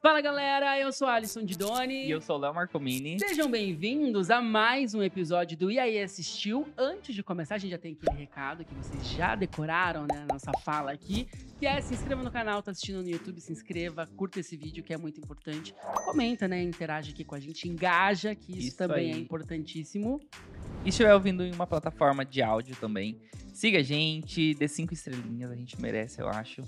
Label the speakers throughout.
Speaker 1: Fala galera, eu sou Alisson Didoni.
Speaker 2: E eu sou o Léo Marcomini.
Speaker 1: Sejam bem-vindos a mais um episódio do E aí Assistiu. Antes de começar, a gente já tem aquele recado que vocês já decoraram, né? Nossa fala aqui. Que é, se inscreva no canal, tá assistindo no YouTube, se inscreva, curta esse vídeo que é muito importante. Comenta, né? Interage aqui com a gente, engaja, que isso,
Speaker 2: Isso
Speaker 1: também é
Speaker 2: aí.
Speaker 1: importantíssimo.
Speaker 2: E estiver ouvindo em uma plataforma de áudio também, siga a gente, dê cinco estrelinhas, a gente merece, eu acho.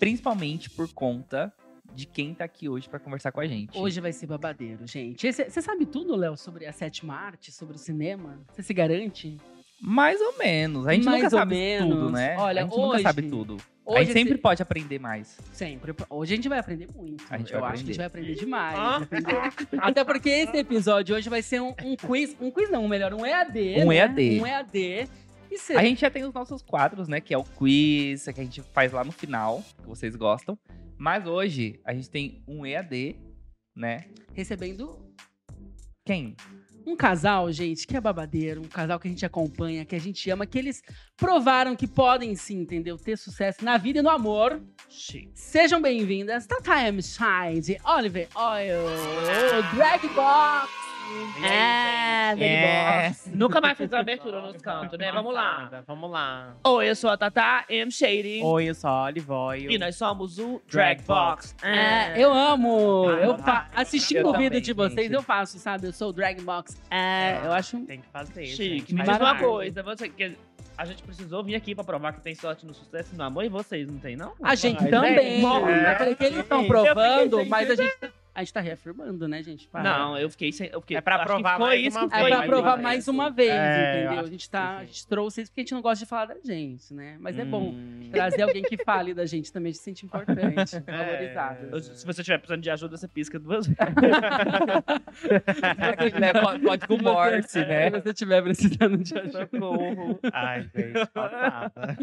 Speaker 2: Principalmente por conta de quem tá aqui hoje pra conversar com a gente.
Speaker 1: Hoje vai ser babadeiro, gente. Você sabe tudo, Léo, sobre a sétima arte, sobre o cinema? Você se garante?
Speaker 2: Mais ou menos. A gente
Speaker 1: Mais
Speaker 2: nunca
Speaker 1: ou
Speaker 2: sabe
Speaker 1: menos.
Speaker 2: tudo, né?
Speaker 1: Olha,
Speaker 2: a gente nunca
Speaker 1: hoje-
Speaker 2: sabe tudo. a gente
Speaker 1: esse-
Speaker 2: sempre pode aprender mais.
Speaker 1: Sempre. Hoje a gente vai aprender muito.
Speaker 2: A gente
Speaker 1: Eu
Speaker 2: vai
Speaker 1: acho que a gente
Speaker 2: aprender.
Speaker 1: vai aprender demais.
Speaker 2: Ah.
Speaker 1: vai aprender. Até porque esse episódio hoje vai ser um, um quiz. Um quiz não, melhor, um EAD.
Speaker 2: Um
Speaker 1: né?
Speaker 2: EAD.
Speaker 1: Um EAD. E cê,
Speaker 2: A gente já tem os nossos quadros, né? Que é o quiz, que a gente faz lá no final, que vocês gostam. Mas hoje a gente tem um EAD, né?
Speaker 1: recebendo
Speaker 2: Quem?
Speaker 1: um casal, gente, que é babadeiro, um casal que a gente acompanha, que a gente ama, que eles provaram que podem sim, entendeu? Ter sucesso na vida e no amor. Sejam bem-vindas, Tata M. Shine, Oliver Oil, Drag Box.
Speaker 3: É
Speaker 1: É, Drag
Speaker 2: É.
Speaker 1: Box.
Speaker 3: Nunca mais fiz uma abertura nos cantos, né? Vamos lá.
Speaker 4: Vamos lá.
Speaker 3: Oi, eu sou a Tata M. Shady.
Speaker 4: Oi, eu sou a Olivoy.
Speaker 3: E
Speaker 1: né?
Speaker 3: nós somos o Drag Box.
Speaker 1: É, eu amo.
Speaker 4: Ah,
Speaker 1: eu
Speaker 4: não,
Speaker 1: fa- assistindo
Speaker 2: eu
Speaker 1: o vídeo
Speaker 2: também,
Speaker 1: de vocês,
Speaker 2: gente.
Speaker 1: eu faço, sabe? Eu sou o Drag Box. É,
Speaker 4: Ah.
Speaker 1: eu acho.
Speaker 4: Tem que fazer.
Speaker 3: Chique.
Speaker 4: gente.
Speaker 3: Me
Speaker 4: Mas
Speaker 3: diz uma
Speaker 1: Maravilha.
Speaker 3: coisa. Você, que a gente precisou vir aqui pra provar que tem sorte no sucesso e no amor. E vocês, não tem, não? É.
Speaker 1: A gente
Speaker 4: Mas,
Speaker 1: também.
Speaker 4: né?
Speaker 1: Eu falei que eles estão provando,
Speaker 3: sem
Speaker 1: mas a gente, a gente tá reafirmando, né, gente? Para.
Speaker 3: Não, eu fiquei sem... Eu fiquei,
Speaker 4: É pra
Speaker 3: acho que
Speaker 4: provar
Speaker 3: foi
Speaker 4: mais
Speaker 3: isso
Speaker 4: uma
Speaker 3: que
Speaker 1: É
Speaker 3: foi.
Speaker 4: vez,
Speaker 1: pra
Speaker 4: mas
Speaker 1: provar
Speaker 4: não é
Speaker 1: mais
Speaker 4: isso.
Speaker 1: uma vez,
Speaker 4: É,
Speaker 1: entendeu?
Speaker 4: acho
Speaker 1: A gente, tá,
Speaker 4: que
Speaker 1: a
Speaker 4: sim.
Speaker 1: gente trouxe isso porque a gente não gosta de falar da gente, né? Mas é bom
Speaker 4: Hum.
Speaker 1: trazer alguém que fale da gente também, a gente se sente importante,
Speaker 4: É.
Speaker 1: valorizado.
Speaker 3: Se você estiver precisando de ajuda, você pisca duas vezes.
Speaker 2: Né, có- Código Morse, né?
Speaker 1: Se você estiver precisando de ajuda.
Speaker 3: Socorro.
Speaker 4: Ai, gente, passada.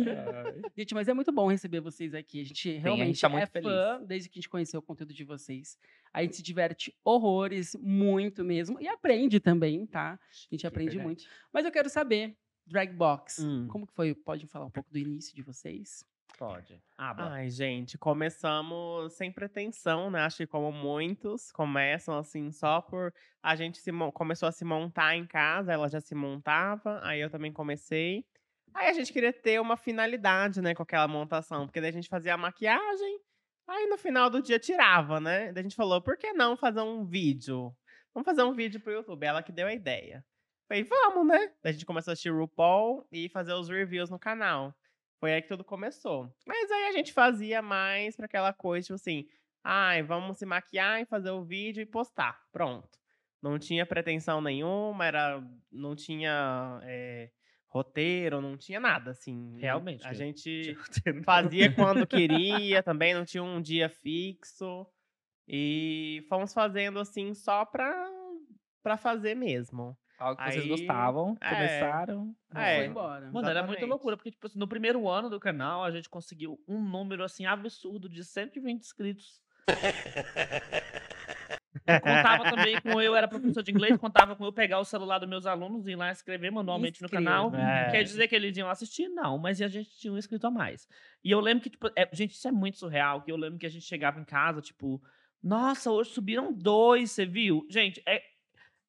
Speaker 1: Gente, mas é muito bom receber vocês aqui. A gente realmente
Speaker 2: gente tá muito
Speaker 1: é fã desde que a gente conheceu o conteúdo de vocês. A gente se diverte horrores, muito mesmo. E aprende também, tá? A gente aprende
Speaker 2: verdade.
Speaker 1: muito. Mas eu quero saber, Drag Box,
Speaker 4: Hum.
Speaker 1: como que foi? Pode falar um pouco do início de vocês?
Speaker 3: Pode.
Speaker 2: Ah,
Speaker 3: Aba.
Speaker 4: Ai, gente, começamos sem pretensão, né? Acho que como muitos começam assim, só por. A gente se mon- começou a se montar em casa, ela já se montava, aí eu também comecei. Aí a gente queria ter uma finalidade, né, com aquela montação, porque daí a gente fazia a maquiagem, aí no final do dia tirava, né? Daí a gente falou, por que não fazer um vídeo? Vamos fazer um vídeo pro YouTube, ela que deu a ideia. Falei, vamos, né? Daí a gente começou a assistir RuPaul e fazer os reviews no canal. Foi aí que tudo começou. Mas aí a gente fazia mais pra aquela coisa, tipo assim, ai, vamos se maquiar e fazer o vídeo e postar. Pronto. Não tinha pretensão nenhuma, era, não tinha é, roteiro, não tinha nada, assim.
Speaker 3: Realmente,
Speaker 4: A
Speaker 3: que-
Speaker 4: gente fazia quando queria também, não tinha um dia fixo. E fomos fazendo assim só pra, pra fazer mesmo.
Speaker 2: Algo que vocês
Speaker 4: Aí-
Speaker 2: gostavam,
Speaker 4: É.
Speaker 2: começaram. né,
Speaker 4: Ah, é.
Speaker 1: Foi embora.
Speaker 3: Mano, era muita
Speaker 4: Exatamente.
Speaker 3: loucura, porque, tipo assim, no primeiro ano do canal, a gente conseguiu um número, assim, absurdo de 120 inscritos.
Speaker 1: É,
Speaker 3: contava também com eu, era professor de inglês, contava com eu pegar o celular dos meus alunos e ir lá escrever manualmente
Speaker 1: Inscreva.
Speaker 3: um no canal.
Speaker 4: É.
Speaker 3: Quer dizer que eles iam assistir? Não, mas a gente tinha um inscrito a mais. E eu lembro que, tipo, é- gente, isso é muito surreal, que eu lembro que a gente chegava em casa, tipo, nossa, hoje subiram dois, você viu? Gente, é,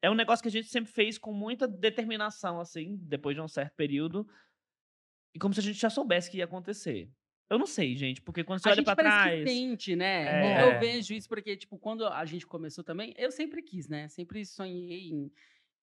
Speaker 3: é um negócio que a gente sempre fez com muita determinação, assim, depois de um certo período. E como se a gente já soubesse que ia acontecer. Eu não sei, gente, porque quando você
Speaker 1: a
Speaker 3: olha
Speaker 1: gente
Speaker 3: pra
Speaker 1: parece
Speaker 3: trás.
Speaker 1: que sente, né?
Speaker 4: É.
Speaker 1: Eu vejo isso porque, tipo, quando a gente começou também, eu sempre quis, né? Sempre sonhei em...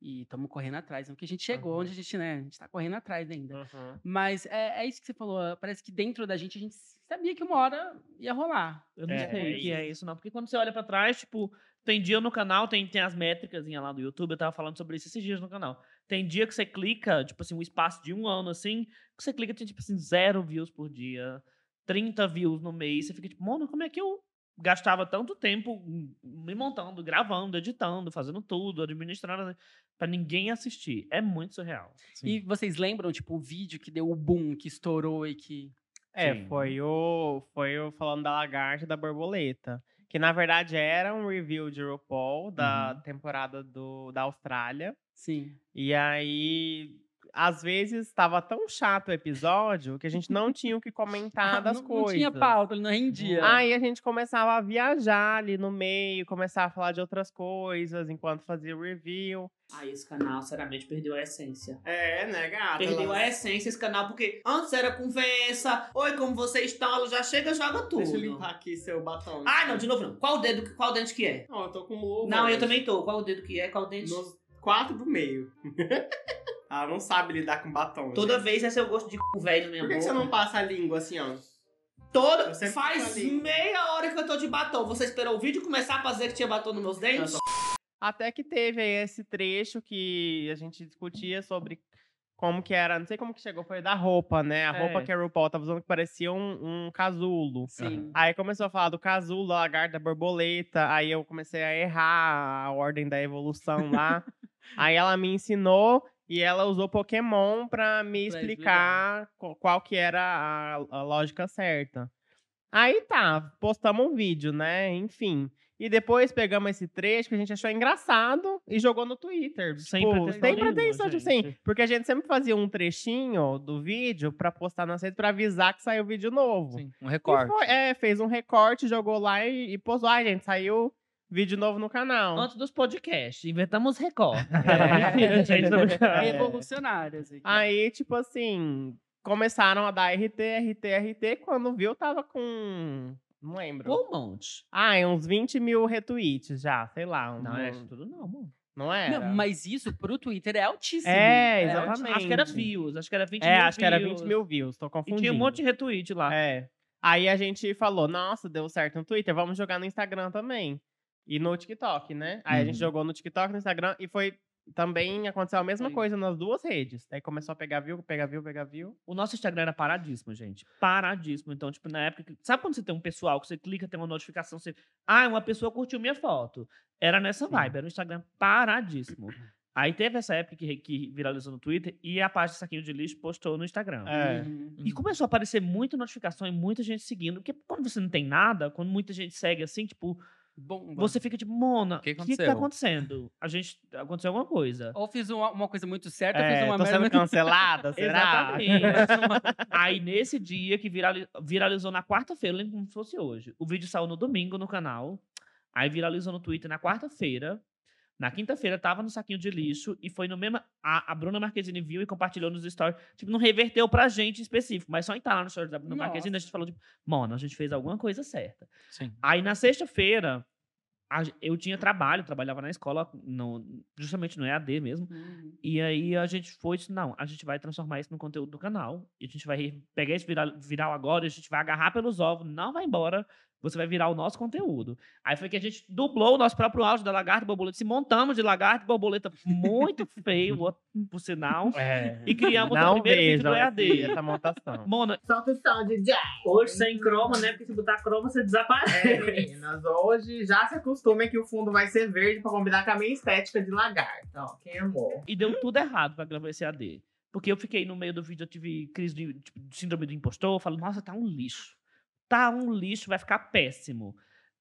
Speaker 1: E estamos correndo atrás, né? porque a gente chegou
Speaker 4: Uhum.
Speaker 1: onde a gente, né? A gente tá correndo atrás ainda.
Speaker 4: Uhum.
Speaker 1: Mas é, é isso que você falou. ah, Parece que dentro da gente a gente sabia que uma hora ia rolar.
Speaker 3: Eu não
Speaker 4: É,
Speaker 3: sei o
Speaker 4: é
Speaker 3: que é isso, não. Porque quando você olha pra trás, tipo, tem dia no canal, tem, tem as métricas lá do YouTube, eu tava falando sobre isso esses dias no canal. Tem dia que você clica, tipo assim, um espaço de um ano, assim, que você clica, tem, tipo assim, zero views por dia, 30 views no mês, você fica tipo, mano, como é que eu gastava tanto tempo me montando, gravando, editando, fazendo tudo, administrando, né?" pra ninguém assistir. É muito surreal.
Speaker 1: E vocês lembram, tipo, o vídeo que deu o boom, que estourou e que.
Speaker 4: É,
Speaker 3: Sim.
Speaker 4: foi o, foi o falando da lagarta e da borboleta. Que na verdade era um review de
Speaker 1: Uhum.
Speaker 4: RuPaul da temporada do, da Austrália.
Speaker 1: Sim.
Speaker 4: E aí às vezes estava tão chato o episódio que a gente não tinha o que comentar Ah, das
Speaker 1: não,
Speaker 4: coisas.
Speaker 1: não tinha pauta, ele não rendia.
Speaker 4: Aí a gente começava a viajar ali no meio, começava a falar de outras coisas enquanto fazia o review.
Speaker 5: Aí esse canal, sinceramente, perdeu a essência.
Speaker 4: É, né, gata?
Speaker 5: Perdeu a essência esse canal, porque antes era conversa. Oi, como você está? Ela já chega, joga tudo.
Speaker 4: Deixa eu limpar aqui seu batom.
Speaker 5: Ai, não, de novo não. Qual dedo, qual dente que é?
Speaker 4: Não, eu tô com ovo.
Speaker 5: não, eu
Speaker 4: hoje.
Speaker 5: também tô. Qual dedo que é? Qual dente?
Speaker 4: Nos quatro do meio. Ela não sabe lidar com batom.
Speaker 5: Toda
Speaker 4: gente.
Speaker 5: vez é seu gosto de c... velho na minha
Speaker 4: Por que, que
Speaker 5: boca.
Speaker 4: você não passa a língua assim, ó?
Speaker 5: Toda...
Speaker 4: Eu sempre
Speaker 5: Faz
Speaker 4: falei.
Speaker 5: meia hora que eu tô de batom. Você esperou o vídeo começar a fazer que tinha batom nos meus dentes?
Speaker 4: Até que teve aí esse trecho que a gente discutia sobre como que era, não sei como que chegou, foi da roupa, né? A
Speaker 3: É.
Speaker 4: roupa que a RuPaul tava usando que parecia um, um casulo.
Speaker 3: Uhum.
Speaker 1: Sim.
Speaker 4: Aí começou a falar do casulo, da lagarta, borboleta, aí eu comecei a errar a ordem da evolução lá. aí ela me ensinou e ela usou Pokémon pra me
Speaker 1: Pra
Speaker 4: explicar qu- qual que era a, a lógica certa. Aí tá, postamos um vídeo, né? Enfim. E depois pegamos esse trecho que a gente achou engraçado e jogou no Twitter.
Speaker 3: Sem
Speaker 4: Tipo,
Speaker 3: pretensão
Speaker 4: Sem
Speaker 3: nenhuma,
Speaker 4: pretensão, tipo assim.
Speaker 3: gente.
Speaker 4: Porque a gente sempre fazia um trechinho do vídeo pra postar nas redes pra avisar que saiu vídeo novo.
Speaker 2: Sim, um
Speaker 4: E foi-
Speaker 2: recorte.
Speaker 4: é, fez um recorte, jogou lá e, e postou. Ai, gente, saiu vídeo novo no canal.
Speaker 3: Antes dos podcasts, inventamos recorde.
Speaker 4: É.
Speaker 3: Gente, não-
Speaker 1: Revolucionárias. aqui.
Speaker 4: Aí, tipo assim, começaram a dar RT, RT, RT. Quando viu, tava com. Não lembro.
Speaker 3: Pô, um monte.
Speaker 4: Ai, uns 20 mil retweets já, sei lá. um-
Speaker 3: Não, é tudo não, amor.
Speaker 4: não era?
Speaker 1: Não, mas isso pro Twitter é altíssimo.
Speaker 4: É,
Speaker 1: altíssimo.
Speaker 4: exatamente.
Speaker 3: Acho que era views, acho que era 20
Speaker 4: É,
Speaker 3: mil
Speaker 4: acho que era
Speaker 3: views.
Speaker 4: 20 mil views, tô
Speaker 3: E
Speaker 4: confundindo.
Speaker 3: tinha um monte de retweet lá.
Speaker 4: É. Aí a gente falou, nossa, deu certo no Twitter, vamos jogar no Instagram também. E no TikTok, né? Aí a gente
Speaker 2: Uhum.
Speaker 4: jogou no TikTok, no Instagram, e foi... Também aconteceu a mesma
Speaker 1: Aí.
Speaker 4: coisa nas duas redes. Aí começou a pegar view, pegar view, pegar view.
Speaker 3: O nosso Instagram era paradíssimo, gente. Paradíssimo. Então, tipo, na época. que- Sabe quando você tem um pessoal que você clica, tem uma notificação, você. Ah, uma pessoa curtiu minha foto. Era nessa vibe, era um Instagram paradíssimo. Aí teve essa época que, que viralizou no Twitter e a página Saquinho de Lixo postou no Instagram.
Speaker 4: É.
Speaker 1: Uhum.
Speaker 2: Hum,
Speaker 3: E começou a aparecer muita notificação e muita gente seguindo. Porque quando você não tem nada, quando muita gente segue assim, tipo,
Speaker 1: Bomba.
Speaker 3: você fica tipo, Mona, o
Speaker 2: Que
Speaker 3: que, que tá
Speaker 2: aconteceu?"
Speaker 3: acontecendo? A gente. Aconteceu alguma coisa.
Speaker 1: Ou fiz uma, uma coisa muito certa, ou
Speaker 4: É,
Speaker 1: fiz uma
Speaker 4: tô sendo
Speaker 1: merda.
Speaker 4: cancelada, será?
Speaker 3: Exatamente. Aí, nesse dia que virali- viralizou na quarta-feira, eu lembro como se fosse hoje. O vídeo saiu no domingo no canal. Aí viralizou no Twitter na quarta-feira. Na quinta-feira, tava no saquinho de lixo e foi no mesmo. A, a Bruna Marquezine viu e compartilhou nos stories. Tipo, não reverteu pra gente em específico, mas só em tá lá no stories da Bruna
Speaker 1: Nossa.
Speaker 3: Marquezine, a gente falou, tipo, mano, a gente fez alguma coisa certa.
Speaker 2: Sim.
Speaker 3: Aí na sexta-feira, a gen- eu tinha trabalho, trabalhava na escola, no- justamente no EAD mesmo.
Speaker 1: Uhum.
Speaker 3: E aí a gente foi, disse, não, a gente vai transformar isso no conteúdo do canal. E a gente vai re- pegar esse viral, viral agora, a gente vai agarrar pelos ovos, não vai embora, você vai virar o nosso conteúdo. Aí foi que a gente dublou o nosso próprio áudio da lagarta e borboleta, se montamos de lagarta e borboleta, muito feio, o- por sinal.
Speaker 4: É.
Speaker 3: E criamos o
Speaker 4: Não é
Speaker 3: primeiro vídeo do
Speaker 4: vejam esse-
Speaker 3: EAD.
Speaker 4: essa montação.
Speaker 3: Mona,
Speaker 5: Solta o som, DJ. Hoje sem croma, né? Porque se botar croma, você desaparece.
Speaker 4: É, meninas, hoje já se acostumem que o fundo vai ser verde pra combinar com a minha estética de lagarta, ó. Quem amou?
Speaker 3: E deu tudo errado pra gravar esse AD. Porque eu fiquei no meio do vídeo, eu tive crise de, tipo, de síndrome do impostor. Eu falo, nossa, tá um lixo. Tá um lixo, vai ficar péssimo.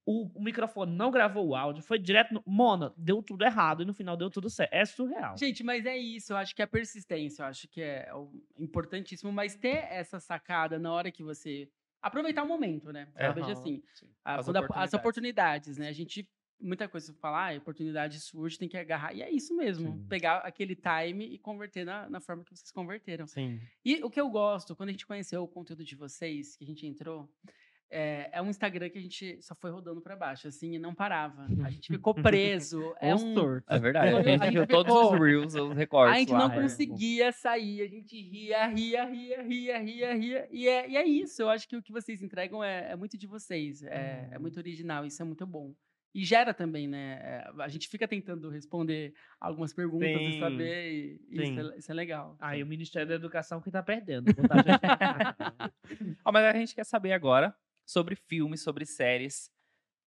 Speaker 3: O, o microfone não gravou o áudio, foi direto no. Mona, deu tudo errado e no final deu tudo certo. É surreal.
Speaker 1: Gente, mas é isso. Eu acho que a persistência, eu acho que é o- importantíssimo. Mas ter essa sacada na hora que você. Aproveitar o momento, né? Eu vejo
Speaker 4: Aham,
Speaker 1: assim. a-
Speaker 2: É. As
Speaker 1: quando a- as
Speaker 2: oportunidades.
Speaker 1: oportunidades, né? A gente. Muita coisa pra falar, ah, oportunidade surge, tem que agarrar. E é isso mesmo.
Speaker 2: Sim.
Speaker 1: Pegar aquele time e converter na, na forma que vocês converteram.
Speaker 4: Sim.
Speaker 1: E o que eu gosto, quando a gente conheceu o conteúdo de vocês, que a gente entrou, é, é um Instagram que a gente só foi rodando pra baixo, assim, e não parava. A gente ficou preso. é um,
Speaker 2: É verdade.
Speaker 1: Eu-
Speaker 2: A gente
Speaker 1: a
Speaker 2: viu
Speaker 1: gente
Speaker 2: todos
Speaker 1: ficou-
Speaker 2: os reels, os recortes.
Speaker 1: a gente
Speaker 2: lá,
Speaker 1: não
Speaker 2: né?
Speaker 1: conseguia sair, a gente ria, ria, ria, ria, ria, ria. E é, e é isso, eu acho que o que vocês entregam é, é muito de vocês, é,
Speaker 4: Uhum.
Speaker 1: é muito original, isso é muito bom. E gera também, né? é, A gente fica tentando responder algumas perguntas e
Speaker 4: Sim,
Speaker 1: saber, e isso, é,
Speaker 4: sim.
Speaker 1: le- isso é legal.
Speaker 3: Aí o Ministério da Educação que tá perdendo. botar gente-
Speaker 2: Ó, mas a gente quer saber agora sobre filmes, sobre séries.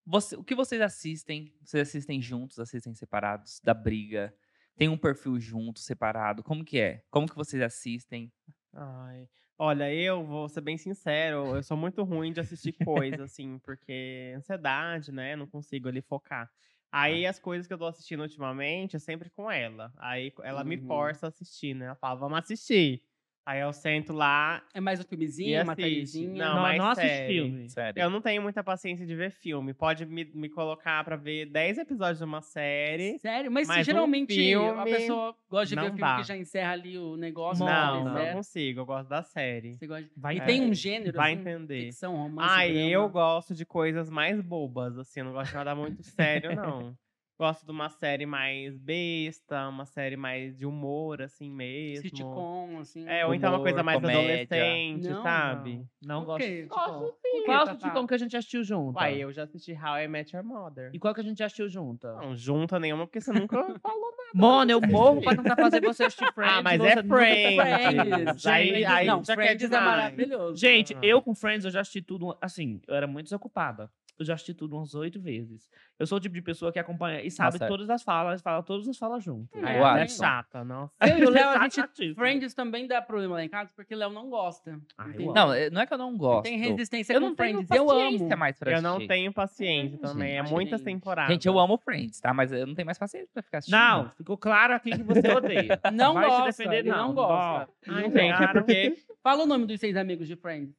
Speaker 2: Você- o que vocês assistem? Vocês assistem juntos, assistem separados? Da briga? Tem um perfil junto, separado? Como que é? Como que vocês assistem?
Speaker 4: Ai. Olha, eu vou ser bem sincero, eu sou
Speaker 1: Tá.
Speaker 4: muito ruim de assistir coisa, assim, porque ansiedade, né? Não consigo ali focar. Aí as coisas que eu tô assistindo ultimamente é sempre com ela. Aí ela me
Speaker 1: Uhum.
Speaker 4: força a assistir, né? Ela fala, vamos assistir. Aí eu sento lá
Speaker 1: É mais um
Speaker 4: E
Speaker 1: filmezinho, uma
Speaker 4: assiste.
Speaker 1: tarizinha.
Speaker 4: Não,
Speaker 3: Não,
Speaker 4: mas
Speaker 3: não assiste
Speaker 4: sério.
Speaker 3: filme.
Speaker 2: Sério.
Speaker 4: Eu não tenho muita paciência de ver filme. Pode me, me colocar pra ver 10 episódios de uma série.
Speaker 1: Sério, mas,
Speaker 4: Mas um
Speaker 1: geralmente a
Speaker 4: filme,
Speaker 1: pessoa gosta de ver
Speaker 4: não
Speaker 1: o filme
Speaker 4: dá.
Speaker 1: que já encerra ali o negócio.
Speaker 4: não,
Speaker 1: né?
Speaker 4: não,
Speaker 1: Zero.
Speaker 4: consigo. Eu gosto da série.
Speaker 1: Você gosta de-
Speaker 3: Vai
Speaker 1: E
Speaker 4: É.
Speaker 1: tem um gênero,
Speaker 4: Vai
Speaker 1: assim,
Speaker 4: entender.
Speaker 1: ficção, romance,
Speaker 4: Ah,
Speaker 1: drama.
Speaker 4: eu gosto de coisas mais bobas, assim. Eu não gosto de nada muito sério, não. Gosto de uma série mais besta, uma série mais de humor, assim mesmo.
Speaker 1: Sitcom, assim.
Speaker 4: É, ou então uma coisa
Speaker 2: Humor,
Speaker 4: mais
Speaker 2: comédia.
Speaker 4: adolescente,
Speaker 1: Não,
Speaker 4: sabe?
Speaker 3: Não
Speaker 1: Por
Speaker 3: gosto.
Speaker 1: quê?
Speaker 4: Gosto
Speaker 1: Tipo, por quê,
Speaker 3: Qual
Speaker 1: Tatá?
Speaker 3: sitcom que a gente assistiu junto?
Speaker 4: Uai, eu já assisti How I Met Your Mother.
Speaker 3: E qual que a gente assistiu junto?
Speaker 4: Não junta nenhuma, porque você nunca falou.
Speaker 3: Mano, eu morro pra tentar fazer você assistir Friends.
Speaker 4: Ah, mas
Speaker 3: você
Speaker 4: é
Speaker 3: nunca-
Speaker 1: Friends.
Speaker 4: Friends. Aí, aí
Speaker 1: não,
Speaker 4: já quer
Speaker 1: Friends é
Speaker 4: demais.
Speaker 1: maravilhoso.
Speaker 3: Gente,
Speaker 4: Ah.
Speaker 3: eu com Friends, eu já assisti tudo, assim, eu era muito desocupada. Eu já assisti tudo umas oito vezes. Eu sou o tipo de pessoa que acompanha e sabe
Speaker 2: Nossa, é.
Speaker 3: todas as falas, fala todas as falas junto.
Speaker 1: Hum.
Speaker 4: Ah,
Speaker 1: É,
Speaker 4: ela Tá é
Speaker 2: Watson.
Speaker 4: chata, nossa.
Speaker 1: Eu e o Léo, a gente-
Speaker 3: Chatíssimo.
Speaker 1: Friends também dá problema lá em casa, porque o Léo não gosta.
Speaker 3: Ah, eu
Speaker 1: entendeu?
Speaker 3: amo.
Speaker 2: Não, é- não é que eu não gosto.
Speaker 1: Tem resistência
Speaker 2: eu
Speaker 1: com
Speaker 2: não tenho
Speaker 1: Friends. Eu amo.
Speaker 2: paciência mais pra
Speaker 4: Eu não
Speaker 2: assistir.
Speaker 4: tenho paciência também. É
Speaker 1: Gente,
Speaker 4: muitas
Speaker 1: gente.
Speaker 4: temporadas.
Speaker 2: Gente, eu amo Friends, tá? Mas eu não tenho mais paciência pra ficar assistindo.
Speaker 4: Hum.
Speaker 3: Não, ficou claro aqui que você odeia.
Speaker 1: Não
Speaker 3: Vai se
Speaker 1: gosta,
Speaker 3: defender,
Speaker 1: ele não
Speaker 3: não.
Speaker 1: gosta.
Speaker 4: Ai,
Speaker 1: Não
Speaker 4: gente, é
Speaker 1: gosta.
Speaker 4: porque.
Speaker 1: Fala o nome dos seis amigos de Friends.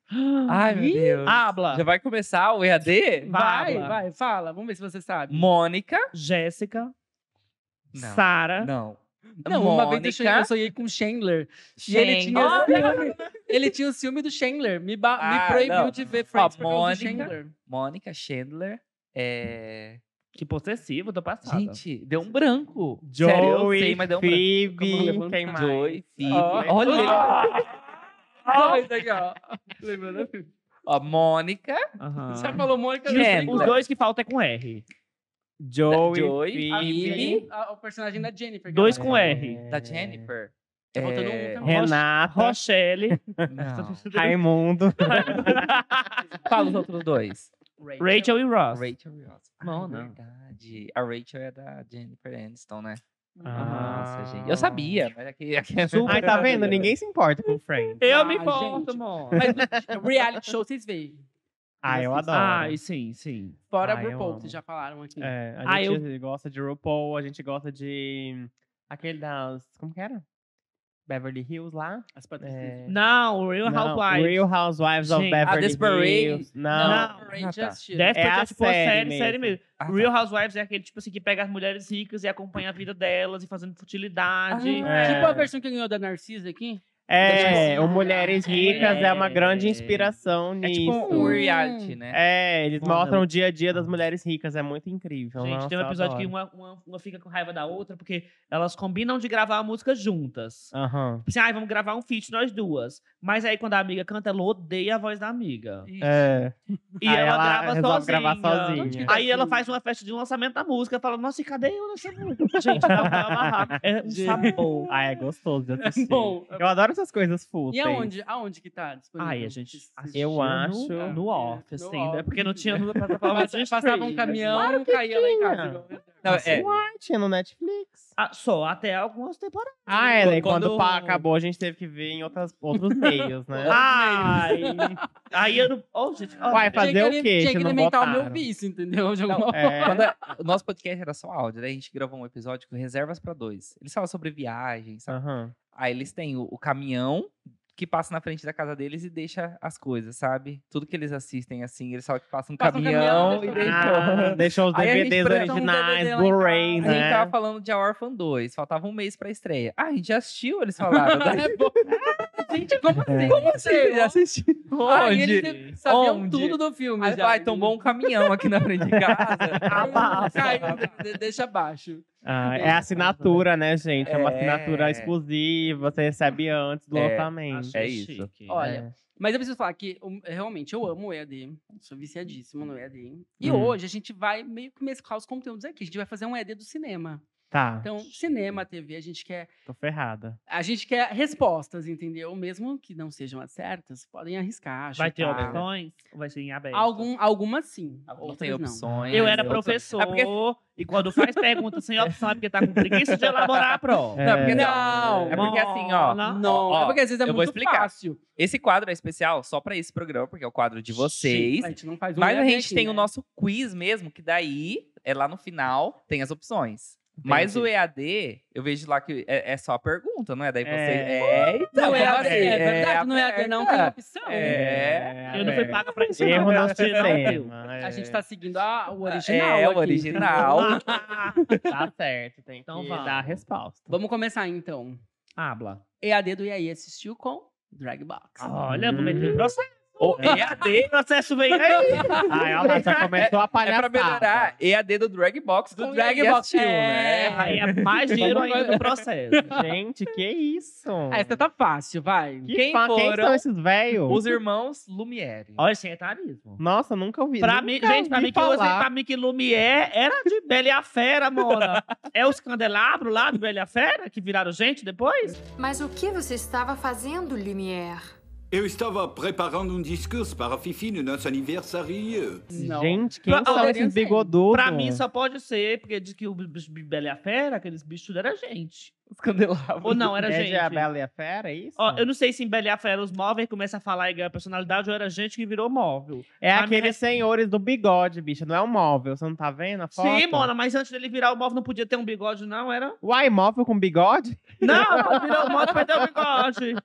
Speaker 2: Ai, meu
Speaker 1: Ih,
Speaker 2: Deus.
Speaker 3: Habla,
Speaker 2: Já vai começar o EAD?
Speaker 1: Vai,
Speaker 3: Fala.
Speaker 1: vai, fala. Vamos ver se você sabe.
Speaker 2: Mônica.
Speaker 3: Jéssica,
Speaker 2: Não.
Speaker 3: Sara,
Speaker 2: Não.
Speaker 3: Hum,
Speaker 1: Não, uma vez eu sonhei, eu sonhei com o Chandler. E ele tinha,
Speaker 2: Ó,
Speaker 1: ciúme, ele tinha o ciúme do Chandler. Me, ba- me
Speaker 2: Ah,
Speaker 1: proibiu
Speaker 2: não.
Speaker 1: de ver Friends por causa do
Speaker 2: Mônica.
Speaker 1: Chandler.
Speaker 2: Mônica Chandler. É...
Speaker 3: que possessivo, tô passada.
Speaker 2: Gente, deu um branco.
Speaker 4: Joey,
Speaker 2: Sério, eu sei, mas deu um branco.
Speaker 4: Phoebe, quem mais?
Speaker 2: Joey, Phoebe.
Speaker 1: Ó.
Speaker 2: Olha,
Speaker 1: Ó, isso aqui, ó. Lembrou da filha.
Speaker 2: ó, Mônica.
Speaker 3: Aham.
Speaker 1: é Você Tá. falou Mônica,
Speaker 3: E
Speaker 1: eu
Speaker 3: os-
Speaker 1: lembrei.
Speaker 2: Chandler.
Speaker 3: os dois que faltam é com R.
Speaker 4: Joey,
Speaker 2: Joey,
Speaker 1: A
Speaker 4: Phoebe,
Speaker 1: Phoebe, a- o personagem da Jennifer. que
Speaker 3: Dois
Speaker 1: ela- é
Speaker 3: com
Speaker 4: É.
Speaker 3: R.
Speaker 2: Da Jennifer.
Speaker 1: Tá faltando um
Speaker 2: É,
Speaker 1: também.
Speaker 4: Renata,
Speaker 3: Rochelle,
Speaker 2: não.
Speaker 4: Raimundo.
Speaker 2: Fala os outros dois.
Speaker 3: Rachel e Ross.
Speaker 2: Rachel e Ross. Ah,
Speaker 3: Não, não.
Speaker 2: verdade. A Rachel é da Jennifer Aniston, né?
Speaker 4: Ah.
Speaker 2: Nossa, gente. Eu sabia, mas é que... é que-
Speaker 3: Super.
Speaker 4: Ai, tá vendo? Ninguém se importa com Friends.
Speaker 3: Eu me
Speaker 1: Ah,
Speaker 3: importo,
Speaker 1: gente.
Speaker 3: mano.
Speaker 1: Mas do- reality show vocês veem.
Speaker 4: Ah, eu adoro.
Speaker 3: Ai, sim, sim.
Speaker 1: Fora
Speaker 4: Ah, eu
Speaker 1: RuPaul, que
Speaker 4: amo.
Speaker 1: vocês já falaram aqui.
Speaker 4: É, a
Speaker 3: Ah,
Speaker 4: gente gosta de RuPaul, a gente gosta de. Aquele das. Como que era? Beverly Hills lá?
Speaker 1: As patricinhas.
Speaker 4: É,
Speaker 3: Não, o Real
Speaker 4: não,
Speaker 3: Housewives.
Speaker 4: Real Housewives of
Speaker 3: Gente, a
Speaker 4: Beverly
Speaker 2: Desperate.
Speaker 4: Hills. Ah, Não.
Speaker 2: Ah,
Speaker 1: Rachel
Speaker 2: tá.
Speaker 1: assistiram.
Speaker 3: Desperate
Speaker 4: É
Speaker 3: é,
Speaker 4: a
Speaker 3: tipo uma
Speaker 4: série
Speaker 3: série,
Speaker 4: mesmo.
Speaker 3: série mesmo.
Speaker 2: Ah, tá.
Speaker 3: Real Housewives é aquele, tipo assim, que pega as mulheres ricas e acompanha a vida delas e fazendo futilidade.
Speaker 1: Ah,
Speaker 4: É.
Speaker 1: Tipo a versão que ganhou da Narcisa aqui.
Speaker 4: É,
Speaker 1: Desperate.
Speaker 4: o Mulheres Ricas é, uma grande
Speaker 2: É.
Speaker 4: inspiração
Speaker 2: É
Speaker 4: nisso.
Speaker 2: tipo um reality, né?
Speaker 4: É, eles
Speaker 2: Mano,
Speaker 4: mostram o dia a dia das mulheres ricas, é muito incrível.
Speaker 3: Gente, tem um
Speaker 4: nossa, eu
Speaker 3: episódio que
Speaker 4: adoro.
Speaker 3: uma, uma, uma fica com raiva da outra porque elas combinam de gravar a música juntas.
Speaker 4: Aham.
Speaker 3: Tipo assim, ai, vamos gravar um feat nós duas. Mas aí quando a amiga canta, ela odeia a voz da amiga.
Speaker 1: Ixi.
Speaker 4: É.
Speaker 3: E
Speaker 4: Aí
Speaker 3: ela,
Speaker 4: ela
Speaker 3: grava
Speaker 4: resolve
Speaker 3: sozinha.
Speaker 4: gravar sozinha.
Speaker 1: Tipo
Speaker 3: Aí
Speaker 1: assim.
Speaker 3: ela faz uma festa de lançamento da música, fala, nossa, e cadê eu nessa música? Gente, dá pra amarrar. É um
Speaker 1: Gente.
Speaker 3: sabor.
Speaker 4: Ah, é gostoso de assistir.
Speaker 1: Bom,
Speaker 4: Eu adoro essas coisas full.
Speaker 1: e aonde, aonde que tá disponível?
Speaker 3: Ai, a gente
Speaker 1: Esses-
Speaker 3: assistia
Speaker 4: Eu
Speaker 3: no-
Speaker 4: acho-
Speaker 3: no,
Speaker 1: No
Speaker 3: office
Speaker 1: off.
Speaker 3: ainda, porque não tinha no plataforma de
Speaker 1: Passa- Passava um
Speaker 3: streaming.
Speaker 1: caminhão, caía lá em casa.
Speaker 4: tinha.
Speaker 1: igual-
Speaker 2: Não, é,
Speaker 4: É. Watch no Netflix.
Speaker 3: Ah, só até algumas temporadas.
Speaker 4: Ah, é, daí
Speaker 2: Quando-
Speaker 4: quando, pá, acabou, a gente teve que ver em outras, outros meios, né?
Speaker 3: Ai, aí eu não... Oh, gente, oh,
Speaker 4: Vai
Speaker 3: gente.
Speaker 4: fazer
Speaker 1: Tinha
Speaker 4: o
Speaker 1: que-
Speaker 4: quê
Speaker 1: Tinha
Speaker 4: que
Speaker 1: que
Speaker 4: não
Speaker 1: alimentar o meu
Speaker 4: botaram?
Speaker 1: vício, entendeu? De alguma
Speaker 4: É.
Speaker 2: Quando a- o nosso podcast era só áudio, né? A gente gravou um episódio com reservas pra dois. Eles falam sobre viagens, sabe?
Speaker 4: Aham.
Speaker 2: Aí eles têm o, o caminhão que passa na frente da casa deles e deixa as coisas, sabe? Tudo que eles assistem, assim, eles falam que passa um
Speaker 1: Passa um
Speaker 2: caminhão,
Speaker 1: caminhão,
Speaker 2: e
Speaker 1: deixa-
Speaker 2: deixa.
Speaker 4: Ah, deixou os
Speaker 2: Aí a gente
Speaker 4: DVDs
Speaker 2: presta um
Speaker 4: originais,
Speaker 1: DVD lá em
Speaker 4: Blu-ray,
Speaker 2: A
Speaker 1: casa.
Speaker 4: né?
Speaker 2: gente tava falando de A Orphan 2, faltava um mês pra estreia. Ah, a gente já assistiu, eles falaram. Daí,
Speaker 1: É bom. Gente, como assim? Como
Speaker 2: Você já assistiu?
Speaker 1: Ah, e
Speaker 2: Onde?
Speaker 1: eles sabiam
Speaker 2: Onde?
Speaker 1: tudo do filme.
Speaker 2: Aí,
Speaker 1: já. Ah,
Speaker 2: vai, tombou um caminhão aqui na frente de casa.
Speaker 1: Caiu, de- deixa abaixo.
Speaker 4: Ah, é assinatura, né, gente? É uma
Speaker 2: É.
Speaker 4: assinatura exclusiva, você recebe antes do
Speaker 2: É,
Speaker 4: lançamento.
Speaker 2: é isso.
Speaker 3: Chique.
Speaker 1: Olha, mas eu preciso falar que um, realmente eu amo o EAD. Sou viciadíssimo no EAD. E
Speaker 4: Uhum.
Speaker 2: Hum.
Speaker 1: hoje a gente vai meio que mesclar os conteúdos aqui. A gente vai fazer um EAD do cinema.
Speaker 4: Tá,
Speaker 1: Então, cinema, TV, a gente quer
Speaker 4: tô ferrada.
Speaker 1: a gente quer respostas, entendeu? Mesmo que não sejam as certas, podem arriscar,
Speaker 3: Vai ter
Speaker 1: chutar.
Speaker 3: opções? Ou vai ser em aberto?
Speaker 1: Algum, algumas sim,
Speaker 2: Não
Speaker 1: Ah, outras
Speaker 2: tem
Speaker 1: não.
Speaker 2: opções.
Speaker 3: Eu era
Speaker 2: outras-
Speaker 3: professor.
Speaker 2: É porque-
Speaker 3: E quando faz pergunta sem opção, é porque tá com preguiça de elaborar a prova.
Speaker 2: Não, porque
Speaker 1: Não,
Speaker 2: É porque assim, ó,
Speaker 3: Não.
Speaker 1: Não,
Speaker 2: Ó,
Speaker 1: é porque às vezes é
Speaker 2: eu vou
Speaker 1: muito
Speaker 2: explicar.
Speaker 1: fácil.
Speaker 2: Esse quadro é especial só pra esse programa, porque é o quadro de vocês.
Speaker 1: A gente não faz um
Speaker 2: Mas a
Speaker 1: leve
Speaker 2: gente
Speaker 1: aqui,
Speaker 2: tem o
Speaker 1: né?
Speaker 2: nosso quiz mesmo, que daí é lá no final, tem as opções. Mas o EAD, eu vejo lá que é, é só a pergunta, não é? Daí você. É, então,
Speaker 1: Não é,
Speaker 2: como
Speaker 1: AD,
Speaker 2: assim?
Speaker 1: é verdade,
Speaker 2: a
Speaker 1: não é AD, não tem
Speaker 2: pergunta.
Speaker 1: opção. né?
Speaker 2: É.
Speaker 3: Eu não fui
Speaker 4: é.
Speaker 3: paga pra isso.
Speaker 4: Erro
Speaker 3: não,
Speaker 4: no
Speaker 3: você não deu.
Speaker 4: sistema.
Speaker 1: A gente
Speaker 4: é.
Speaker 1: tá seguindo a- o original.
Speaker 2: É, o
Speaker 1: aqui, Ah,
Speaker 2: original.
Speaker 1: entendeu?
Speaker 4: Tá certo, tem
Speaker 3: Então
Speaker 4: que
Speaker 3: vamos.
Speaker 4: dar a resposta.
Speaker 1: Vamos começar então.
Speaker 3: Habla.
Speaker 1: EAD do IAI assistiu com Drag Box.
Speaker 4: Ah,
Speaker 3: Olha, vou
Speaker 4: Hum.
Speaker 3: meter processo.
Speaker 2: É O EAD
Speaker 3: Processo veio aí.
Speaker 4: Ah, ela já começou a
Speaker 2: é
Speaker 4: palhaçada.
Speaker 2: pra melhorar. EAD do Drag Box
Speaker 1: Do
Speaker 2: com
Speaker 1: Drag
Speaker 2: EAD
Speaker 1: Box,
Speaker 2: assistiu,
Speaker 1: é.
Speaker 2: né?
Speaker 3: Aí é mais dinheiro ainda no processo.
Speaker 4: Gente, que isso?
Speaker 1: Ah, essa tá fácil, vai.
Speaker 4: que
Speaker 2: Quem
Speaker 4: fa- quem
Speaker 2: foram
Speaker 4: são esses velhos?
Speaker 2: Os irmãos Lumiere.
Speaker 3: Olha, isso é etarismo.
Speaker 4: Nossa, nunca ouvi.
Speaker 3: Pra mim, gente, pra
Speaker 4: ouvi
Speaker 3: mim, que eu,
Speaker 4: falar.
Speaker 3: pra mim que Lumière era de Bela e a Fera, mora. É os candelabros lá de Bela e a Fera que viraram gente depois?
Speaker 6: Mas o que você estava fazendo, Lumière?
Speaker 7: Eu estava preparando um discurso para a Fifi no nosso aniversário.
Speaker 1: Não.
Speaker 4: Gente, quem
Speaker 1: Pra-
Speaker 4: são
Speaker 1: Olha,
Speaker 4: esses
Speaker 1: sei.
Speaker 4: bigodudos?
Speaker 3: Pra mim só pode ser, porque diz que o bicho de Bela e a Fera, aqueles bichos tudo era gente.
Speaker 2: Os candelabros.
Speaker 3: Ou não, era
Speaker 4: é de a
Speaker 3: gente.
Speaker 4: Bela e a Fera, é isso?
Speaker 3: Ó, eu não sei se em Bela e a Fera os móveis começam a falar e ganha personalidade ou era gente que virou móvel.
Speaker 4: É
Speaker 3: Pra mim,
Speaker 4: aqueles senhores do bigode, bicho. Não é um móvel. Você não tá vendo a foto?
Speaker 3: Sim, Mona, mas antes dele virar o móvel não podia ter um bigode, não? Era.
Speaker 4: Uai, móvel com bigode?
Speaker 3: Não, ele virou o móvel pra ter um bigode.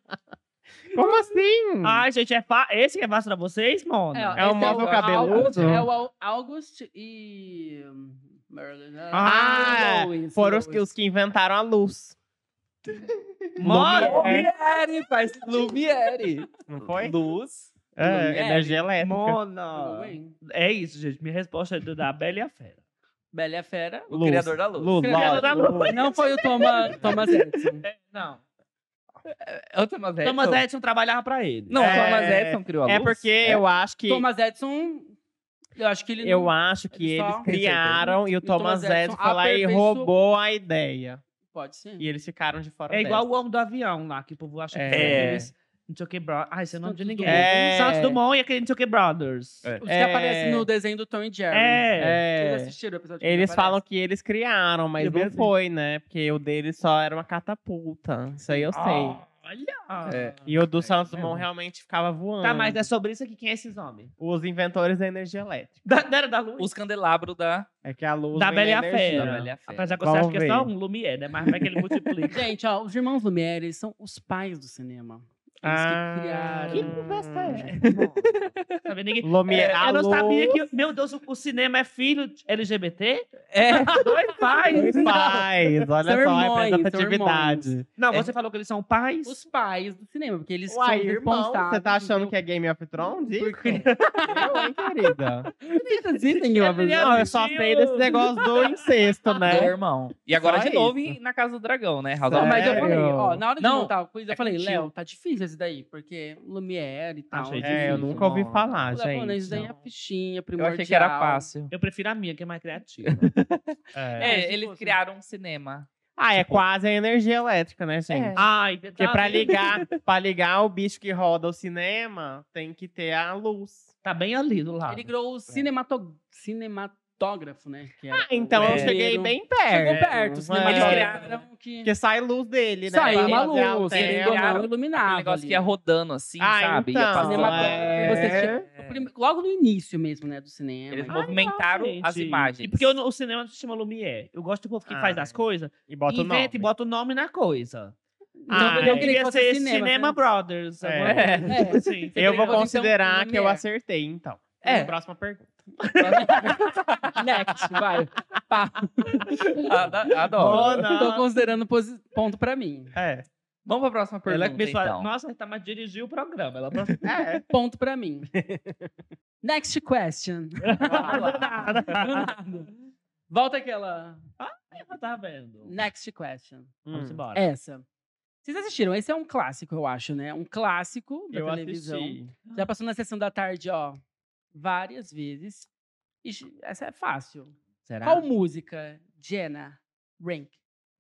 Speaker 4: Como assim?
Speaker 3: Ai, gente, é fa... esse que é fácil pra vocês, Mona?
Speaker 1: ó,
Speaker 4: É um
Speaker 1: esse
Speaker 4: móvel
Speaker 1: August-
Speaker 4: cabeludo?
Speaker 1: É o Au- August e. hum, Merlin. né?
Speaker 4: Ah,
Speaker 1: Louis,
Speaker 4: Foram os que,
Speaker 1: Louis.
Speaker 4: os que inventaram a luz.
Speaker 1: é.
Speaker 4: é,
Speaker 3: Mona,
Speaker 2: é. Lumiere, faz Lumiere.
Speaker 4: Não foi?
Speaker 2: Luz.
Speaker 4: É, energia elétrica.
Speaker 1: Tudo
Speaker 2: Mona.
Speaker 1: bem.
Speaker 3: É isso, gente. Minha resposta é do- da Bela e a Fera.
Speaker 1: Bela e a Fera.
Speaker 2: O criador da luz.
Speaker 4: Luz,
Speaker 1: Criador
Speaker 3: da
Speaker 4: lógico.
Speaker 1: tá Não foi o Thomas, Thomas Edison.
Speaker 3: Não.
Speaker 2: É o Thomas Edison.
Speaker 3: Thomas Edison trabalhava pra ele.
Speaker 2: Não, o
Speaker 4: É,
Speaker 2: Thomas Edison criou a luz.
Speaker 4: É porque eu acho que...
Speaker 1: Thomas Edison. Eu acho que ele.
Speaker 4: Eu
Speaker 1: não...
Speaker 4: acho que
Speaker 1: Ele só-
Speaker 4: eles criaram e o
Speaker 1: E o Thomas
Speaker 4: Thomas Edison
Speaker 1: Edison
Speaker 4: foi lá e
Speaker 1: aperfeiçoou.
Speaker 4: roubou a ideia.
Speaker 1: Pode ser.
Speaker 4: E eles ficaram de fora
Speaker 3: É igual
Speaker 4: dessa.
Speaker 3: o homem do avião lá, que o povo acha que
Speaker 2: É.
Speaker 3: eles- Não sei o que, brother. Ai, esse é o nome de ninguém.
Speaker 4: É.
Speaker 3: Santos Dumont e aquele não sei o que, brothers.
Speaker 2: É.
Speaker 1: Os que
Speaker 4: É.
Speaker 1: aparecem no desenho do Tom e Jerry.
Speaker 3: É.
Speaker 1: Vocês
Speaker 4: É,
Speaker 1: assistiram o episódio que
Speaker 4: eles
Speaker 1: aparece?
Speaker 4: falam que eles criaram, mas
Speaker 3: Eu
Speaker 4: não
Speaker 3: não vi.
Speaker 4: foi, né? Porque o dele só era uma catapulta. Isso aí eu
Speaker 1: Ah,
Speaker 4: sei.
Speaker 3: Olha!
Speaker 2: É.
Speaker 4: E o do Santos Dumont realmente ficava voando.
Speaker 3: Tá, mas é sobre isso aqui. Quem é esses homens?
Speaker 4: Os inventores da energia elétrica.
Speaker 3: Da, da era da luz?
Speaker 2: Os candelabros da,
Speaker 4: É que a luz
Speaker 3: da
Speaker 4: vem
Speaker 3: Bela e a
Speaker 4: energia.
Speaker 2: da
Speaker 3: Fera.
Speaker 2: Velha Fé.
Speaker 3: Apesar que você acha
Speaker 4: Vamos
Speaker 3: que é só
Speaker 4: ver.
Speaker 3: um Lumière, né? Mas como é que ele multiplica?
Speaker 1: Gente, ó, os irmãos Lumière eles são os pais do cinema. Eles
Speaker 4: Ah.
Speaker 1: que criaram.
Speaker 4: Que conversa
Speaker 3: Tá vendo? Ninguém-
Speaker 4: Lumière, a
Speaker 3: eu não sabia
Speaker 4: luz-
Speaker 3: que, meu Deus, o, o cinema é filho de LGBT?
Speaker 2: É.
Speaker 3: Dois pais!
Speaker 4: Os pais, olha
Speaker 1: São
Speaker 4: só
Speaker 1: irmãos,
Speaker 4: a
Speaker 1: são
Speaker 4: representatividade.
Speaker 3: Não, você falou que eles são pais?
Speaker 1: Os pais do cinema, porque eles
Speaker 4: Uai,
Speaker 1: são
Speaker 4: irmão,
Speaker 1: responsáveis.
Speaker 4: você tá achando que é Game of Thrones? isso? Eu, hein, querida?
Speaker 1: existem uma
Speaker 3: Ele é
Speaker 4: Não, eu só sei desse negócio do incesto,
Speaker 2: do
Speaker 4: né?
Speaker 2: irmão. E agora
Speaker 4: Só
Speaker 2: de novo
Speaker 4: isso.
Speaker 2: em- na Casa do Dragão, né? House
Speaker 1: Não,
Speaker 2: of
Speaker 1: mas eu
Speaker 2: Dragon.
Speaker 1: falei,
Speaker 4: Sério?
Speaker 1: ó, na hora de
Speaker 2: Não,
Speaker 1: montar o quiz, eu
Speaker 2: é
Speaker 1: falei,
Speaker 2: contigo.
Speaker 1: Léo, tá difícil esse daí, porque Lumière e tal.
Speaker 3: Achei
Speaker 4: É, eu
Speaker 3: difícil,
Speaker 4: nunca ouvi
Speaker 3: não.
Speaker 4: falar,
Speaker 1: Léo falou, né, isso daí
Speaker 4: gente.
Speaker 1: é fichinha,
Speaker 2: Eu
Speaker 1: primordial.
Speaker 2: achei que era fácil.
Speaker 3: Eu prefiro a minha, que é mais criativa.
Speaker 4: É.
Speaker 2: É,
Speaker 1: se
Speaker 2: eles
Speaker 1: fosse-
Speaker 2: criaram um cinema.
Speaker 4: Ah, é quase a energia elétrica, né, gente?
Speaker 2: É.
Speaker 3: Ai, tá
Speaker 4: Porque pra
Speaker 3: vendo?
Speaker 4: ligar, pra ligar o bicho que roda o cinema, tem que ter a luz.
Speaker 3: Tá bem ali do
Speaker 4: Ah,
Speaker 3: lado.
Speaker 1: Ele
Speaker 4: é.
Speaker 1: criou o
Speaker 2: é.
Speaker 1: cinemato- cinematógrafo, né? que era
Speaker 4: Ah, então
Speaker 1: o
Speaker 4: eu cheguei
Speaker 1: primeiro.
Speaker 4: bem perto.
Speaker 2: É.
Speaker 1: Chegou perto, o
Speaker 4: Eles
Speaker 2: Eles
Speaker 1: cinematógrafo.
Speaker 2: criaram
Speaker 1: que...
Speaker 4: Porque sai luz dele, né?
Speaker 1: Saiu
Speaker 4: Pra
Speaker 1: uma
Speaker 4: fazer a
Speaker 1: luz,
Speaker 4: tela.
Speaker 1: querendo ou não,
Speaker 2: criaram
Speaker 1: iluminava
Speaker 2: aquele um negócio
Speaker 1: ali.
Speaker 2: que ia rodando assim,
Speaker 4: Ah,
Speaker 2: sabe? Ia
Speaker 4: então,
Speaker 2: passando.
Speaker 4: é.
Speaker 1: Você tinha- o prim- Logo no início mesmo, né, do cinema.
Speaker 2: Eles
Speaker 1: Ah,
Speaker 2: movimentaram as
Speaker 3: Gente,
Speaker 2: imagens.
Speaker 3: E porque eu não- o cinema não se chama Lumière. Eu gosto do povo que
Speaker 4: Ai.
Speaker 3: faz as coisas,
Speaker 4: E bota o nome.
Speaker 3: inventa e bota o nome na coisa.
Speaker 4: Ah,
Speaker 3: então, eu
Speaker 4: é.
Speaker 3: queria
Speaker 1: Fosse
Speaker 3: ser
Speaker 1: cinema,
Speaker 3: Cinema,
Speaker 1: né?
Speaker 3: Brothers.
Speaker 4: É.
Speaker 3: alguma coisa
Speaker 1: É.
Speaker 3: assim.
Speaker 1: Você
Speaker 4: Eu
Speaker 1: pegou,
Speaker 4: vou
Speaker 1: então,
Speaker 4: considerar
Speaker 1: o
Speaker 4: que eu
Speaker 1: Lumière.
Speaker 4: acertei, então.
Speaker 2: É.
Speaker 4: Próxima pergunta.
Speaker 1: Next, vai. Pá.
Speaker 2: Ad- Adoro.
Speaker 4: Bona.
Speaker 1: Tô considerando posi- ponto pra mim.
Speaker 4: É.
Speaker 2: Vamos pra próxima pergunta,
Speaker 3: Ela começou a-
Speaker 2: então.
Speaker 3: Nossa, tá, mas dirigiu o programa. Ela
Speaker 4: É.
Speaker 1: Ponto pra mim. Next question. Volta aquela.
Speaker 3: ela tá vendo.
Speaker 1: Next question.
Speaker 3: Vamos
Speaker 4: Hum,
Speaker 3: embora.
Speaker 1: Essa. Vocês assistiram? Esse é um clássico, eu acho, né? Um clássico da
Speaker 4: eu
Speaker 1: televisão.
Speaker 4: assisti.
Speaker 1: Já passou na sessão da tarde, ó, várias vezes. Ixi, essa é fácil.
Speaker 3: Será?
Speaker 1: Qual música, Jenna, Rank.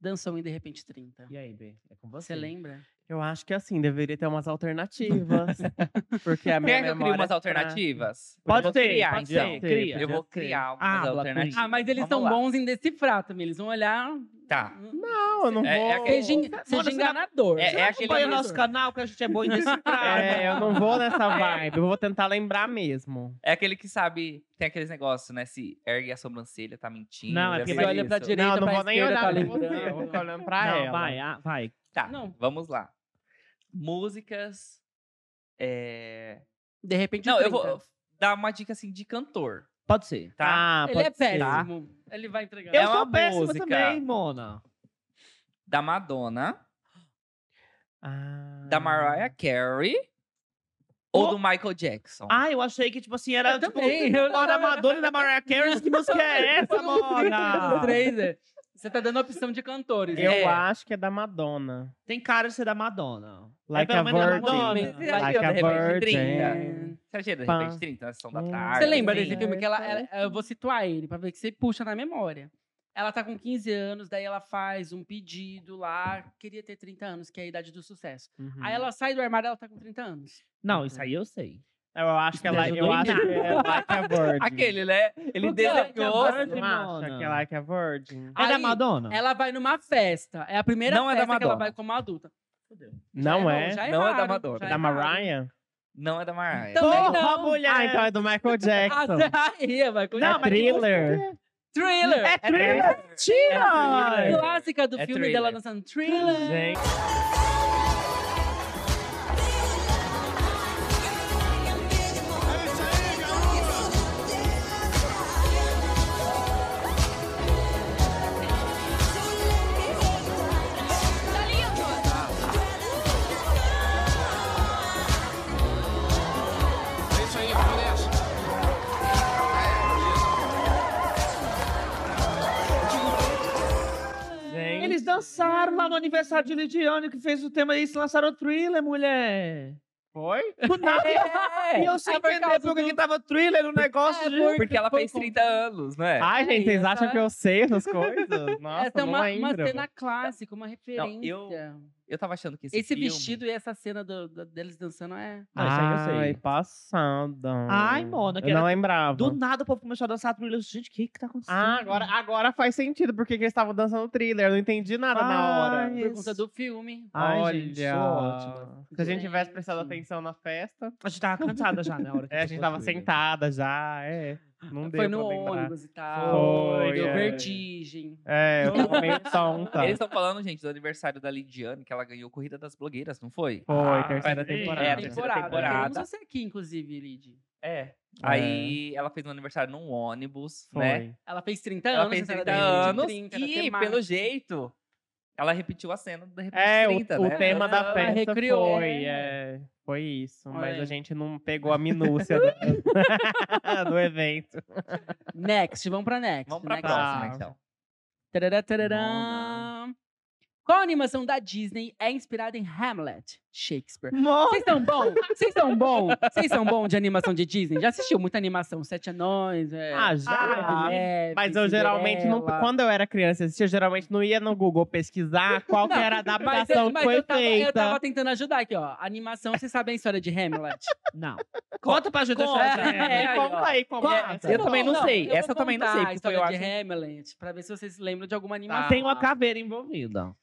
Speaker 1: Dançam em De Repente 30.
Speaker 3: E aí, B? É com você.
Speaker 1: Você lembra?
Speaker 4: Eu acho que assim, deveria ter umas alternativas. porque a minha
Speaker 2: Quer que eu crie
Speaker 4: memória
Speaker 2: umas
Speaker 4: tá-
Speaker 2: alternativas?
Speaker 3: Pode
Speaker 2: eu vou
Speaker 3: ter,
Speaker 2: criar,
Speaker 3: pode
Speaker 2: então.
Speaker 3: ter, cria.
Speaker 2: Eu vou
Speaker 3: Pode ter.
Speaker 2: criar umas
Speaker 3: Habla,
Speaker 2: alternativas.
Speaker 1: Ah, mas eles
Speaker 2: Vamos
Speaker 1: são
Speaker 2: lá.
Speaker 1: bons em decifrar também. Eles vão olhar.
Speaker 2: Tá.
Speaker 4: Não, eu não
Speaker 2: É- é
Speaker 4: vou.
Speaker 2: aquele-
Speaker 1: Seja, en- seja
Speaker 3: você não-
Speaker 1: enganador.
Speaker 2: É-
Speaker 1: Você
Speaker 2: é
Speaker 1: não
Speaker 2: aquele-
Speaker 1: acompanha
Speaker 3: Acompanha
Speaker 1: o
Speaker 3: o nosso canal, que a gente é bom em né? decifrar.
Speaker 4: É, eu não vou nessa vibe. Eu vou tentar lembrar mesmo.
Speaker 2: É aquele que sabe, tem aqueles negócios, né? Se ergue a sobrancelha, tá mentindo.
Speaker 3: Não, é
Speaker 2: já
Speaker 3: porque
Speaker 2: sei
Speaker 1: Você olha pra
Speaker 2: isso.
Speaker 1: direita,
Speaker 4: não, não
Speaker 1: pra
Speaker 4: vou nem
Speaker 1: esquerda,
Speaker 4: olhar
Speaker 1: tá
Speaker 4: pra você. Eu
Speaker 1: lembrando.
Speaker 4: vou ficar olhando pra
Speaker 3: não,
Speaker 4: ela.
Speaker 3: vai, ah, vai.
Speaker 2: Tá,
Speaker 1: Não.
Speaker 2: vamos lá. Músicas. É...
Speaker 1: De repente
Speaker 2: Não, eu
Speaker 1: 30.
Speaker 2: vou dar uma dica assim de cantor,
Speaker 3: Pode ser.
Speaker 2: tá?
Speaker 4: Ah,
Speaker 1: Ele
Speaker 4: pode
Speaker 1: é
Speaker 4: ser.
Speaker 1: péssimo. Ele vai entregar. um
Speaker 3: Eu
Speaker 2: É
Speaker 3: sou
Speaker 2: uma
Speaker 3: péssima
Speaker 2: música.
Speaker 3: também, Mona.
Speaker 2: Da Madonna,
Speaker 4: Ah.
Speaker 2: da Mariah Carey ou do Michael Jackson.
Speaker 3: Ah, eu achei que, tipo assim, era
Speaker 1: Eu
Speaker 3: tipo,
Speaker 1: também, eu-
Speaker 3: ó, da Madonna e da Mariah Carey. Que música é essa, Mona?
Speaker 1: Três, é. Você tá dando opção de cantores.
Speaker 4: Eu
Speaker 1: né?
Speaker 4: acho que é da Madonna.
Speaker 3: Tem cara de ser da Madonna.
Speaker 4: Like
Speaker 3: é,
Speaker 4: a
Speaker 3: pelo menos da
Speaker 4: Virgin.
Speaker 3: Madonna.
Speaker 1: Você acha
Speaker 4: Like
Speaker 1: que
Speaker 4: a
Speaker 1: é o de repente
Speaker 4: Virgin.
Speaker 1: 30?
Speaker 2: Você acha de
Speaker 4: Pá.
Speaker 2: repente 30 na sessão da
Speaker 4: Hum.
Speaker 2: tarde?
Speaker 1: Você lembra
Speaker 2: assim?
Speaker 1: desse filme? Que ela, ela- eu vou situar ele pra ver que você puxa na memória. Ela tá com 15 anos, daí ela faz um pedido lá, queria ter 30 anos, que é a idade do sucesso.
Speaker 4: Uhum.
Speaker 1: Aí ela sai do armário, ela tá com 30 anos.
Speaker 3: Não, isso aí eu sei.
Speaker 4: Eu acho que ela,
Speaker 3: Isso
Speaker 4: eu
Speaker 3: ajudou em
Speaker 4: acho que é Like a Virgin.
Speaker 2: Aquele, né? Ele
Speaker 3: Por que
Speaker 1: é
Speaker 3: ela tinha
Speaker 2: desenhou.
Speaker 3: Virgin?
Speaker 4: Você não acha que é Like a Virgin?
Speaker 3: É da
Speaker 1: Aí,
Speaker 3: Madonna?
Speaker 1: Ela vai numa festa. É a primeira
Speaker 2: Não é da
Speaker 1: festa que ela
Speaker 2: Madonna.
Speaker 1: vai como adulta.
Speaker 4: Não
Speaker 1: Já
Speaker 4: é?
Speaker 1: já
Speaker 2: Não é da
Speaker 1: erraram,
Speaker 2: Madonna.
Speaker 1: já
Speaker 4: Da
Speaker 1: erraram.
Speaker 4: Mariah?
Speaker 2: Não é da Mariah.
Speaker 1: Então- Também não.
Speaker 3: mulher!
Speaker 4: Ah, então é do Michael Jackson.
Speaker 1: Ah, aí, vai com-
Speaker 4: é
Speaker 3: Não, mas que
Speaker 4: thriller.
Speaker 1: Thriller!
Speaker 3: É thriller!
Speaker 1: a
Speaker 3: Mentira!
Speaker 1: clássica do
Speaker 2: É
Speaker 1: filme dela
Speaker 2: Thriller.
Speaker 1: dançando Thriller.
Speaker 4: Gente, gente.
Speaker 3: Eles dançaram lá no aniversário de Lidiane, que fez o tema e se lançaram o thriller, mulher.
Speaker 4: Foi?
Speaker 3: Do nada. E eu sem
Speaker 1: é por
Speaker 3: entender
Speaker 1: causa
Speaker 3: por É,
Speaker 1: do-
Speaker 3: que que tava thriller no negócio de...
Speaker 2: Porque ela fez 30 anos, não é?
Speaker 4: Ai, gente, vocês
Speaker 1: essa-
Speaker 4: acham que eu sei essas coisas? Nossa,
Speaker 1: Essa é
Speaker 4: não
Speaker 1: uma, uma
Speaker 4: lembro.
Speaker 1: cena clássica, uma referência.
Speaker 2: eu- Eu tava achando que esse,
Speaker 1: Esse,
Speaker 2: filme-
Speaker 1: vestido e essa cena do- do- deles dançando é.
Speaker 3: Ah, isso aí eu sei.
Speaker 4: Ai, passada.
Speaker 3: Ai, mona, que
Speaker 4: Eu não
Speaker 3: era-
Speaker 4: lembrava.
Speaker 3: Do nada o povo começou a dançar thriller. Gente, o que que tá acontecendo?
Speaker 4: Ah, agora, agora faz sentido, porque que eles estavam dançando thriller. Eu não entendi nada na hora.
Speaker 3: Ai,
Speaker 1: Por conta
Speaker 3: isso.
Speaker 1: do filme.
Speaker 4: Ai,
Speaker 3: Olha.
Speaker 4: gente, sou ótima. Se a gente tivesse prestado
Speaker 1: Gente.
Speaker 4: atenção na festa,
Speaker 3: A gente tava cansada já na hora. que
Speaker 4: é, a gente
Speaker 3: tocou
Speaker 4: tava
Speaker 3: Thriller.
Speaker 4: sentada já, é. Não deu
Speaker 1: Foi no
Speaker 4: pra lembrar.
Speaker 1: ônibus e tal.
Speaker 4: Foi,
Speaker 1: deu
Speaker 4: é.
Speaker 1: vertigem.
Speaker 4: É, eu tava meio tonta.
Speaker 2: Eles estão falando, gente, do aniversário da Lidiane, que ela ganhou Corrida das Blogueiras, não foi?
Speaker 4: Foi,
Speaker 3: Ah,
Speaker 4: terceira
Speaker 3: sim.
Speaker 4: temporada.
Speaker 2: É,
Speaker 1: temporada.
Speaker 2: a
Speaker 1: né?
Speaker 2: terceira temporada.
Speaker 1: Queremos você assim aqui, inclusive, Lid.
Speaker 2: É. Aí ela fez um aniversário num ônibus,
Speaker 4: Foi.
Speaker 2: né?
Speaker 1: Ela fez 30
Speaker 2: Ela
Speaker 1: anos.
Speaker 2: fez
Speaker 1: essa era
Speaker 2: 30
Speaker 1: da época de
Speaker 2: anos
Speaker 1: 30, era
Speaker 2: e,
Speaker 1: temática.
Speaker 2: pelo jeito, ela repetiu a cena do De Repente
Speaker 4: É, o,
Speaker 2: 30,
Speaker 4: o
Speaker 2: né?
Speaker 4: tema da
Speaker 2: Ela-
Speaker 4: festa
Speaker 1: recriou.
Speaker 4: foi, é, foi isso. Mas
Speaker 1: Olha
Speaker 4: a
Speaker 1: aí.
Speaker 4: gente não pegou a minúcia do, do evento.
Speaker 1: Next, vamos pra next.
Speaker 2: Vamos pra
Speaker 1: next.
Speaker 2: próxima,
Speaker 4: Tá.
Speaker 2: então.
Speaker 1: Tarará, tarará.
Speaker 2: né?
Speaker 1: Qual animação da Disney é inspirada em Hamlet, Shakespeare?
Speaker 3: Mona!
Speaker 1: Vocês são bom? Vocês são bom? Vocês são bom de animação de Disney? Já assistiu muita animação, Sete Anões, é,
Speaker 4: Ah, já.
Speaker 3: é,
Speaker 1: Leve,
Speaker 4: Mas eu geralmente, não,
Speaker 1: Cinderela.
Speaker 4: quando eu era criança, eu assistia, eu geralmente não ia no Google pesquisar qual que
Speaker 1: Não,
Speaker 4: era a
Speaker 1: Mas, eu-
Speaker 4: adaptação
Speaker 1: mas
Speaker 4: que foi
Speaker 1: eu, tava, eu
Speaker 4: feita.
Speaker 1: tava tentando ajudar aqui, ó. Animação, vocês sabem a história de Hamlet?
Speaker 3: Não. Conta pra gente
Speaker 1: Conta,
Speaker 3: essa história.
Speaker 1: é, aí, ó.
Speaker 4: conta aí, como é
Speaker 1: Conta.
Speaker 4: essa?
Speaker 2: Eu também não sei,
Speaker 1: vou
Speaker 2: essa eu também não
Speaker 1: contar
Speaker 2: sei,
Speaker 1: A
Speaker 2: porque
Speaker 1: história
Speaker 2: eu
Speaker 1: de
Speaker 2: acho- Tá.
Speaker 1: Hamlet, pra ver se vocês lembram de alguma
Speaker 3: Mas
Speaker 1: animação.
Speaker 3: Tem uma caveira envolvida.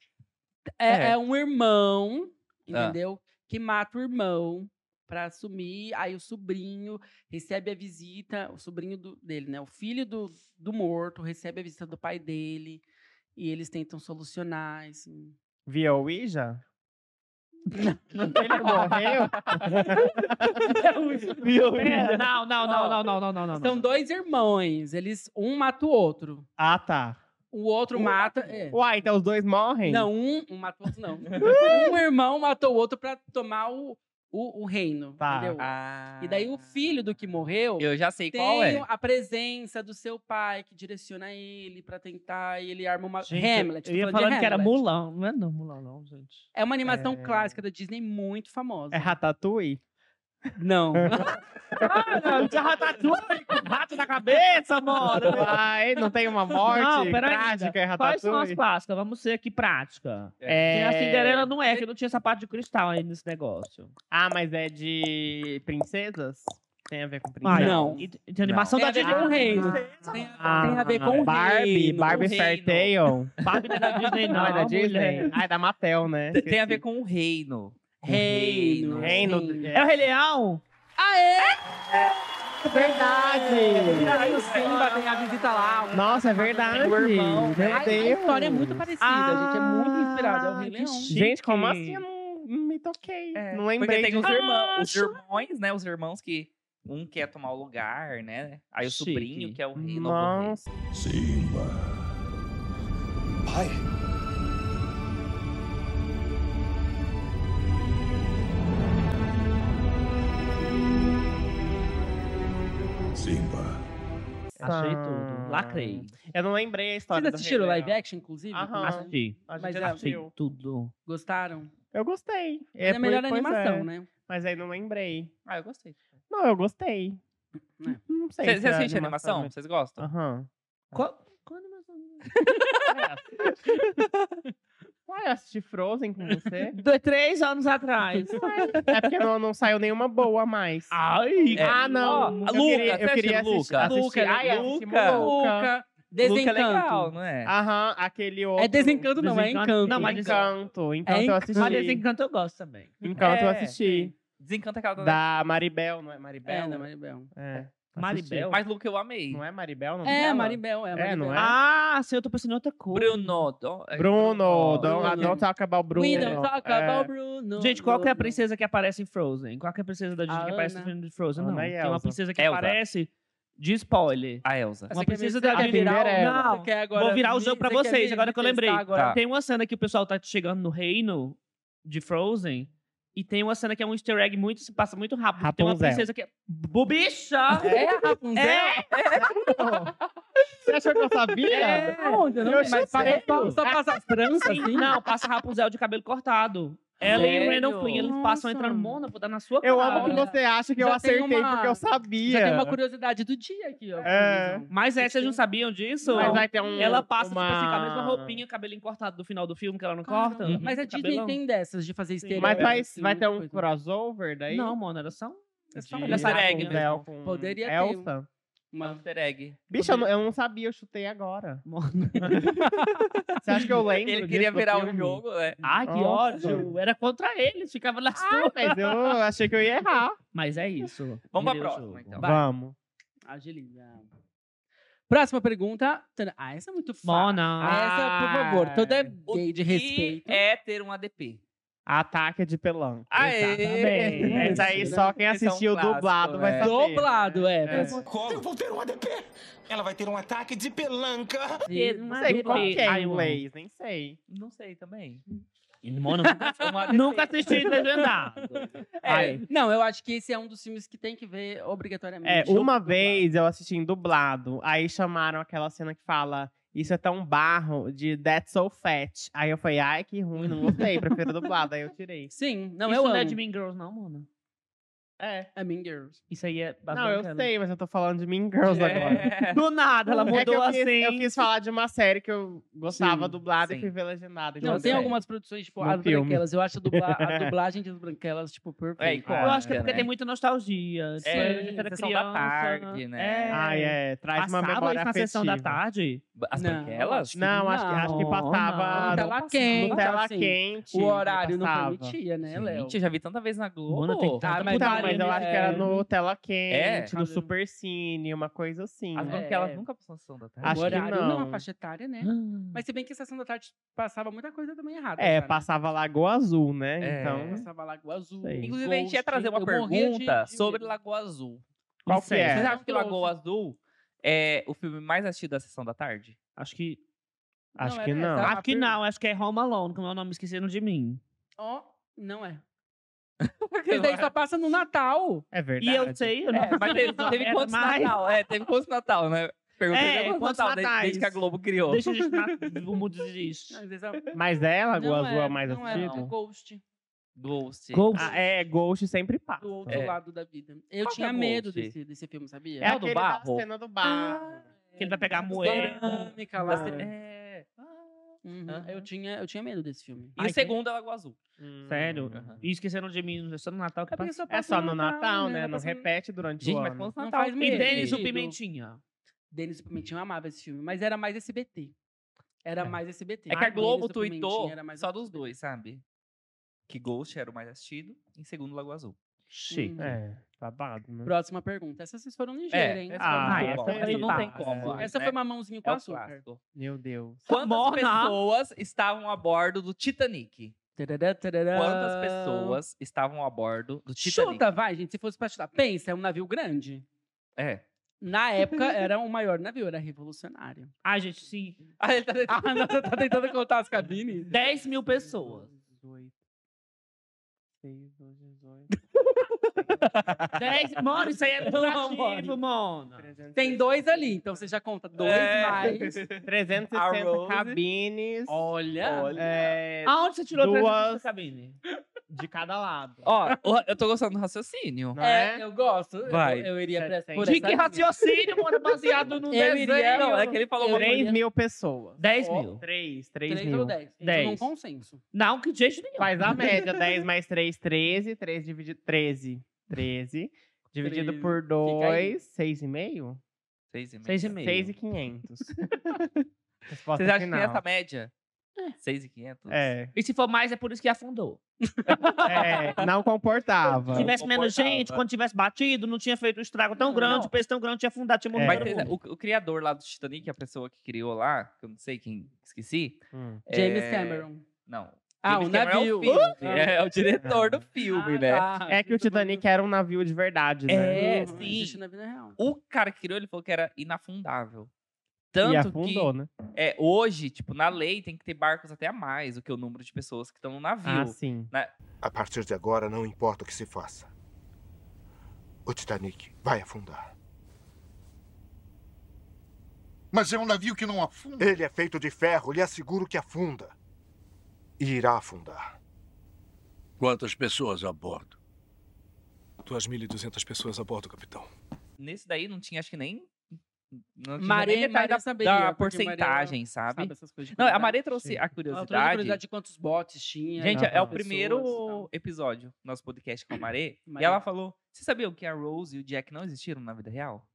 Speaker 1: É,
Speaker 4: É.
Speaker 1: é um irmão, entendeu? Que mata o irmão pra assumir. Aí o sobrinho recebe a visita, o sobrinho do- dele, né? O filho do, do morto recebe a visita do pai dele. E eles tentam solucionar, assim.
Speaker 4: Via Ouija? Ele morreu? Via
Speaker 3: É,
Speaker 4: Ouija.
Speaker 3: não, não, não, não, não, não, não, não.
Speaker 1: São dois irmãos, eles um mata o outro.
Speaker 4: Ah, tá.
Speaker 1: O outro
Speaker 4: Um
Speaker 1: mata. é.
Speaker 4: Uai, então os dois morrem?
Speaker 1: Não, um, um mata o outro, não. um irmão matou o outro pra tomar o, o, o reino.
Speaker 4: Tá.
Speaker 1: Entendeu?
Speaker 2: Ah.
Speaker 1: Tipo, E daí o filho do que morreu.
Speaker 2: Eu já sei
Speaker 1: tem
Speaker 2: qual é.
Speaker 1: a presença do seu pai que direciona ele pra tentar e ele arma uma
Speaker 3: Gente,
Speaker 1: Hamlet. tô
Speaker 3: Eu ia
Speaker 1: de
Speaker 3: falando que era
Speaker 1: Hamlet.
Speaker 3: Mulan. Não é não, Mulan, não, gente.
Speaker 1: É uma animação
Speaker 4: É.
Speaker 1: clássica da Disney muito famosa.
Speaker 4: É Ratatouille?
Speaker 1: Não.
Speaker 3: Cara,
Speaker 1: é
Speaker 3: tinha ratatouille
Speaker 1: um
Speaker 3: com rato na cabeça, mano.
Speaker 4: Ai, não tem uma morte
Speaker 3: Não, peraí.
Speaker 4: trágica e
Speaker 3: Quais são as
Speaker 4: ratatouille?
Speaker 3: clássicas? Vamos ser aqui prática.
Speaker 4: Ah, tá É...
Speaker 3: Porque a Cinderela não é, que não tinha sapato de cristal aí nesse negócio.
Speaker 4: Ah, mas é de princesas? Tem a ver com
Speaker 1: Ah,
Speaker 4: princesas?
Speaker 1: não.
Speaker 3: E, e tem animação
Speaker 1: Tem
Speaker 3: da
Speaker 1: a ver
Speaker 3: tá Disney. um
Speaker 1: com o reino.
Speaker 4: princesa.
Speaker 1: Tem,
Speaker 4: Ah,
Speaker 1: tem a ver com o
Speaker 4: Barbie,
Speaker 1: reino.
Speaker 4: Barbie
Speaker 2: reino.
Speaker 4: Fair Tale.
Speaker 3: Barbie não é da Disney, não.
Speaker 4: Não, é da Disney?
Speaker 3: mulher.
Speaker 4: Ah, é da Mattel, né?
Speaker 2: Tem a ver com o reino. Com
Speaker 1: Reino.
Speaker 4: Reino.
Speaker 1: Sim.
Speaker 3: É o Rei Leão?
Speaker 4: É verdade!
Speaker 1: Aí o Simba tem a visita lá. um o-
Speaker 4: Nossa, é verdade!
Speaker 1: O irmão.
Speaker 4: Meu
Speaker 1: a, a
Speaker 4: Deus.
Speaker 1: história é muito parecida, gente. É muito inspirada. É o Rei Leão.
Speaker 4: Gente, como
Speaker 3: Chique.
Speaker 4: assim eu não me toquei?
Speaker 2: É,
Speaker 4: não lembrei
Speaker 2: Porque tem os
Speaker 4: disso.
Speaker 2: irmãos, os irmãos, né? Os irmãos que um quer tomar o lugar, né? Aí o
Speaker 3: Chique.
Speaker 2: sobrinho que é o rei, novo rei.
Speaker 4: Nossa,
Speaker 8: Simba. Pai. Simba.
Speaker 3: Achei tudo. Lacrei.
Speaker 4: eu não lembrei a história
Speaker 1: Vocês
Speaker 4: do Rei
Speaker 1: assistiram
Speaker 4: Leão.
Speaker 1: live action, inclusive?
Speaker 4: Aham.
Speaker 1: Assi-
Speaker 3: Assisti.
Speaker 4: A gente
Speaker 1: Mas é-
Speaker 3: Achei
Speaker 4: assistiu.
Speaker 3: tudo.
Speaker 1: Gostaram?
Speaker 4: Eu gostei.
Speaker 1: É, a
Speaker 4: por-
Speaker 1: melhor
Speaker 4: pois
Speaker 1: animação,
Speaker 4: é.
Speaker 1: né?
Speaker 4: Mas aí não lembrei.
Speaker 2: Ah, eu gostei.
Speaker 4: Não, eu gostei.
Speaker 1: É.
Speaker 4: Não sei.
Speaker 2: Você
Speaker 4: se é
Speaker 2: assiste a animação? Vocês gostam?
Speaker 4: Aham.
Speaker 3: Qual, qual animação?
Speaker 4: Ué, eu assisti Frozen com você.
Speaker 3: Dois, três anos atrás.
Speaker 4: é porque não, não saiu nenhuma boa a mais.
Speaker 3: Ai,
Speaker 2: É.
Speaker 4: Ah, não.
Speaker 2: Ó,
Speaker 4: eu
Speaker 2: Luca,
Speaker 4: queria,
Speaker 2: você
Speaker 4: eu
Speaker 2: assistiu
Speaker 4: queria assistir.
Speaker 2: Luca?
Speaker 4: assistir.
Speaker 1: Luca,
Speaker 4: Ai, assistimos
Speaker 2: Luca.
Speaker 4: Luca. Ah.
Speaker 1: Luca, Desencanto.
Speaker 2: Luca é legal, não é?
Speaker 4: Aham, aquele outro.
Speaker 1: É Desencanto não, é
Speaker 3: Desencanto.
Speaker 1: Encanto.
Speaker 3: Não, mas
Speaker 4: Encanto. Encanto eu
Speaker 1: Encanto.
Speaker 4: assisti.
Speaker 3: Olha, Desencanto eu gosto também.
Speaker 4: Encanto eu
Speaker 2: É.
Speaker 4: assisti.
Speaker 2: Desencanta é aquela da...
Speaker 4: Da Maribel, não é
Speaker 1: É,
Speaker 4: Maribel?
Speaker 1: da Maribel.
Speaker 4: É. Assisti.
Speaker 3: Maribel?
Speaker 2: Mas Luca eu amei.
Speaker 4: Não é Maribel? Não
Speaker 1: É,
Speaker 4: dela?
Speaker 1: Maribel, é
Speaker 4: É,
Speaker 1: Maribel.
Speaker 4: não é?
Speaker 3: Ah, sim, eu tô pensando em outra coisa.
Speaker 2: Bruno. do- é,
Speaker 4: Bruno, don't,
Speaker 1: Bruno.
Speaker 4: ah, don't talk about Bruno.
Speaker 1: We don't talk
Speaker 4: É.
Speaker 1: about Bruno.
Speaker 3: Gente, qual que é a
Speaker 1: Bruno.
Speaker 3: princesa que aparece em Frozen? Qual que é a princesa da Disney
Speaker 1: A
Speaker 3: que aparece no
Speaker 1: Ana.
Speaker 3: filme de Frozen?
Speaker 4: Ana
Speaker 3: Não,
Speaker 4: e
Speaker 3: tem
Speaker 4: Elsa.
Speaker 3: uma princesa que
Speaker 2: Elsa.
Speaker 3: aparece de spoiler.
Speaker 2: A
Speaker 1: Você
Speaker 2: Elsa.
Speaker 3: Uma
Speaker 1: quer me-
Speaker 3: princesa
Speaker 1: você
Speaker 3: da
Speaker 1: quer
Speaker 4: Disney.
Speaker 1: virar o-
Speaker 3: Não,
Speaker 1: você quer agora
Speaker 3: Vou virar o
Speaker 1: me-
Speaker 3: jogo pra
Speaker 1: você quer
Speaker 3: vocês,
Speaker 1: me
Speaker 3: agora que eu
Speaker 1: testar
Speaker 3: lembrei.
Speaker 1: agora?
Speaker 2: Tá.
Speaker 3: Tem uma cena que o pessoal tá chegando no reino de Frozen. E tem uma cena que é um easter egg muito, se passa muito rápido. Tem uma
Speaker 4: Rapunzel.
Speaker 3: princesa que é. Bobicha!
Speaker 1: É a Rapunzel?
Speaker 3: É!
Speaker 4: Você achou que eu sabia?
Speaker 1: Não, eu não
Speaker 4: Eu
Speaker 1: sei, mas
Speaker 4: achei
Speaker 1: passa- só passa as tranças, assim?
Speaker 3: Não, passa Rapunzel de cabelo cortado. Ela e o Randall Flynn, eles passam
Speaker 1: Nossa.
Speaker 3: entrando Mônaco, dá na sua
Speaker 4: Eu
Speaker 3: cara.
Speaker 4: amo que
Speaker 1: Olha,
Speaker 4: você acha que eu
Speaker 1: já tem
Speaker 4: acertei
Speaker 1: uma-
Speaker 4: porque eu sabia.
Speaker 1: Já tem uma curiosidade do dia aqui, ó.
Speaker 4: É.
Speaker 1: Luizão.
Speaker 3: Mas é, vocês não sabiam disso?
Speaker 4: Mas vai ter um,
Speaker 3: Ela passa,
Speaker 4: uma...
Speaker 3: tipo assim, com a mesma roupinha, cabelinho cortado do final do filme, que ela não
Speaker 1: Caramba,
Speaker 3: corta.
Speaker 1: Mas a
Speaker 3: o
Speaker 1: Disney
Speaker 3: cabelão.
Speaker 1: tem dessas de fazer easter
Speaker 4: Mas
Speaker 1: egg,
Speaker 4: vai,
Speaker 1: assim,
Speaker 4: vai ter um
Speaker 1: coisa.
Speaker 4: crossover daí?
Speaker 3: Não, mano, era só um.
Speaker 1: É só uma
Speaker 2: Ele
Speaker 4: De
Speaker 2: é
Speaker 1: engraçada,
Speaker 2: easter egg,
Speaker 1: né?
Speaker 2: né?
Speaker 4: Rapunzel com
Speaker 1: Poderia ter um-
Speaker 4: Elsa.
Speaker 2: Uma
Speaker 1: Uma-
Speaker 2: easter egg.
Speaker 4: Bicho, eu não, eu não sabia, eu chutei agora.
Speaker 3: Mano.
Speaker 4: Você acha que eu lembro
Speaker 2: Ele queria
Speaker 4: disso do
Speaker 2: virar um
Speaker 4: filme?
Speaker 2: jogo, né?
Speaker 3: Ai, que
Speaker 4: Nossa.
Speaker 3: ódio. Era contra eles, ficava na
Speaker 4: Ah,
Speaker 3: sua.
Speaker 4: mas eu achei que eu ia errar.
Speaker 3: Mas é isso.
Speaker 2: Vamos pra
Speaker 3: Virei o
Speaker 2: próxima,
Speaker 3: jogo.
Speaker 2: então.
Speaker 4: Vamos.
Speaker 1: Agiliza. Próxima pergunta. Tana- Ah, essa é muito fácil.
Speaker 3: Mona. Ah.
Speaker 1: Essa, por
Speaker 4: Ah,
Speaker 1: favor, toda
Speaker 2: O
Speaker 1: gay de
Speaker 2: que
Speaker 1: respeito.
Speaker 2: é ter um ADP?
Speaker 4: Ataque de pelão.
Speaker 2: Aê!
Speaker 1: Exatamente.
Speaker 4: Essa aí só quem
Speaker 2: Esse é um
Speaker 4: assistiu
Speaker 2: clássico,
Speaker 4: dublado vai
Speaker 2: é.
Speaker 3: Tá
Speaker 4: saber.
Speaker 1: Dublado,
Speaker 3: né?
Speaker 1: é. pra você
Speaker 8: Eu vou ter um ADP. Ela vai ter um ataque de pelanca.
Speaker 1: ter
Speaker 3: Não
Speaker 1: uma
Speaker 4: Não sei qual
Speaker 1: dublagem.
Speaker 4: que é
Speaker 3: Ai,
Speaker 4: em
Speaker 3: eu amo.
Speaker 4: inglês, nem sei.
Speaker 2: Não sei também.
Speaker 3: Mona,
Speaker 2: Um ADP.
Speaker 3: nunca assisti legendado.
Speaker 1: É, Não, eu acho que esse é um dos filmes que tem que ver
Speaker 4: É,
Speaker 1: obrigatoriamente.
Speaker 4: uma vez eu assisti em dublado, aí chamaram aquela cena que fala isso é tão barro de That's So Fat. Aí eu falei, ai, que ruim, não gostei, prefiro dublado. Aí eu tirei.
Speaker 1: Sim, não,
Speaker 3: isso
Speaker 1: eu
Speaker 3: não
Speaker 1: amo.
Speaker 3: é de Mean Girls, não, Mona.
Speaker 4: É.
Speaker 1: É Mean Girls.
Speaker 3: Isso aí é
Speaker 4: Não, eu
Speaker 3: bacana.
Speaker 4: sei, mas eu tô falando de Mean Girls agora.
Speaker 2: É.
Speaker 3: Do nada, ela
Speaker 4: É que eu
Speaker 3: mudou
Speaker 4: quis,
Speaker 3: assim.
Speaker 4: Eu quis falar de uma série que eu gostava
Speaker 1: Sim,
Speaker 4: dublada e
Speaker 2: sim.
Speaker 4: fui ver legendada.
Speaker 1: Não,
Speaker 4: Então,
Speaker 1: tem
Speaker 4: é.
Speaker 1: algumas produções, tipo,
Speaker 4: No
Speaker 1: as
Speaker 4: filme.
Speaker 1: branquelas. Eu acho a, dubla- a dublagem das branquelas, tipo,
Speaker 2: É,
Speaker 1: perfeita.
Speaker 2: icônica,
Speaker 3: Eu acho que é
Speaker 2: né?
Speaker 3: porque tem muita nostalgia. Isso
Speaker 2: É,
Speaker 3: a gente era
Speaker 2: Sessão da
Speaker 3: criança,
Speaker 2: Tarde, né?
Speaker 4: Ai, é, traz uma
Speaker 3: Passava
Speaker 4: memória
Speaker 3: isso na
Speaker 4: afetiva.
Speaker 3: sessão da tarde?
Speaker 2: As
Speaker 1: Não,
Speaker 2: branquelas?
Speaker 1: acho
Speaker 4: Não, acho que, acho que
Speaker 3: Não,
Speaker 4: passava
Speaker 3: não.
Speaker 4: no-
Speaker 1: Tela tá quente,
Speaker 4: no tela
Speaker 1: assim,
Speaker 4: tá quente.
Speaker 1: o horário não
Speaker 4: passava.
Speaker 1: permitia, né, Léo?
Speaker 2: Gente, eu já vi tanta vez na Globo.
Speaker 3: Mona, tem que tá-
Speaker 1: Ah,
Speaker 4: Mas,
Speaker 1: mas
Speaker 4: tá,
Speaker 1: vale,
Speaker 4: mas eu
Speaker 1: né?
Speaker 4: acho que era no tela
Speaker 2: É.
Speaker 4: quente, no super cine, uma coisa assim.
Speaker 2: As
Speaker 1: É.
Speaker 2: branquelas nunca passam sessão da tarde.
Speaker 4: acho
Speaker 1: o
Speaker 4: que
Speaker 1: horário não.
Speaker 4: não.
Speaker 1: a faixa etária, né? Mas se bem que a Sessão da Tarde passava muita coisa também errada.
Speaker 4: É,
Speaker 1: cara.
Speaker 4: passava Lagoa Azul, né?
Speaker 2: É.
Speaker 4: Então,
Speaker 1: Passava Lagoa Azul.
Speaker 4: Sei.
Speaker 2: Inclusive, a gente ia
Speaker 1: Ghost,
Speaker 2: trazer uma
Speaker 1: eu morria de-
Speaker 2: pergunta
Speaker 1: de
Speaker 2: sobre
Speaker 1: medo.
Speaker 2: Lagoa Azul.
Speaker 4: qual que
Speaker 3: Sério.
Speaker 2: Vocês
Speaker 4: é?
Speaker 2: acham que Lagoa Azul é o filme mais assistido da sessão da tarde?
Speaker 3: Acho que.
Speaker 4: Acho
Speaker 1: Não,
Speaker 4: que
Speaker 1: era
Speaker 4: não.
Speaker 1: essa. Ah,
Speaker 3: acho que
Speaker 1: per-
Speaker 3: não, acho que é Home Alone, como é o nome esquecendo de mim.
Speaker 1: Ó, não é. Porque daí só passa no Natal.
Speaker 4: É verdade.
Speaker 3: E eu sei, eu não
Speaker 2: É, mas teve, teve
Speaker 3: Era
Speaker 2: quantos
Speaker 3: mais-
Speaker 2: Natal? É, teve quantos Natal, né? Perguntei
Speaker 3: É,
Speaker 2: teve
Speaker 3: quantos
Speaker 2: quantos Natal desde,
Speaker 3: Natais?
Speaker 2: desde que a Globo criou.
Speaker 3: Deixa a gente. na- O mundo desiste.
Speaker 1: Às vezes a-
Speaker 4: Mas é Lagoa
Speaker 1: não
Speaker 4: Azul
Speaker 1: é,
Speaker 4: a mais
Speaker 1: não é,
Speaker 4: assistida?
Speaker 1: não. Ghost.
Speaker 2: Ghost.
Speaker 3: Ghost.
Speaker 4: Ah, é, Ghost sempre passa.
Speaker 1: do outro
Speaker 2: É.
Speaker 1: lado da vida. Eu
Speaker 2: Qual que
Speaker 1: tinha
Speaker 2: é o
Speaker 1: medo
Speaker 2: Ghost?
Speaker 1: desse, desse filme, sabia?
Speaker 2: É o do
Speaker 4: aquele
Speaker 2: barro? Ah.
Speaker 4: da cena do barro.
Speaker 3: Que ele vai pegar a moeda.
Speaker 1: dinâmica lá.
Speaker 2: Das- É.
Speaker 1: Uhum,
Speaker 2: Aham.
Speaker 1: Eu, tinha, eu tinha medo desse filme.
Speaker 2: E
Speaker 3: Ai,
Speaker 2: o segundo é Lagoa Azul.
Speaker 4: Hum.
Speaker 3: Sério?
Speaker 2: Aham.
Speaker 3: E esqueceram de mim, só no Natal que passa.
Speaker 2: só
Speaker 4: É só no Natal, né? Não
Speaker 2: Passa-
Speaker 4: repete durante
Speaker 2: Gente,
Speaker 4: o
Speaker 2: mas
Speaker 4: ano.
Speaker 2: quantos
Speaker 1: Não
Speaker 2: Natal?
Speaker 1: faz
Speaker 2: tem?
Speaker 3: E
Speaker 1: mesmo.
Speaker 3: Denis o
Speaker 1: Perdido.
Speaker 3: Pimentinha.
Speaker 1: Denis e Pimentinha eu amava esse filme, mas era mais SBT. Era mais SBT.
Speaker 2: É que a
Speaker 1: Denis
Speaker 2: Globo
Speaker 1: e o Pimentinha
Speaker 2: tweetou
Speaker 1: era mais
Speaker 2: só
Speaker 1: SBT.
Speaker 2: dos dois, sabe? Que Ghost era o mais assistido. Em segundo, Lagoa Azul.
Speaker 3: Chique.
Speaker 1: Hum.
Speaker 4: É, babado, né?
Speaker 1: Próxima pergunta. Essa vocês foram ligeira, hein?
Speaker 2: É, essa foi
Speaker 4: Ah,
Speaker 2: muito
Speaker 4: essa
Speaker 2: boa.
Speaker 4: aí
Speaker 2: essa não tem
Speaker 4: passa.
Speaker 2: como.
Speaker 1: Essa
Speaker 2: né?
Speaker 1: foi mamãozinho com
Speaker 2: é o
Speaker 1: açúcar.
Speaker 2: clássico.
Speaker 4: Meu Deus.
Speaker 2: Quantas
Speaker 3: Morna.
Speaker 2: pessoas estavam a bordo do Titanic?
Speaker 1: Tarará, tarará.
Speaker 2: Quantas pessoas estavam a bordo do Titanic?
Speaker 1: Chuta, vai, gente. Se fosse pra chutar. Pensa, é um navio grande.
Speaker 2: É.
Speaker 1: Na época, era o maior navio, era revolucionário.
Speaker 3: Ah, gente, sim.
Speaker 2: Ah, ele tá
Speaker 1: Ah,
Speaker 2: tentando-
Speaker 1: não, tá tentando contar as cabines?
Speaker 3: 10 mil pessoas.
Speaker 4: 18. 6 ou 18.
Speaker 3: 10... Mano, isso aí é lucrativo, mano.
Speaker 1: Tem dois ali, então você já conta dois
Speaker 2: É.
Speaker 1: mais.
Speaker 4: 360
Speaker 2: A Rose.
Speaker 4: cabines.
Speaker 1: Olha,
Speaker 4: é,
Speaker 3: Aonde você tirou
Speaker 4: Duas.
Speaker 3: 300 dessa cabine?
Speaker 4: de cada lado.
Speaker 2: Ó, o- eu tô gostando do raciocínio.
Speaker 4: Não
Speaker 1: É,
Speaker 4: é?
Speaker 1: eu gosto. Eu-
Speaker 2: Vai.
Speaker 1: Eu, iria pra,
Speaker 4: Setenta.
Speaker 1: por
Speaker 3: De
Speaker 1: essa
Speaker 3: que
Speaker 1: linha.
Speaker 3: raciocínio, mano? Baseado no
Speaker 1: Eu
Speaker 3: desenho.
Speaker 1: iria-
Speaker 2: Não, um é que ele falou
Speaker 1: eu-
Speaker 2: uma
Speaker 4: 3 mil pessoas.
Speaker 3: 10 mil.
Speaker 4: 3, 3
Speaker 1: Três
Speaker 4: mil.
Speaker 1: ou dez?
Speaker 3: Dez.
Speaker 1: Um consenso.
Speaker 3: Não, que de jeito nenhum.
Speaker 4: Faz a média. 10 mais 3, 13. 3 dividido... 13. 13. Dividido por
Speaker 1: Fica aí.
Speaker 4: 2, 6,5?
Speaker 2: Seis e meio.
Speaker 3: Seis e meio.
Speaker 4: 6,500. Resposta
Speaker 2: Vocês acham
Speaker 4: final.
Speaker 2: que tem essa média? Seis e quinhentos?
Speaker 4: É,
Speaker 3: E se for mais, é por isso que afundou.
Speaker 4: é, não comportava.
Speaker 3: Se tivesse menos
Speaker 2: Confortável. é.
Speaker 3: gente, quando tivesse batido, não tinha feito um estrago tão grande,
Speaker 2: não.
Speaker 3: o peso tão grande tinha afundado, tinha morrido.
Speaker 2: Mas
Speaker 4: É.
Speaker 3: todo
Speaker 2: vocês-
Speaker 3: mundo.
Speaker 2: o, o criador lá do Titanic, a pessoa que criou lá, que eu não sei quem, esqueci.
Speaker 4: Hum.
Speaker 1: James
Speaker 2: é-
Speaker 1: Cameron.
Speaker 2: Não.
Speaker 1: Ah, o
Speaker 2: James
Speaker 1: Uhum.
Speaker 2: Cameron
Speaker 1: navio. Ah. tá.
Speaker 2: É o, filme, é, é o diretor do filme, né?
Speaker 4: É que o Titanic era um navio de verdade, né?
Speaker 2: É,
Speaker 1: É, sim.
Speaker 2: sim.
Speaker 1: Existe na vida real.
Speaker 2: O cara que criou, ele falou que era inafundável.
Speaker 4: e
Speaker 2: Tanto
Speaker 4: afundou, né?
Speaker 2: que é, hoje, tipo, na lei tem que ter barcos até a mais do que o número de pessoas que estão no navio.
Speaker 4: Ah, sim.
Speaker 9: A partir de agora, não importa o que se faça. O Titanic vai afundar.
Speaker 10: Mas é um navio que não afunda.
Speaker 9: Ele é feito de ferro, lhe asseguro que afunda. E irá afundar.
Speaker 10: Quantas pessoas a bordo? 2.200 pessoas a bordo, capitão.
Speaker 2: Nesse daí não tinha, acho que nem. Não tinha
Speaker 1: Maria-
Speaker 2: nem metade
Speaker 1: Maria
Speaker 2: é da,
Speaker 1: saberia,
Speaker 2: da
Speaker 1: porque Maria-
Speaker 2: porcentagem, sabe?
Speaker 1: Sabe essas coisas de
Speaker 2: Não, é a
Speaker 1: curiosidade?
Speaker 2: Maria trouxe
Speaker 4: Sim.
Speaker 2: a
Speaker 1: Ela trouxe a
Speaker 2: curiosidade.
Speaker 1: curiosidade de quantos botes tinha.
Speaker 2: Gente,
Speaker 1: quantas
Speaker 2: é o
Speaker 1: pessoas e
Speaker 2: primeiro
Speaker 1: tal.
Speaker 2: episódio do nosso podcast com a Maré. E
Speaker 1: Maré.
Speaker 2: ela falou: Você sabia que a Rose e o Jack não existiram na vida real?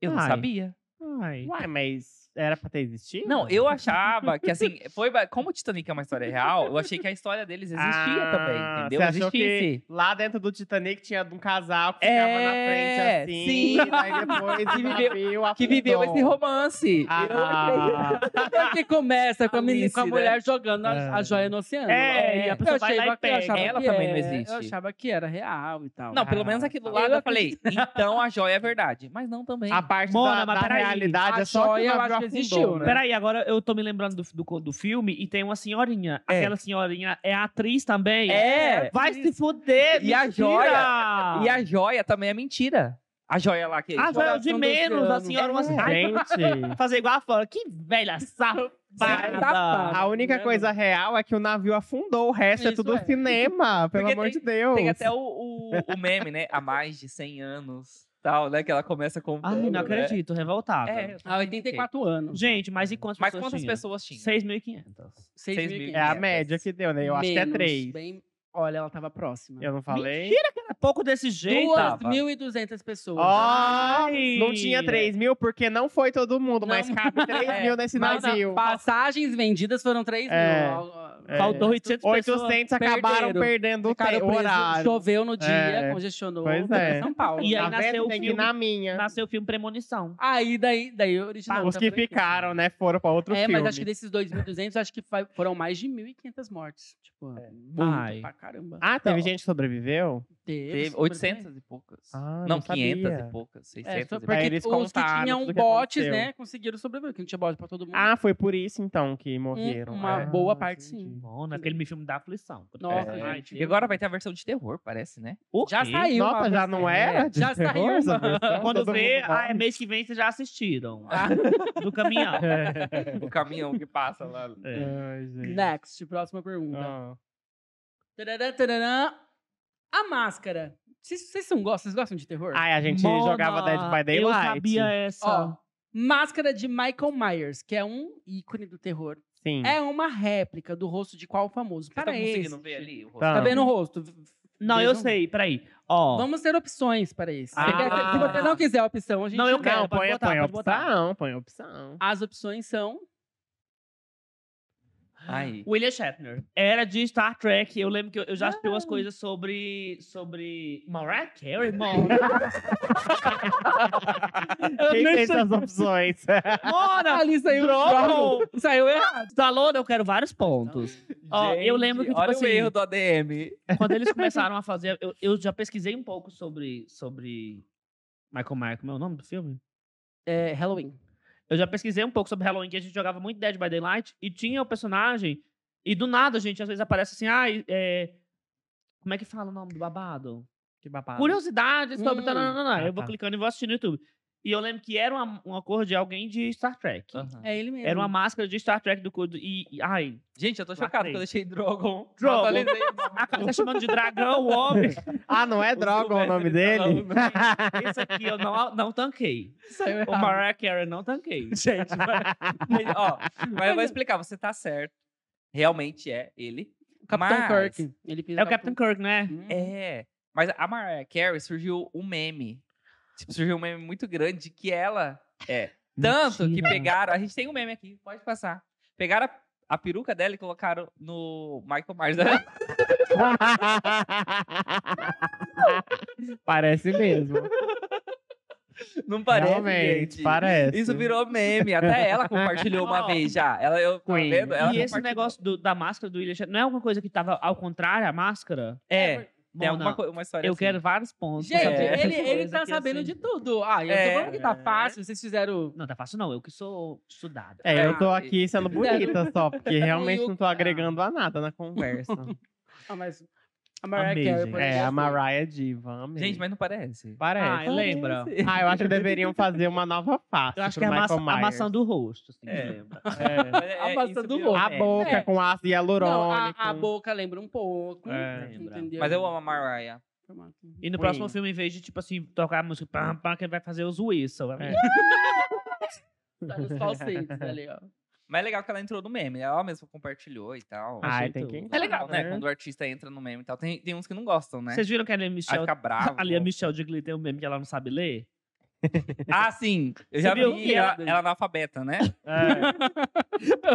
Speaker 2: Eu não
Speaker 4: Ai.
Speaker 2: sabia.
Speaker 4: Ai. Uai, mas era pra ter existido?
Speaker 2: Não, eu achava que assim, foi. ba- Como o Titanic é uma história real, eu achei que a história deles existia
Speaker 4: Ah,
Speaker 2: também, entendeu?
Speaker 4: Você achou
Speaker 2: Existisse.
Speaker 4: que lá dentro do Titanic tinha um casal que
Speaker 2: É,
Speaker 4: ficava na frente assim,
Speaker 2: sim.
Speaker 4: daí depois
Speaker 2: Que
Speaker 4: o
Speaker 2: viveu-
Speaker 4: navio
Speaker 2: que viveu
Speaker 4: afundou.
Speaker 2: esse romance.
Speaker 4: Ah,
Speaker 1: Porque Então, começa com a, menina, com a
Speaker 2: Alice, né?
Speaker 1: mulher jogando a, a
Speaker 4: É.
Speaker 1: joia no oceano.
Speaker 3: É, e a pessoa
Speaker 1: eu
Speaker 3: vai lá e
Speaker 1: achava que- eu
Speaker 3: pega.
Speaker 1: achava
Speaker 2: Ela
Speaker 1: que
Speaker 2: também não
Speaker 1: era- Eu
Speaker 2: existe.
Speaker 1: achava que era real e tal. Ah,
Speaker 2: Não, pelo menos aqui do
Speaker 4: Eu
Speaker 2: lado eu falei, então a joia é verdade. Mas não também.
Speaker 4: a parte
Speaker 3: Mona,
Speaker 4: da,
Speaker 3: mas
Speaker 4: da
Speaker 3: peraí,
Speaker 4: realidade
Speaker 1: a
Speaker 4: é só que
Speaker 1: joia
Speaker 4: o
Speaker 1: eu
Speaker 4: navio
Speaker 1: acho que
Speaker 4: afundou,
Speaker 1: existiu,
Speaker 4: né?
Speaker 1: né?
Speaker 3: Peraí, agora eu tô me lembrando do, do, do filme e tem uma senhorinha.
Speaker 2: É.
Speaker 3: Aquela senhorinha é atriz também?
Speaker 2: É.
Speaker 3: Vai se fuder,
Speaker 2: E a
Speaker 3: mentira!
Speaker 2: joia- E a joia também é mentira. A joia lá que.
Speaker 3: Ah,
Speaker 1: joia-
Speaker 3: velho,
Speaker 1: Coração
Speaker 3: de
Speaker 1: do
Speaker 3: menos, a
Speaker 1: oceano.
Speaker 3: senhora uma
Speaker 4: É. Gente,
Speaker 3: fazer igual a Flora. Que
Speaker 4: É
Speaker 3: velha safada.
Speaker 1: safada.
Speaker 4: a única coisa real é que o navio afundou, o resto é
Speaker 1: Isso
Speaker 4: tudo
Speaker 1: é.
Speaker 4: cinema, pelo
Speaker 2: Porque
Speaker 4: amor
Speaker 2: tem-
Speaker 4: de Deus.
Speaker 2: Tem até o, o, o meme, né? Há mais de 100 anos, tal, né? Que ela começa né. com.
Speaker 3: Ai, não acredito, revoltada.
Speaker 2: É,
Speaker 1: Há 84 anos.
Speaker 3: Gente, mas e quantas
Speaker 2: Mas
Speaker 3: pessoas
Speaker 2: quantas
Speaker 3: tinha?
Speaker 2: pessoas tinha?
Speaker 3: 6.500.
Speaker 1: 6.500.
Speaker 4: É a média que deu, né? Eu acho que é
Speaker 1: Menos,
Speaker 4: três.
Speaker 1: bem- Olha, ela tava próxima.
Speaker 4: Eu não falei?
Speaker 3: É pouco desse jeito.
Speaker 2: Duas- tava.
Speaker 1: 2.200 pessoas.
Speaker 4: Ó,
Speaker 3: Ai!
Speaker 4: não tinha 3 mil porque não foi todo mundo,
Speaker 1: Não,
Speaker 4: mas cabe 3
Speaker 2: é,
Speaker 4: mil nesse
Speaker 1: Mas
Speaker 4: navio.
Speaker 1: as passagens vendidas foram 3
Speaker 4: É.
Speaker 1: mil.
Speaker 4: É.
Speaker 3: Faltou 800 pessoas.
Speaker 4: 800 acabaram
Speaker 1: perderam.
Speaker 4: perdendo o
Speaker 1: Ficaram
Speaker 4: te-
Speaker 1: presos,
Speaker 4: horário.
Speaker 1: Choveu no dia,
Speaker 4: É.
Speaker 1: congestionou
Speaker 4: Pois
Speaker 1: tudo em
Speaker 4: é.
Speaker 1: São Paulo.
Speaker 3: E
Speaker 4: Tá
Speaker 3: aí nasceu
Speaker 4: vendo?
Speaker 3: o
Speaker 4: Tem que ir
Speaker 3: filme.
Speaker 4: na minha.
Speaker 3: Nasceu o filme Premonição.
Speaker 1: Aí, daí, daí o original.
Speaker 4: Os
Speaker 1: tá
Speaker 4: que
Speaker 1: por aqui.
Speaker 4: ficaram, né, foram pra outro
Speaker 1: É,
Speaker 4: filme.
Speaker 1: mas acho que desses 2.200, acho que fa- foram mais de 1.500 mortes. Tipo, muito
Speaker 3: Ai.
Speaker 1: pra caramba.
Speaker 4: É. Ah, teve gente que sobreviveu?
Speaker 1: Teve,
Speaker 2: Teve
Speaker 1: super
Speaker 2: 800
Speaker 1: bem.
Speaker 2: e poucas.
Speaker 4: Ah,
Speaker 2: não,
Speaker 4: não
Speaker 2: 500
Speaker 4: sabia.
Speaker 2: e poucas.
Speaker 1: É,
Speaker 2: 600
Speaker 1: só
Speaker 2: e
Speaker 1: porque
Speaker 4: né? Aí eles
Speaker 1: os que
Speaker 4: contaram
Speaker 1: tinham
Speaker 4: tudo que
Speaker 1: botes,
Speaker 4: aconteceu.
Speaker 1: né, conseguiram sobreviver, que não tinha bote pra todo mundo.
Speaker 4: Ah, foi por isso então que morreram.
Speaker 1: Hum. uma
Speaker 3: É,
Speaker 4: Ah,
Speaker 1: boa parte,
Speaker 4: entendi.
Speaker 3: Mona, aquele filme da aflição. É,
Speaker 1: Nossa,
Speaker 3: Ai,
Speaker 1: gente.
Speaker 2: E agora vai ter a versão de terror, parece, né?
Speaker 3: O
Speaker 1: já
Speaker 3: quê?
Speaker 1: saiu.
Speaker 4: Nossa,
Speaker 1: uma
Speaker 4: já
Speaker 1: versão.
Speaker 4: não era? de
Speaker 1: Já
Speaker 4: terror
Speaker 1: saiu uma.
Speaker 4: essa versão?
Speaker 3: Quando
Speaker 4: Todo
Speaker 3: vê,
Speaker 4: mundo
Speaker 3: ah, é
Speaker 4: morre.
Speaker 3: mês que vem vocês já assistiram. Do caminhão.
Speaker 4: É.
Speaker 2: O caminhão que passa lá.
Speaker 4: Ai, gente.
Speaker 1: Next, próxima pergunta.
Speaker 4: Ah.
Speaker 1: Tarará, tarará. A máscara. Vocês, vocês não gostam? Vocês gostam de terror?
Speaker 4: Ai, a gente
Speaker 3: Mona,
Speaker 4: jogava Dead by
Speaker 3: Eu
Speaker 4: Daylight.
Speaker 3: sabia essa.
Speaker 1: Ó, máscara de Michael Myers, que é um ícone do terror.
Speaker 4: Sim.
Speaker 1: É uma réplica do rosto de qual famoso?
Speaker 2: Vocês estão
Speaker 1: Para esse.
Speaker 2: conseguindo ver ali o rosto?
Speaker 4: Tá.
Speaker 1: Tá vendo o rosto?
Speaker 3: não,
Speaker 1: Vocês
Speaker 3: eu sei, peraí. Ó.
Speaker 1: Vamos ter opções para esse. Você
Speaker 3: Ah.
Speaker 1: quer- se você não quiser a opção, a gente
Speaker 3: Não, eu
Speaker 1: dá.
Speaker 3: quero.
Speaker 4: Não,
Speaker 3: pode
Speaker 4: põe,
Speaker 3: botar,
Speaker 4: põe
Speaker 3: pode botar.
Speaker 4: opção, põe opção.
Speaker 1: As opções são.
Speaker 2: Aí.
Speaker 3: William Shatner. Era de Star Trek. Eu lembro que eu, eu já assisti umas coisas sobre. sobre. Mariah Carey, Mona.
Speaker 4: Quem
Speaker 3: eu nem
Speaker 4: fez
Speaker 3: sei.
Speaker 4: as opções?
Speaker 3: Mona!
Speaker 1: Ali saiu
Speaker 3: Drogo!
Speaker 1: Saiu errado.
Speaker 3: Stallone, eu quero vários pontos. Ó, eu lembro que, tipo
Speaker 2: olha
Speaker 3: assim,
Speaker 2: o erro do ADM.
Speaker 3: quando eles começaram a fazer... Eu, eu já pesquisei um pouco sobre... sobre Michael Myers, como é o nome do filme?
Speaker 1: É, Halloween.
Speaker 3: Eu já pesquisei um pouco sobre Halloween, que a gente jogava muito Dead by Daylight, e tinha o personagem, e do nada, gente, às vezes aparece assim, ah, é... Como é que fala o nome do babado?
Speaker 4: Que babado.
Speaker 3: Curiosidades sobre...
Speaker 1: Hum.
Speaker 3: tananana.
Speaker 4: Ah,
Speaker 3: eu vou
Speaker 4: tá.
Speaker 3: clicando e vou assistindo no YouTube. E eu lembro que era uma, uma cor de alguém de Star Trek.
Speaker 2: Aham.
Speaker 1: É ele mesmo.
Speaker 3: Era uma máscara de Star Trek do... cu- do- E, e, ai,
Speaker 2: Gente, eu tô
Speaker 3: Lacrei.
Speaker 2: chocado que eu deixei Drogon.
Speaker 3: Drogon.
Speaker 2: Atualizei o
Speaker 3: Ah, cara, tá chamando de dragão, homem.
Speaker 4: Ah, não é
Speaker 2: O
Speaker 4: droga o
Speaker 2: Sylvester
Speaker 4: nome dele?
Speaker 2: Stallone.
Speaker 3: Isso aqui eu não, não tanquei.
Speaker 1: Saiu
Speaker 3: O
Speaker 1: errado.
Speaker 3: Mariah Carey não tanquei.
Speaker 1: Gente, vai-
Speaker 2: Mas, ó, mas eu vou explicar, você tá certo. Realmente é ele.
Speaker 1: Capitão
Speaker 2: mas,
Speaker 1: Kirk. Ele fez
Speaker 3: É o Captain Kirk, né?
Speaker 2: É. Mas a Mariah Carey surgiu um meme. Tipo, surgiu um meme muito grande que ela é. Tanto que
Speaker 3: Mentira.
Speaker 2: pegaram. A gente tem um meme aqui, pode passar. Pegaram a, a peruca dela e colocaram no Michael Myers. né?
Speaker 4: Parece mesmo.
Speaker 2: Não parece.
Speaker 4: Realmente,
Speaker 2: gente.
Speaker 4: parece.
Speaker 2: Isso virou meme. Até ela compartilhou uma
Speaker 3: Ó.
Speaker 2: vez já. Ela, eu, tá
Speaker 4: Queen.
Speaker 2: vendo? Ela
Speaker 3: e esse
Speaker 2: compartilhou.
Speaker 3: negócio do- da máscara do William Shatner, não é alguma coisa que tava ao contrário, a máscara?
Speaker 2: É. Tem
Speaker 3: Mona,
Speaker 2: alguma co- uma história
Speaker 3: eu
Speaker 2: assim.
Speaker 3: quero vários pontos. pra
Speaker 1: Gente,
Speaker 3: saber
Speaker 2: É.
Speaker 3: essas
Speaker 1: ele, ele
Speaker 3: coisas
Speaker 1: tá
Speaker 3: aqui,
Speaker 1: sabendo
Speaker 3: assim.
Speaker 1: de tudo. Ah, eu
Speaker 2: É.
Speaker 1: tô falando que tá fácil. Vocês fizeram.
Speaker 3: Não, tá fácil não, eu que sou estudado.
Speaker 4: É, eu tô
Speaker 2: Ah,
Speaker 4: aqui sendo bonita só, porque realmente não tô agregando a nada na conversa.
Speaker 1: Ah, mas. A
Speaker 4: Amei,
Speaker 1: Mariah Carey,
Speaker 4: gente.
Speaker 1: por
Speaker 4: É,
Speaker 1: exemplo.
Speaker 4: a Mariah Diva, amei.
Speaker 2: Gente, mas não parece.
Speaker 3: Ah,
Speaker 4: Parece.
Speaker 3: lembra.
Speaker 4: Ah, eu acho que deveriam fazer uma nova face
Speaker 3: Eu acho que
Speaker 4: pro
Speaker 3: é a, maça,
Speaker 4: Michael
Speaker 3: a maçã
Speaker 4: Myers.
Speaker 3: do rosto, assim,
Speaker 2: É.
Speaker 3: lembra.
Speaker 4: É.
Speaker 2: Mas é-
Speaker 1: A
Speaker 2: é-
Speaker 1: maçã
Speaker 2: isso
Speaker 1: do
Speaker 2: virou
Speaker 1: rosto.
Speaker 4: A
Speaker 2: meme.
Speaker 4: boca com ácido
Speaker 1: Não, a,
Speaker 4: hialurônico.
Speaker 1: a boca lembra um pouco.
Speaker 4: É.
Speaker 1: entendeu?
Speaker 2: Mas eu amo a Mariah.
Speaker 3: E no
Speaker 4: Ruim.
Speaker 3: próximo filme, em vez de, tipo assim, tocar a música, pam, pam, que ele vai fazer os whistle. vai-
Speaker 4: É.
Speaker 1: Tá nos falsetes ali, ó.
Speaker 2: Mas é legal que ela entrou no meme. Ela mesma compartilhou e tal.
Speaker 4: Ai,
Speaker 3: Achei tudo.
Speaker 4: tem quem
Speaker 2: É legal, né?
Speaker 4: Ah, né?
Speaker 2: Quando o artista entra no meme e tal. Tem, tem uns que não gostam, né?
Speaker 3: Vocês viram que a Lea
Speaker 2: Aí
Speaker 3: Michelle,
Speaker 2: fica bravo.
Speaker 3: a Lea Michelle de Glee tem um meme que ela não sabe ler?
Speaker 2: Ah, sim. Eu
Speaker 3: Você
Speaker 2: já
Speaker 3: viu?
Speaker 2: vi. Ela, ela é analfabeta, né?
Speaker 4: É.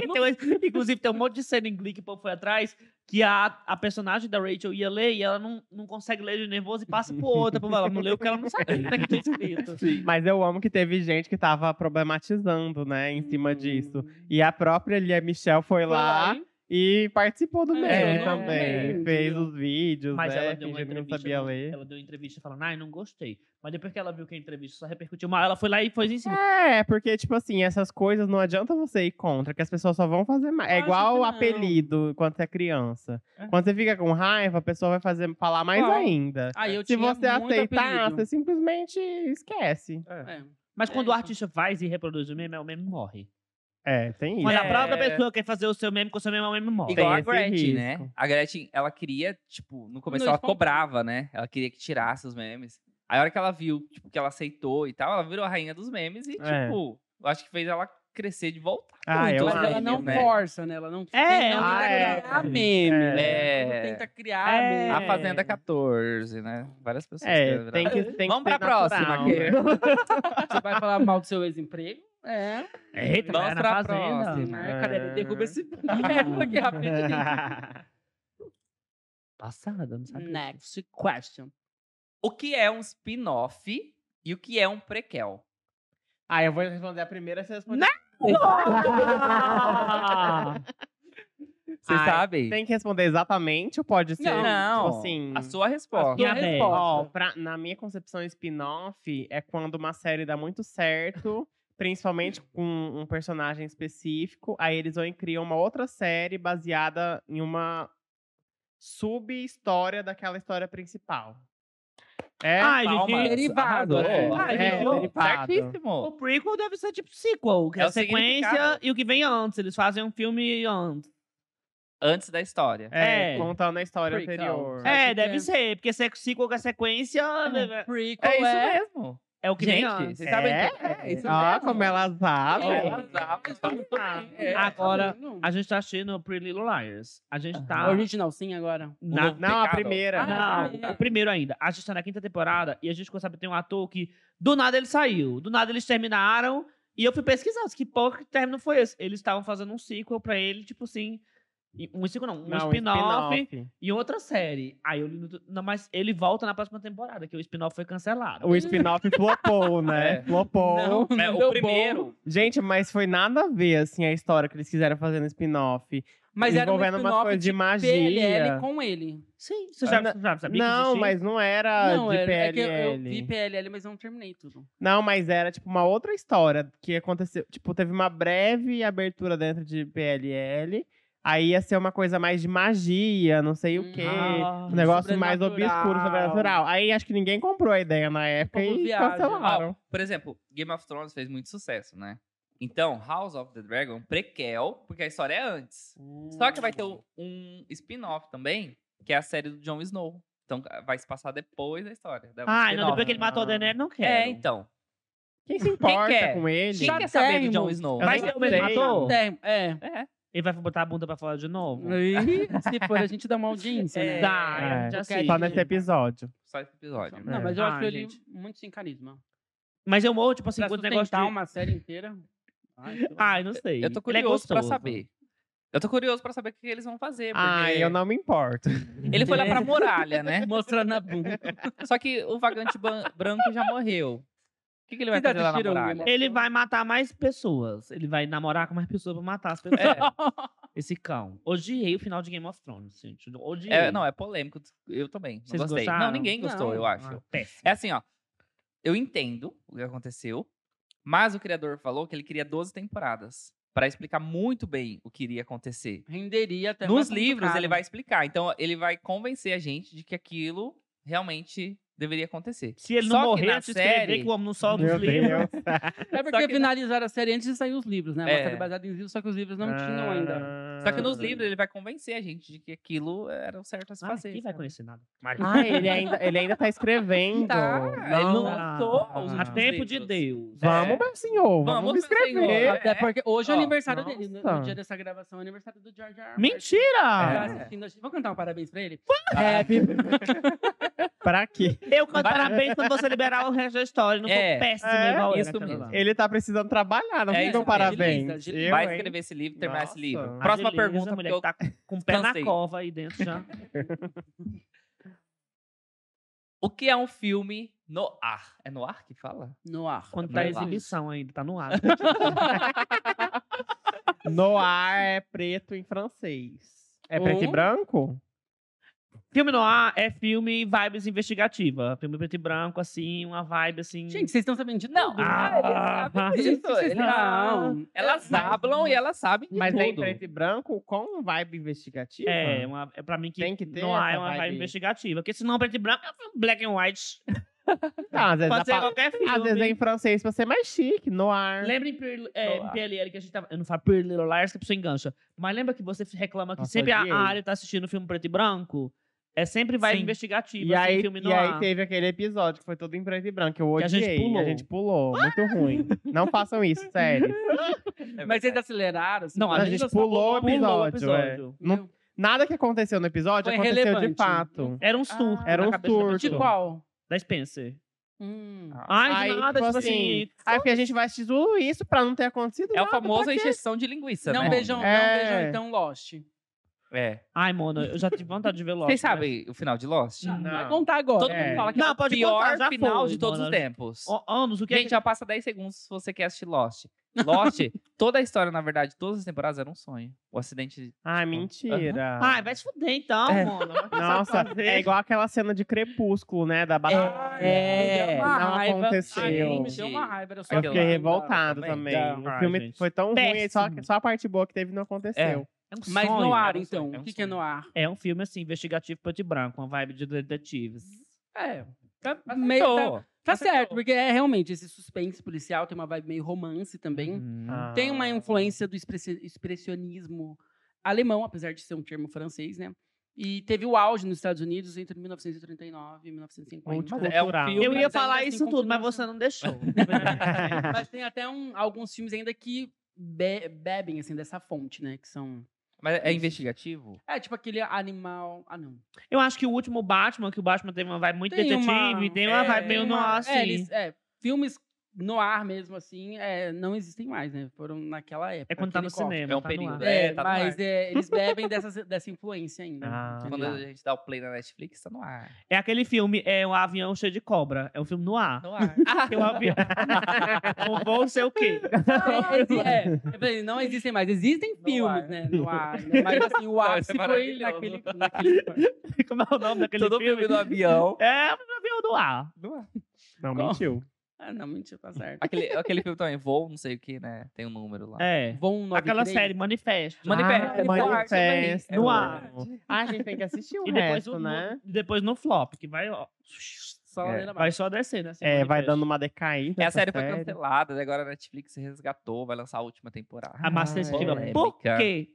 Speaker 3: Então, inclusive, tem um monte de cena em Glee que o povo foi atrás que a, a personagem da Rachel ia ler e ela não, não consegue ler de nervoso e passa pro outro. pro- Ela não leu porque ela não sabia o que tinha escrito.
Speaker 4: Mas eu amo que teve gente que tava problematizando, né, em
Speaker 1: Hum.
Speaker 4: cima disso. E a própria Lia Michelle foi, lá, e participou do
Speaker 1: É,
Speaker 4: meme
Speaker 2: é,
Speaker 4: também.
Speaker 1: é,
Speaker 4: Fez
Speaker 1: entendeu?
Speaker 4: os vídeos,
Speaker 3: Mas
Speaker 4: né,
Speaker 3: ela deu uma
Speaker 4: fingindo que não
Speaker 3: entrevista.
Speaker 4: sabia
Speaker 3: no-
Speaker 4: ler.
Speaker 3: Ela deu uma entrevista falando, ai, não gostei. Mas depois que ela viu que a entrevista só repercutiu mal, ela foi lá e foi em cima.
Speaker 4: É, porque, tipo assim, essas coisas não adianta você ir contra, que as pessoas só vão fazer mais. É
Speaker 1: Lógico
Speaker 4: igual
Speaker 1: que
Speaker 4: o
Speaker 1: não.
Speaker 4: apelido quando você é criança.
Speaker 2: É.
Speaker 4: Quando você fica com raiva, a pessoa vai fazer, falar mais
Speaker 1: Claro.
Speaker 4: ainda.
Speaker 1: Aí eu
Speaker 4: Se
Speaker 1: tinha
Speaker 4: você
Speaker 1: muito
Speaker 4: aceitar,
Speaker 1: apelido.
Speaker 4: você simplesmente esquece.
Speaker 1: É.
Speaker 3: Mas
Speaker 1: É
Speaker 3: quando o
Speaker 1: isso.
Speaker 3: artista faz e reproduz o meme, é o meme morre.
Speaker 4: É, tem isso.
Speaker 3: Quando a
Speaker 2: É.
Speaker 3: própria pessoa quer fazer o seu meme com o seu meme, é o meme morre.
Speaker 2: Igual a
Speaker 4: esse
Speaker 2: Gretchen,
Speaker 4: risco.
Speaker 2: né? A Gretchen, ela queria, tipo, no começo
Speaker 1: Não,
Speaker 2: ela
Speaker 1: espontâneo.
Speaker 2: cobrava, né? Ela queria que tirasse os memes. Aí a hora que ela viu, tipo, que ela aceitou e tal, ela virou a rainha dos memes e,
Speaker 4: É.
Speaker 2: tipo, eu acho que fez ela crescer de volta.
Speaker 4: Ah,
Speaker 2: muito
Speaker 4: eu
Speaker 2: os
Speaker 1: Mas ela
Speaker 2: memes,
Speaker 1: não
Speaker 2: né?
Speaker 1: força, É né? Ela não,
Speaker 3: É,
Speaker 1: não
Speaker 4: ah,
Speaker 1: tenta
Speaker 4: é.
Speaker 1: criar meme.
Speaker 4: É.
Speaker 1: né? Ela não tenta criar
Speaker 3: É.
Speaker 1: meme.
Speaker 2: A Fazenda 14, né? Várias pessoas.
Speaker 4: É,
Speaker 2: querem
Speaker 4: tem
Speaker 2: virar-
Speaker 4: que, tem
Speaker 2: Vamos
Speaker 4: que ser
Speaker 2: pra próxima,
Speaker 4: natural,
Speaker 2: Kê.
Speaker 4: né?
Speaker 1: Ah, Você vai falar mal do seu ex-emprego? É.
Speaker 3: Eita,
Speaker 2: Vamos
Speaker 3: vai na
Speaker 2: pra
Speaker 3: fazenda.
Speaker 2: próxima.
Speaker 1: Né? Cadê? Ele Derruba esse boneco aqui rapidinho.
Speaker 3: Passada, não sabe?
Speaker 1: Next question.
Speaker 2: O que é um spin-off e o que é um prequel?
Speaker 4: Ah, eu vou responder a primeira, você responde.
Speaker 2: Vocês
Speaker 4: Ai,
Speaker 2: sabem?
Speaker 4: Tem que responder exatamente ou pode ser?
Speaker 1: Não,
Speaker 2: Não,
Speaker 4: tipo assim, é,
Speaker 2: a sua resposta.
Speaker 3: Minha
Speaker 1: Sua
Speaker 3: bem.
Speaker 1: resposta.
Speaker 4: Ó, pra- na minha concepção, spin-off é quando uma série dá muito certo, principalmente com um personagem específico, aí eles vão e criam uma outra série baseada em uma sub-história daquela história principal. É,
Speaker 3: Ai,
Speaker 2: Palmas.
Speaker 3: gente,
Speaker 1: derivado,
Speaker 2: Arrasou.
Speaker 4: é.
Speaker 2: Ai,
Speaker 4: É,
Speaker 2: gente,
Speaker 4: derivado.
Speaker 2: Certíssimo.
Speaker 3: O prequel deve ser tipo sequel, que é,
Speaker 2: É
Speaker 3: a
Speaker 2: o significado.
Speaker 3: sequência e o que vem antes. Eles fazem um filme antes.
Speaker 2: antes da história.
Speaker 4: É,
Speaker 3: É.
Speaker 4: contando a história
Speaker 2: Prequel.
Speaker 4: anterior.
Speaker 2: Acho
Speaker 3: É,
Speaker 2: que
Speaker 3: deve
Speaker 2: é.
Speaker 3: ser, porque se é sequel com a sequência. né,
Speaker 1: Prequel
Speaker 2: É isso
Speaker 1: é...
Speaker 2: mesmo.
Speaker 3: É o que vem
Speaker 2: Gente,
Speaker 3: antes.
Speaker 2: vocês sabem
Speaker 4: É,
Speaker 2: tudo. É, isso
Speaker 4: Ó,
Speaker 2: mesmo.
Speaker 4: como ela sabe.
Speaker 1: É.
Speaker 2: Ela sabe, sabe tudo.
Speaker 1: É,
Speaker 3: Agora,
Speaker 1: tá vendo?
Speaker 3: A gente tá assistindo Pretty Little Liars. A gente
Speaker 1: A
Speaker 3: tá.
Speaker 1: Original sim agora.
Speaker 3: na-
Speaker 2: novo
Speaker 4: Não, a
Speaker 2: pecado.
Speaker 4: primeira.
Speaker 1: Ah,
Speaker 3: Não, o primeiro ainda. A gente tá na quinta temporada e a gente ficou sabendo que tem um ator que do nada ele saiu, do nada eles terminaram e eu fui pesquisar, que pouco que término foi esse? Eles estavam fazendo um sequel pra ele, tipo assim, e- um sequel não, um
Speaker 4: Não,
Speaker 3: spin-off
Speaker 4: spin-off.
Speaker 3: e outra série. Aí eu li no, tu- não, mas ele volta na próxima temporada, que o spin-off foi cancelado.
Speaker 4: O spin-off flopou, né?
Speaker 2: É.
Speaker 4: Flopou.
Speaker 2: É,
Speaker 1: deu
Speaker 2: o
Speaker 1: bom.
Speaker 2: primeiro.
Speaker 4: Gente, mas foi nada a ver, assim, a história que eles quiseram fazer no spin-off.
Speaker 1: Mas era um
Speaker 4: envolvendo umas
Speaker 1: spin-off
Speaker 4: coisas de
Speaker 1: de
Speaker 4: magia.
Speaker 1: PLL com ele.
Speaker 3: Sim, você já, já sabia que
Speaker 4: Não,
Speaker 3: existia?
Speaker 4: mas não era
Speaker 1: não,
Speaker 4: de
Speaker 1: era, é que eu,
Speaker 4: PLL.
Speaker 1: eu vi PLL, mas eu não terminei tudo.
Speaker 4: Não, mas era, tipo, uma outra história que aconteceu. Tipo, teve uma breve abertura dentro de PLL. Aí ia ser uma coisa mais de magia, não sei
Speaker 1: Hum.
Speaker 4: o quê.
Speaker 3: Ah,
Speaker 4: um negócio mais
Speaker 1: sobrenatural.
Speaker 4: obscuro, sobrenatural. Aí acho que ninguém comprou a ideia na época
Speaker 1: Como
Speaker 4: e
Speaker 1: viagem.
Speaker 4: cancelaram.
Speaker 2: Por exemplo, Game of Thrones fez muito sucesso, né? Então, House of the Dragon, é um prequel, porque a história é antes. Só que vai ter
Speaker 3: Hum.
Speaker 2: um- um spin-off também, que é a série do Jon Snow. Então vai se passar depois da história. da-
Speaker 3: Ah, não,
Speaker 2: spin-off.
Speaker 3: depois que ele matou o Daenerys, não quero.
Speaker 2: É, então.
Speaker 4: Quem se importa
Speaker 2: quer?
Speaker 4: com ele?
Speaker 2: Quem
Speaker 1: Chato
Speaker 2: quer saber do
Speaker 1: Chatermo.
Speaker 2: Jon Snow?
Speaker 4: Eu
Speaker 3: Vai
Speaker 4: não
Speaker 3: ser o mesmo
Speaker 4: sei.
Speaker 3: ator?
Speaker 1: Termo- É.
Speaker 3: Ele vai botar a bunda pra fora de novo?
Speaker 1: E se for, a gente dá uma audiência, né?
Speaker 3: Dá,
Speaker 4: É.
Speaker 3: eu já
Speaker 1: Porque
Speaker 3: sei.
Speaker 4: Só
Speaker 1: aí-
Speaker 4: nesse episódio.
Speaker 2: Só esse episódio. né?
Speaker 1: Não,
Speaker 4: É.
Speaker 1: mas eu
Speaker 3: Ah,
Speaker 1: acho ele
Speaker 3: gente.
Speaker 1: muito sem carisma.
Speaker 3: Mas eu morro, tipo assim,
Speaker 1: Pra
Speaker 3: com os
Speaker 1: sustentar
Speaker 3: negócios de...
Speaker 1: uma série inteira... Ai, sei lá.
Speaker 3: Ai, não sei.
Speaker 2: Eu tô
Speaker 3: Ele é
Speaker 2: curioso pra
Speaker 3: gostoso.
Speaker 2: saber. Eu tô curioso pra saber o que eles vão fazer. Porque
Speaker 4: Ah, eu não me importo.
Speaker 2: Ele foi lá pra muralha, né?
Speaker 1: Mostrando a bunda.
Speaker 2: Só que o vagante ban- branco já morreu. O que, que ele vai
Speaker 1: Vocês
Speaker 2: fazer lá na
Speaker 1: assistiram o
Speaker 2: muralha?
Speaker 1: Game
Speaker 3: Ele vai matar mais pessoas. Ele vai namorar com mais pessoas pra matar as pessoas. Esse cão. Odiei o final de Game of Thrones, gente. Odiei.
Speaker 2: É, não, é polêmico. Eu também. Não
Speaker 3: Vocês
Speaker 2: gostei.
Speaker 3: gostaram?
Speaker 2: Não, ninguém gostou,
Speaker 1: Não.
Speaker 2: eu acho.
Speaker 3: Ah, péssimo.
Speaker 2: É assim, ó. Eu entendo o que aconteceu, mas o criador falou que ele queria 12 temporadas pra explicar muito bem o que iria acontecer.
Speaker 1: Renderia
Speaker 4: Então, é
Speaker 1: até mais
Speaker 2: Nos
Speaker 1: complicado.
Speaker 2: livros ele vai explicar, então ele vai convencer a gente de que aquilo realmente deveria acontecer.
Speaker 3: Se ele
Speaker 2: Só
Speaker 3: não
Speaker 2: que
Speaker 3: morrer,
Speaker 2: na
Speaker 3: se escrever
Speaker 2: série-
Speaker 3: que o homem não solta
Speaker 4: Meu
Speaker 3: os livros.
Speaker 4: Deus.
Speaker 1: É
Speaker 2: Só
Speaker 1: porque
Speaker 2: que na-
Speaker 1: finalizaram a série antes de sair os livros, né? Uma
Speaker 2: É.
Speaker 1: série baseada em livros, só que os livros não tinham ainda.
Speaker 2: Só que nos
Speaker 4: Ah.
Speaker 2: livros ele vai convencer a gente de que aquilo era o certo a se
Speaker 3: Ah,
Speaker 2: fazer.
Speaker 3: Quem vai
Speaker 2: sabe?
Speaker 3: conhecer nada? Maria.
Speaker 4: Ah, ele ainda, ele ainda tá escrevendo.
Speaker 2: Tá, ele não
Speaker 3: Ah,
Speaker 2: lançou os
Speaker 3: a
Speaker 2: últimos
Speaker 3: tempo de
Speaker 2: livros.
Speaker 3: Deus.
Speaker 4: Vamos, meu senhor. É. Vamos,
Speaker 2: Vamos,
Speaker 4: me
Speaker 2: meu
Speaker 4: escrever.
Speaker 2: senhor.
Speaker 1: Até
Speaker 2: É.
Speaker 1: porque hoje é
Speaker 2: Ó,
Speaker 1: aniversário dele. No, no
Speaker 4: nossa.
Speaker 1: dia dessa gravação é aniversário do George R. R. Martin.
Speaker 4: É.
Speaker 1: Tá
Speaker 3: Mentira!
Speaker 1: assistindo a gente- Vamos cantar um parabéns pra ele?
Speaker 4: Happy... pra quê?
Speaker 3: Eu canto parabéns quando você liberar o resto da história. Não
Speaker 2: É.
Speaker 3: for péssimo
Speaker 4: É,
Speaker 3: igual era
Speaker 2: isso
Speaker 3: aquela
Speaker 2: mesmo.
Speaker 3: lá.
Speaker 4: Ele tá precisando trabalhar, não
Speaker 2: É
Speaker 4: ficam
Speaker 2: isso,
Speaker 4: parabéns.
Speaker 1: agiliza, agiliza.
Speaker 4: Eu,
Speaker 2: Vai
Speaker 4: hein?
Speaker 2: escrever esse livro, terminar
Speaker 4: Nossa.
Speaker 2: esse livro.
Speaker 4: Agiliza,
Speaker 2: Próxima
Speaker 3: Agiliza,
Speaker 2: pergunta,
Speaker 3: mulher
Speaker 2: porque eu
Speaker 3: que tá com o pé
Speaker 2: cansei.
Speaker 3: na cova aí dentro já.
Speaker 2: O que é um filme no ar? É no ar que fala?
Speaker 1: No ar.
Speaker 3: Quando tá
Speaker 2: Vai
Speaker 3: em
Speaker 2: lá.
Speaker 3: exibição ainda, tá no ar.
Speaker 4: Noir é preto em francês. É preto e
Speaker 1: Ou-
Speaker 4: branco?
Speaker 3: filme no ar é filme vibes investigativa. Filme preto e branco, assim, uma vibe assim.
Speaker 1: Gente, vocês estão sabendo de não.
Speaker 3: Ah,
Speaker 1: Gente,
Speaker 2: isso.
Speaker 1: vocês
Speaker 2: Ele-
Speaker 1: não.
Speaker 2: Elas hablam e elas sabem de
Speaker 4: Mas é em
Speaker 2: tudo.
Speaker 4: preto e branco com vibe investigativa?
Speaker 3: é, uma, é pra mim que,
Speaker 4: Tem que ter
Speaker 3: no ar é
Speaker 4: essa
Speaker 3: uma vibe,
Speaker 4: vibe.
Speaker 3: investigativa. Porque senão preto e branco é um filme black and white.
Speaker 4: Tá, às vezes,
Speaker 3: Pode
Speaker 4: a
Speaker 3: ser
Speaker 4: pa-
Speaker 3: qualquer filme.
Speaker 4: às vezes é em francês pra ser mais chique, noir.
Speaker 3: Lembra em Pretty- é,
Speaker 2: Olá.
Speaker 3: PLL que a gente tava. Eu não falo Pretty Little Liars que é a pessoa engancha. Mas lembra que você reclama que
Speaker 4: Nossa,
Speaker 3: sempre a
Speaker 4: odiei.
Speaker 3: área tá assistindo filme preto e branco? É sempre vibe
Speaker 2: Sim.
Speaker 3: investigativa,
Speaker 4: E
Speaker 3: assim,
Speaker 4: aí,
Speaker 3: filme no
Speaker 4: e aí
Speaker 3: ar.
Speaker 4: teve aquele episódio que foi todo em preto e branco. que Eu
Speaker 3: Que a gente
Speaker 4: odiei.
Speaker 3: pulou.
Speaker 4: a gente pulou. Muito ruim. Não façam isso, sério.
Speaker 2: É
Speaker 1: Mas vocês aceleraram? assim,
Speaker 3: Não,
Speaker 4: A,
Speaker 3: a
Speaker 1: mas-
Speaker 3: gente
Speaker 4: gente,
Speaker 3: só
Speaker 4: pulou o episódio.
Speaker 3: pulou o
Speaker 4: é.
Speaker 3: episódio.
Speaker 4: Não-
Speaker 1: Meu,
Speaker 4: nada que aconteceu no episódio
Speaker 1: Foi
Speaker 4: aconteceu de
Speaker 1: relevante.
Speaker 4: fato.
Speaker 3: Era um surto.
Speaker 4: Era
Speaker 3: na
Speaker 4: um
Speaker 3: cabeça da
Speaker 4: surto.
Speaker 1: De
Speaker 3: pessoa.
Speaker 1: qual?
Speaker 3: Da Spencer.
Speaker 2: Ah,
Speaker 1: Hum.
Speaker 3: Ai, de
Speaker 4: Aí,
Speaker 3: nada,
Speaker 4: tipo
Speaker 3: tipo assim.
Speaker 4: assim, Aí porque a gente vai assistir tudo isso pra não ter acontecido
Speaker 2: É o
Speaker 4: nada,
Speaker 2: famoso
Speaker 4: pra quê?
Speaker 2: injeção de linguiça,
Speaker 1: Não
Speaker 2: né?
Speaker 1: vejam,
Speaker 4: É.
Speaker 1: não vejam então Lost.
Speaker 2: É.
Speaker 3: Ai, mano, eu já tive vontade de ver né? Lost.
Speaker 2: Vocês
Speaker 3: mas-
Speaker 2: sabem o final de Lost?
Speaker 1: Não,
Speaker 4: Não.
Speaker 1: vai contar agora.
Speaker 2: Todo
Speaker 4: É.
Speaker 2: mundo fala que é
Speaker 3: Não,
Speaker 2: o
Speaker 3: pode
Speaker 2: pior
Speaker 3: contar, já
Speaker 2: final
Speaker 3: foi,
Speaker 2: de todos os
Speaker 3: mano.
Speaker 2: tempos.
Speaker 3: Ó, anos, o que é
Speaker 2: Gente,
Speaker 3: que...
Speaker 2: já passa 10 segundos se você quer assistir Lost. Lost, toda a história, na verdade, todas as temporadas era um sonho. O acidente.
Speaker 4: Ah, mentira.
Speaker 3: Ai, vai se fuder então,
Speaker 4: É.
Speaker 3: mano. Vai começar a
Speaker 4: Nossa,
Speaker 3: fazer.
Speaker 4: é igual aquela cena de crepúsculo, né? Da batalha.
Speaker 1: É,
Speaker 4: não
Speaker 1: uma raiva.
Speaker 4: aconteceu.
Speaker 1: Ai, me deu uma raiva. Era só
Speaker 4: Eu
Speaker 2: Aquela-
Speaker 4: fiquei
Speaker 1: aquela-
Speaker 4: revoltado também.
Speaker 3: também.
Speaker 4: O
Speaker 3: Ai,
Speaker 4: filme
Speaker 3: gente.
Speaker 4: foi tão ruim, só,
Speaker 3: Péssimo.
Speaker 4: só a parte boa que teve não aconteceu.
Speaker 3: É um
Speaker 1: Mas
Speaker 3: sonho,
Speaker 1: no ar,
Speaker 3: era um
Speaker 1: então.
Speaker 3: sonho, era
Speaker 1: o
Speaker 3: um
Speaker 1: que, que é
Speaker 3: sonho.
Speaker 1: no ar?
Speaker 3: É um filme, assim, investigativo preto e branco, uma vibe de detetives.
Speaker 1: É. Tá, meio, tá,
Speaker 2: Tô.
Speaker 1: tá certo, porque é realmente esse suspense policial, tem uma vibe meio romance também.
Speaker 3: Uhum.
Speaker 4: Ah.
Speaker 1: Tem uma influência do expressi- expressionismo alemão, apesar de ser um termo francês, né? E teve o auge nos Estados Unidos entre 1939 e 1950.
Speaker 3: Mas é um
Speaker 1: Cultural.
Speaker 3: filme, Eu
Speaker 1: Mas
Speaker 3: ia
Speaker 1: ainda
Speaker 3: falar
Speaker 1: tem
Speaker 3: isso tudo, mas
Speaker 1: continuação.
Speaker 3: você não deixou.
Speaker 1: Mas tem até um- alguns filmes ainda que be- bebem, assim, dessa fonte, né? Que são...
Speaker 2: Mas é investigativo?
Speaker 1: É, tipo aquele animal... Ah, não.
Speaker 3: Eu acho que o último Batman, que o Batman teve uma vibe muito
Speaker 1: Tem
Speaker 3: detetive,
Speaker 1: uma-
Speaker 3: tem uma
Speaker 1: é,
Speaker 3: vibe meio
Speaker 1: tem
Speaker 3: no
Speaker 1: uma-
Speaker 3: ar, assim.
Speaker 1: É, eles- é, filmes no ar mesmo, assim, é, não existem mais, né? Foram naquela época.
Speaker 3: É quando tá no
Speaker 1: aquele corte.
Speaker 3: cinema.
Speaker 2: É um
Speaker 3: tá no
Speaker 2: período.
Speaker 3: ar.
Speaker 1: É,
Speaker 2: É, tá no ar.
Speaker 1: mas é, eles bebem dessa, dessa influência ainda.
Speaker 3: Ah,
Speaker 1: entendeu?
Speaker 2: Quando a gente dá o play na Netflix, tá no ar.
Speaker 3: É aquele filme, é um avião cheio de cobra. É um filme no ar.
Speaker 2: No ar.
Speaker 3: Porque o avião. o voo sei o quê.
Speaker 1: Não, exi- é, eu falei, não existem mais. Existem filmes,
Speaker 2: ar.
Speaker 1: né? No ar. né? Mas assim, o ápice foi
Speaker 2: maravilhoso.
Speaker 1: naquele, naquele.
Speaker 3: Como é o nome daquele
Speaker 2: Todo
Speaker 3: filme?
Speaker 2: filme do avião.
Speaker 3: É, um avião no ar.
Speaker 2: No ar.
Speaker 3: Não,
Speaker 1: Qual?
Speaker 3: mentiu.
Speaker 1: Ah, não, mentira, tá certo.
Speaker 2: Aquele, aquele filme também, Voo, não sei o que, né? Tem um número lá.
Speaker 3: É.
Speaker 1: Vão 93.
Speaker 3: Aquela série, Manifesto. Ah, é
Speaker 2: Manifesto.
Speaker 4: Manifesto,
Speaker 2: Manifesto,
Speaker 3: no
Speaker 2: é
Speaker 3: ar.
Speaker 2: verdade.
Speaker 4: Ah, a gente tem que assistir o
Speaker 3: E depois,
Speaker 4: resto,
Speaker 3: o-
Speaker 4: né?
Speaker 3: no, depois no flop, que vai, ó,
Speaker 1: Só
Speaker 2: É.
Speaker 1: ladeira
Speaker 3: vai
Speaker 1: abaixo.
Speaker 3: só descer, né? assim,
Speaker 4: É, vai
Speaker 3: Manifesto.
Speaker 4: dando uma decaída.
Speaker 2: É, a
Speaker 4: essa
Speaker 2: série foi cancelada, daí agora a Netflix resgatou, vai lançar a última temporada.
Speaker 3: A Master Chief. é
Speaker 2: polêmica.
Speaker 3: Ah, Por quê?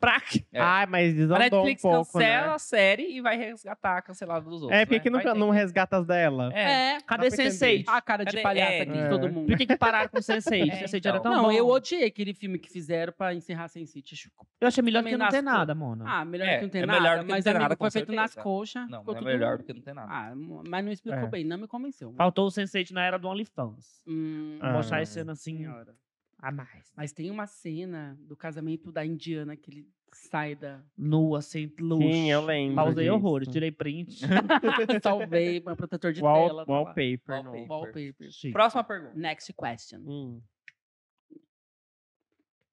Speaker 3: Pra quê?
Speaker 2: É.
Speaker 4: Ai,
Speaker 2: A
Speaker 4: mas desandou um
Speaker 2: Netflix
Speaker 4: pouco,
Speaker 2: cancela
Speaker 4: né?
Speaker 2: a série e vai resgatar a cancelada dos outros.
Speaker 4: É, por
Speaker 2: né?
Speaker 4: que que
Speaker 2: Vai
Speaker 4: nunca
Speaker 2: ter
Speaker 4: não resgata as dela?
Speaker 2: É.
Speaker 1: É.
Speaker 3: Cadê
Speaker 4: pra entender.
Speaker 3: Sense8?
Speaker 1: A cara de
Speaker 2: Cadê-
Speaker 1: palhaça aqui de
Speaker 4: é.
Speaker 1: todo mundo.
Speaker 3: Por que, que pararam com Sense8?
Speaker 2: É,
Speaker 3: Sense8
Speaker 2: então.
Speaker 3: era tão
Speaker 1: Não,
Speaker 3: Tá bom.
Speaker 1: eu odiei aquele filme que fizeram pra encerrar Sin City.
Speaker 3: Eu achei melhor
Speaker 1: Também
Speaker 3: que não ter
Speaker 1: nas-
Speaker 3: nada, mona.
Speaker 1: Ah, melhor
Speaker 2: É,
Speaker 1: que não tem
Speaker 2: é melhor
Speaker 1: nada.
Speaker 2: que não
Speaker 1: mas
Speaker 2: tem
Speaker 1: amigo,
Speaker 2: nada, com
Speaker 1: foi feito nas
Speaker 2: certeza.
Speaker 1: coxas.
Speaker 2: Não,
Speaker 1: ficou
Speaker 2: mas é
Speaker 1: tudo-
Speaker 2: melhor do que não tem nada.
Speaker 1: Ah, mas não explicou
Speaker 4: É.
Speaker 1: bem, não me convenceu.
Speaker 3: Faltou o Sense8 na era do OnlyFans.
Speaker 1: Hum,
Speaker 4: Ah.
Speaker 3: Mostrar as cenas assim
Speaker 1: senhora.
Speaker 3: a mais.
Speaker 1: Mas tem uma cena do casamento da indiana que ele sai da.
Speaker 3: Nua, sem luz.
Speaker 4: Sim, eu lembro
Speaker 3: assim, Pausei
Speaker 4: disso.
Speaker 3: horrores, tirei print.
Speaker 1: Salvei, um protetor de
Speaker 4: Wall,
Speaker 1: tela. tá lá.
Speaker 4: wallpaper. não.
Speaker 2: Wallpaper.
Speaker 1: Wallpaper.
Speaker 2: Próxima pergunta.
Speaker 1: Next question.
Speaker 4: Hum.